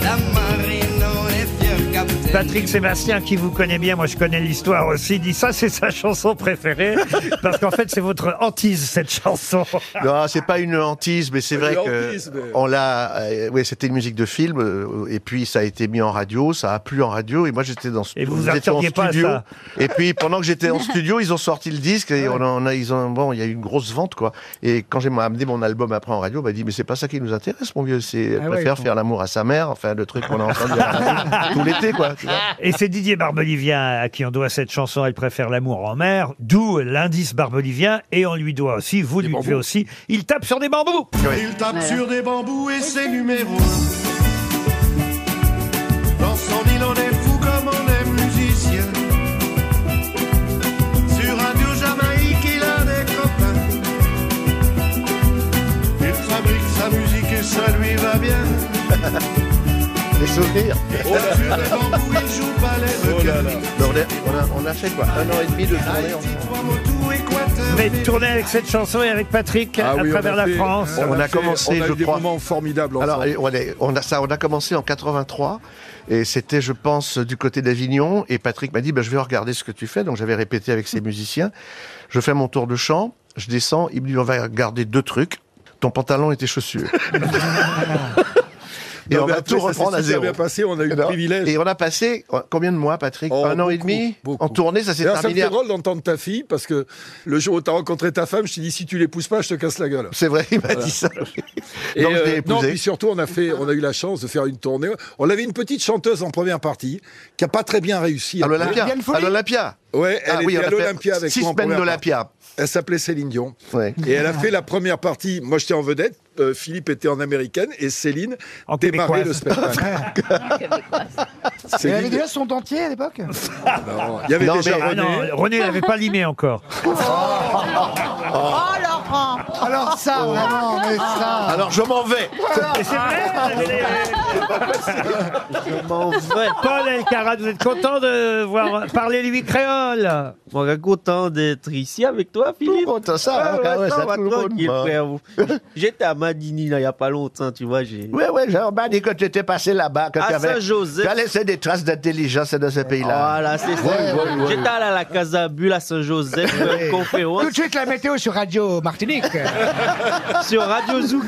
Speaker 11: La marine, on est fiers capitaine.
Speaker 2: Patrick Sébastien, qui vous connaît bien, moi je connais l'histoire aussi, dit ça, c'est sa chanson préférée, parce qu'en fait c'est votre hantise cette chanson.
Speaker 20: Non, ah, c'est pas une hantise, mais c'est
Speaker 2: Pas
Speaker 20: vrai
Speaker 2: une
Speaker 20: que
Speaker 2: hantise, mais-
Speaker 20: on l'a. euh, oui, c'était une musique de film, euh, et puis ça a été mis en radio, ça a plu en radio, et moi j'étais dans. Et
Speaker 2: vous vous attendiez pas à
Speaker 20: studio,
Speaker 2: ça.
Speaker 20: Et puis pendant que j'étais en studio, ils ont sorti le disque et on en a, ils ont bon, il y a eu une grosse vente quoi. Et quand j'ai amené mon album après en radio, on m'a dit mais c'est pas ça qui nous intéresse, mon vieux, c'est elle
Speaker 2: Ah ouais,
Speaker 20: préfère
Speaker 2: ils sont-
Speaker 20: faire l'amour à sa mère, enfin le truc qu'on a entendu à la radio tout l'été quoi. tu vois.
Speaker 2: Et c'est Didier Barbelivien à qui on doit cette chanson Elle préfère l'amour en mer, d'où l'indice Barbelivien, et on lui doit aussi, vous lui devez aussi, Il tape sur des bambous
Speaker 22: Il tape sur des bambous et ses numéros. Dans son île, on est fou comme on est musicien. Sur Radio Jamaïque, il a des copains. Il fabrique sa musique et ça lui va bien.
Speaker 20: Les souvenirs.
Speaker 22: Tape sur des bambous, il joue pas les
Speaker 20: Oh là
Speaker 22: requins. Ah,
Speaker 20: là. Mais on, a, on a- on a fait quoi Un an et demi de tournée. en-
Speaker 22: Tout Équateur.
Speaker 2: Mais tournez avec cette chanson et avec Patrick
Speaker 20: Ah
Speaker 2: à
Speaker 20: oui, on
Speaker 2: travers
Speaker 20: a
Speaker 2: la
Speaker 20: fait-
Speaker 2: France.
Speaker 20: On, a, commencé, je crois.
Speaker 6: formidables
Speaker 20: Alors, et on, est- on a ça, on a commencé en 83. Et c'était, je pense, du côté d'Avignon. Et Patrick m'a dit, bah, je vais regarder ce que tu fais. Donc, j'avais répété avec ses musiciens. Je fais mon tour de chant. Je descends. Il me dit, on va regarder deux trucs. Ton pantalon et tes chaussures. Et
Speaker 6: Non,
Speaker 20: on
Speaker 6: mais
Speaker 20: va
Speaker 6: après,
Speaker 20: tout
Speaker 6: ça s'est
Speaker 20: reprendre à
Speaker 6: super
Speaker 20: zéro. Eh ben,
Speaker 6: bien passé, on a eu le
Speaker 20: Alors,
Speaker 6: privilège.
Speaker 20: Et on a passé euh, combien de mois, Patrick
Speaker 6: Oh,
Speaker 20: Un an et
Speaker 6: beaucoup,
Speaker 20: demi
Speaker 6: beaucoup.
Speaker 20: En tournée, ça s'est
Speaker 6: D'ailleurs,
Speaker 20: terminé.
Speaker 6: Ça me fait drôle d'entendre ta fille parce que le jour où t'as rencontré ta femme, je t'ai dit si tu l'épouses pas, je te casse la gueule.
Speaker 20: C'est vrai, il m'a dit ça.
Speaker 6: Et
Speaker 20: Donc, je l'ai
Speaker 6: euh, non,
Speaker 20: épousée.
Speaker 6: puis surtout, on a fait, on a eu la chance de faire une tournée. On avait une petite chanteuse en première partie qui a pas très bien réussi.
Speaker 20: À
Speaker 6: après.
Speaker 20: l'Olympia. Viviane Folie. À l'Olympia.
Speaker 6: Ouais, elle
Speaker 20: Ah oui,
Speaker 6: était
Speaker 20: on
Speaker 6: à
Speaker 20: a fait
Speaker 6: l'Olympia avec
Speaker 20: six
Speaker 6: moi. en
Speaker 20: semaines
Speaker 6: première
Speaker 20: d'Olympia.
Speaker 6: partie. Elle s'appelait Céline Dion.
Speaker 20: Ouais.
Speaker 6: Et elle a fait la première partie. Moi, j'étais en vedette. euh, Philippe était en américaine et Céline démarrait
Speaker 2: québécoise.
Speaker 6: le spectacle.
Speaker 7: Elle
Speaker 6: Céline-
Speaker 7: avait déjà son dentier à l'époque
Speaker 6: Non, il y avait
Speaker 2: Non,
Speaker 6: déjà
Speaker 2: mais- ah
Speaker 20: euh,
Speaker 6: René.
Speaker 2: non, René l'avait pas limé encore.
Speaker 5: Oh Laurent
Speaker 7: Alors ça, vraiment, mais ça...
Speaker 20: Ah. Alors, je m'en vais.
Speaker 2: Et Ah, c'est vrai, elle avait Paul Elkarat, vous êtes content de voir parler lui créole
Speaker 8: Moi, je suis content d'être ici avec toi, Philippe. Ah,
Speaker 20: Content ça, hein, quand même, ça,
Speaker 8: ça va
Speaker 20: tout le monde,
Speaker 8: tranquille,
Speaker 20: moi.
Speaker 8: frère. vous. J'étais à Madini, là, il n'y a pas longtemps, tu vois. J'ai...
Speaker 20: Oui, oui, jean m'a dit que tu étais passé là-bas. que
Speaker 8: À
Speaker 20: tu avais-
Speaker 8: Saint-Joseph.
Speaker 20: Tu as laissé des traces d'intelligence dans ce pays-là.
Speaker 8: Voilà, c'est ça. J'étais allé à la Casabule, à Saint-Joseph, faire une
Speaker 7: Tout
Speaker 8: conférence
Speaker 7: de suite la météo sur Radio Martinique.
Speaker 8: sur Radio Zouk.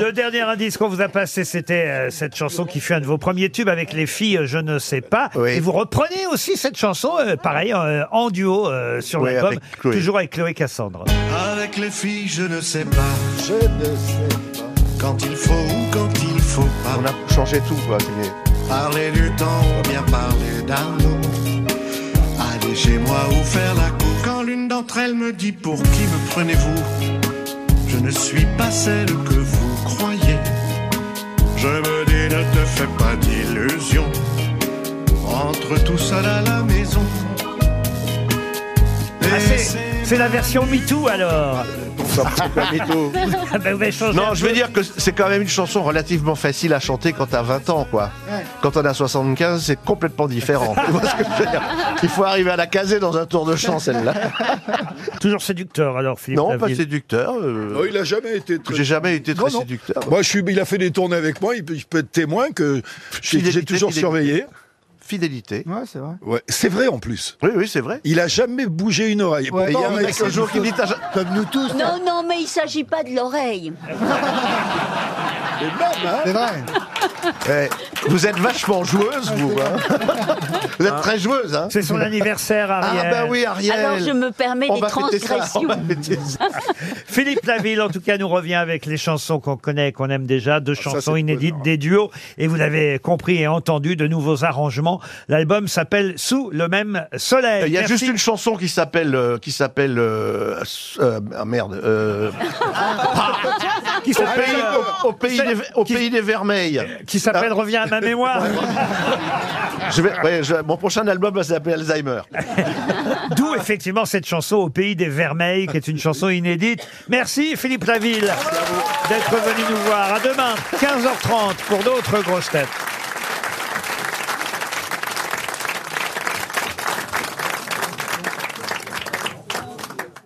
Speaker 2: Le dernier indice qu'on vous a passé, c'était euh, cette chanson qui fut un de vos premiers tubes avec les filles, euh, je ne sais pas. Et vous reprenez aussi cette chanson, euh, pareil, euh, en duo euh, sur
Speaker 20: Oui,
Speaker 2: l'album,
Speaker 20: avec Chloé.
Speaker 2: toujours avec Chloé Cassandre.
Speaker 22: Avec les filles, je ne sais pas. Je ne sais pas. Quand il faut ou quand il faut pas.
Speaker 20: On a changé tout, quoi. c'est-
Speaker 22: Parler du temps ou bien parler d'amour. Aller chez moi ou faire la cour. Quand l'une d'entre elles me dit pour qui me prenez-vous Je ne suis pas celle que vous croyez. Je me dis ne te fais pas d'illusions. Entre tout seul à la maison.
Speaker 2: Ah, c'est- c'est la version MeToo alors. Ah, ben, vous avez changé un
Speaker 20: Non, je veux
Speaker 2: peu.
Speaker 20: dire que c'est quand même une chanson relativement facile à chanter quand t'as 20 ans, quoi. Quand on a 75, c'est complètement différent. Tu vois ce que je veux dire Il faut arriver à la caser dans un tour de chant, celle-là.
Speaker 2: Toujours séducteur alors, Philippe.
Speaker 20: Non, pas
Speaker 2: Laville.
Speaker 20: séducteur. euh,
Speaker 6: Non, Oh, il a jamais été très.
Speaker 20: J'ai jamais été très
Speaker 6: Non, non.
Speaker 20: séducteur.
Speaker 6: Moi, je suis, il a fait des tournées avec moi. Il peut, il peut être témoin que j'ai
Speaker 20: Fidélité,
Speaker 6: j'ai toujours
Speaker 20: fidélité.
Speaker 6: surveillé.
Speaker 20: fidélité.
Speaker 7: Ouais, c'est vrai.
Speaker 6: Ouais, c'est vrai en plus.
Speaker 20: Oui, oui, c'est vrai.
Speaker 6: Il a jamais bougé une oreille.
Speaker 20: Ouais,
Speaker 6: Pourtant,
Speaker 20: il y a un
Speaker 6: on
Speaker 20: mec un jour qui dit, t'as-
Speaker 3: Comme nous tous.
Speaker 4: Non, non, mais il s'agit pas de l'oreille.
Speaker 20: C'est vrai. vous êtes vachement joueuse, vous. hein. vous êtes très joueuse. Hein
Speaker 2: C'est son anniversaire, Ariel.
Speaker 20: Ah bah oui, Ariel.
Speaker 4: Alors je me permets
Speaker 20: On
Speaker 4: des
Speaker 20: va fêter ça,
Speaker 4: transgressions.
Speaker 20: on va fêter ça.
Speaker 2: Philippe Laville, en tout cas, nous revient avec les chansons qu'on connaît et qu'on aime déjà,
Speaker 6: Ah,
Speaker 2: deux chansons inédites, des duos, et vous l'avez compris et entendu, de nouveaux arrangements. L'album s'appelle Sous le même soleil.
Speaker 20: Il y a
Speaker 2: Merci.
Speaker 20: juste une chanson qui s'appelle euh, qui s'appelle euh, s- euh, ah, merde euh,
Speaker 11: Ah,
Speaker 2: Ah. Qui
Speaker 20: au
Speaker 2: s'appelle, euh,
Speaker 20: pays au, au pays des, au pays des vermeils Ah.
Speaker 2: qui s'appelle Reviens à ma mémoire.
Speaker 20: je vais, ouais, je- mon prochain album va s'appeler Alzheimer
Speaker 2: D'où effectivement cette chanson au pays des vermeils, qui est une chanson inédite. Merci Philippe Laville d'être venu nous voir. À demain, 15h30 pour d'autres grosses têtes.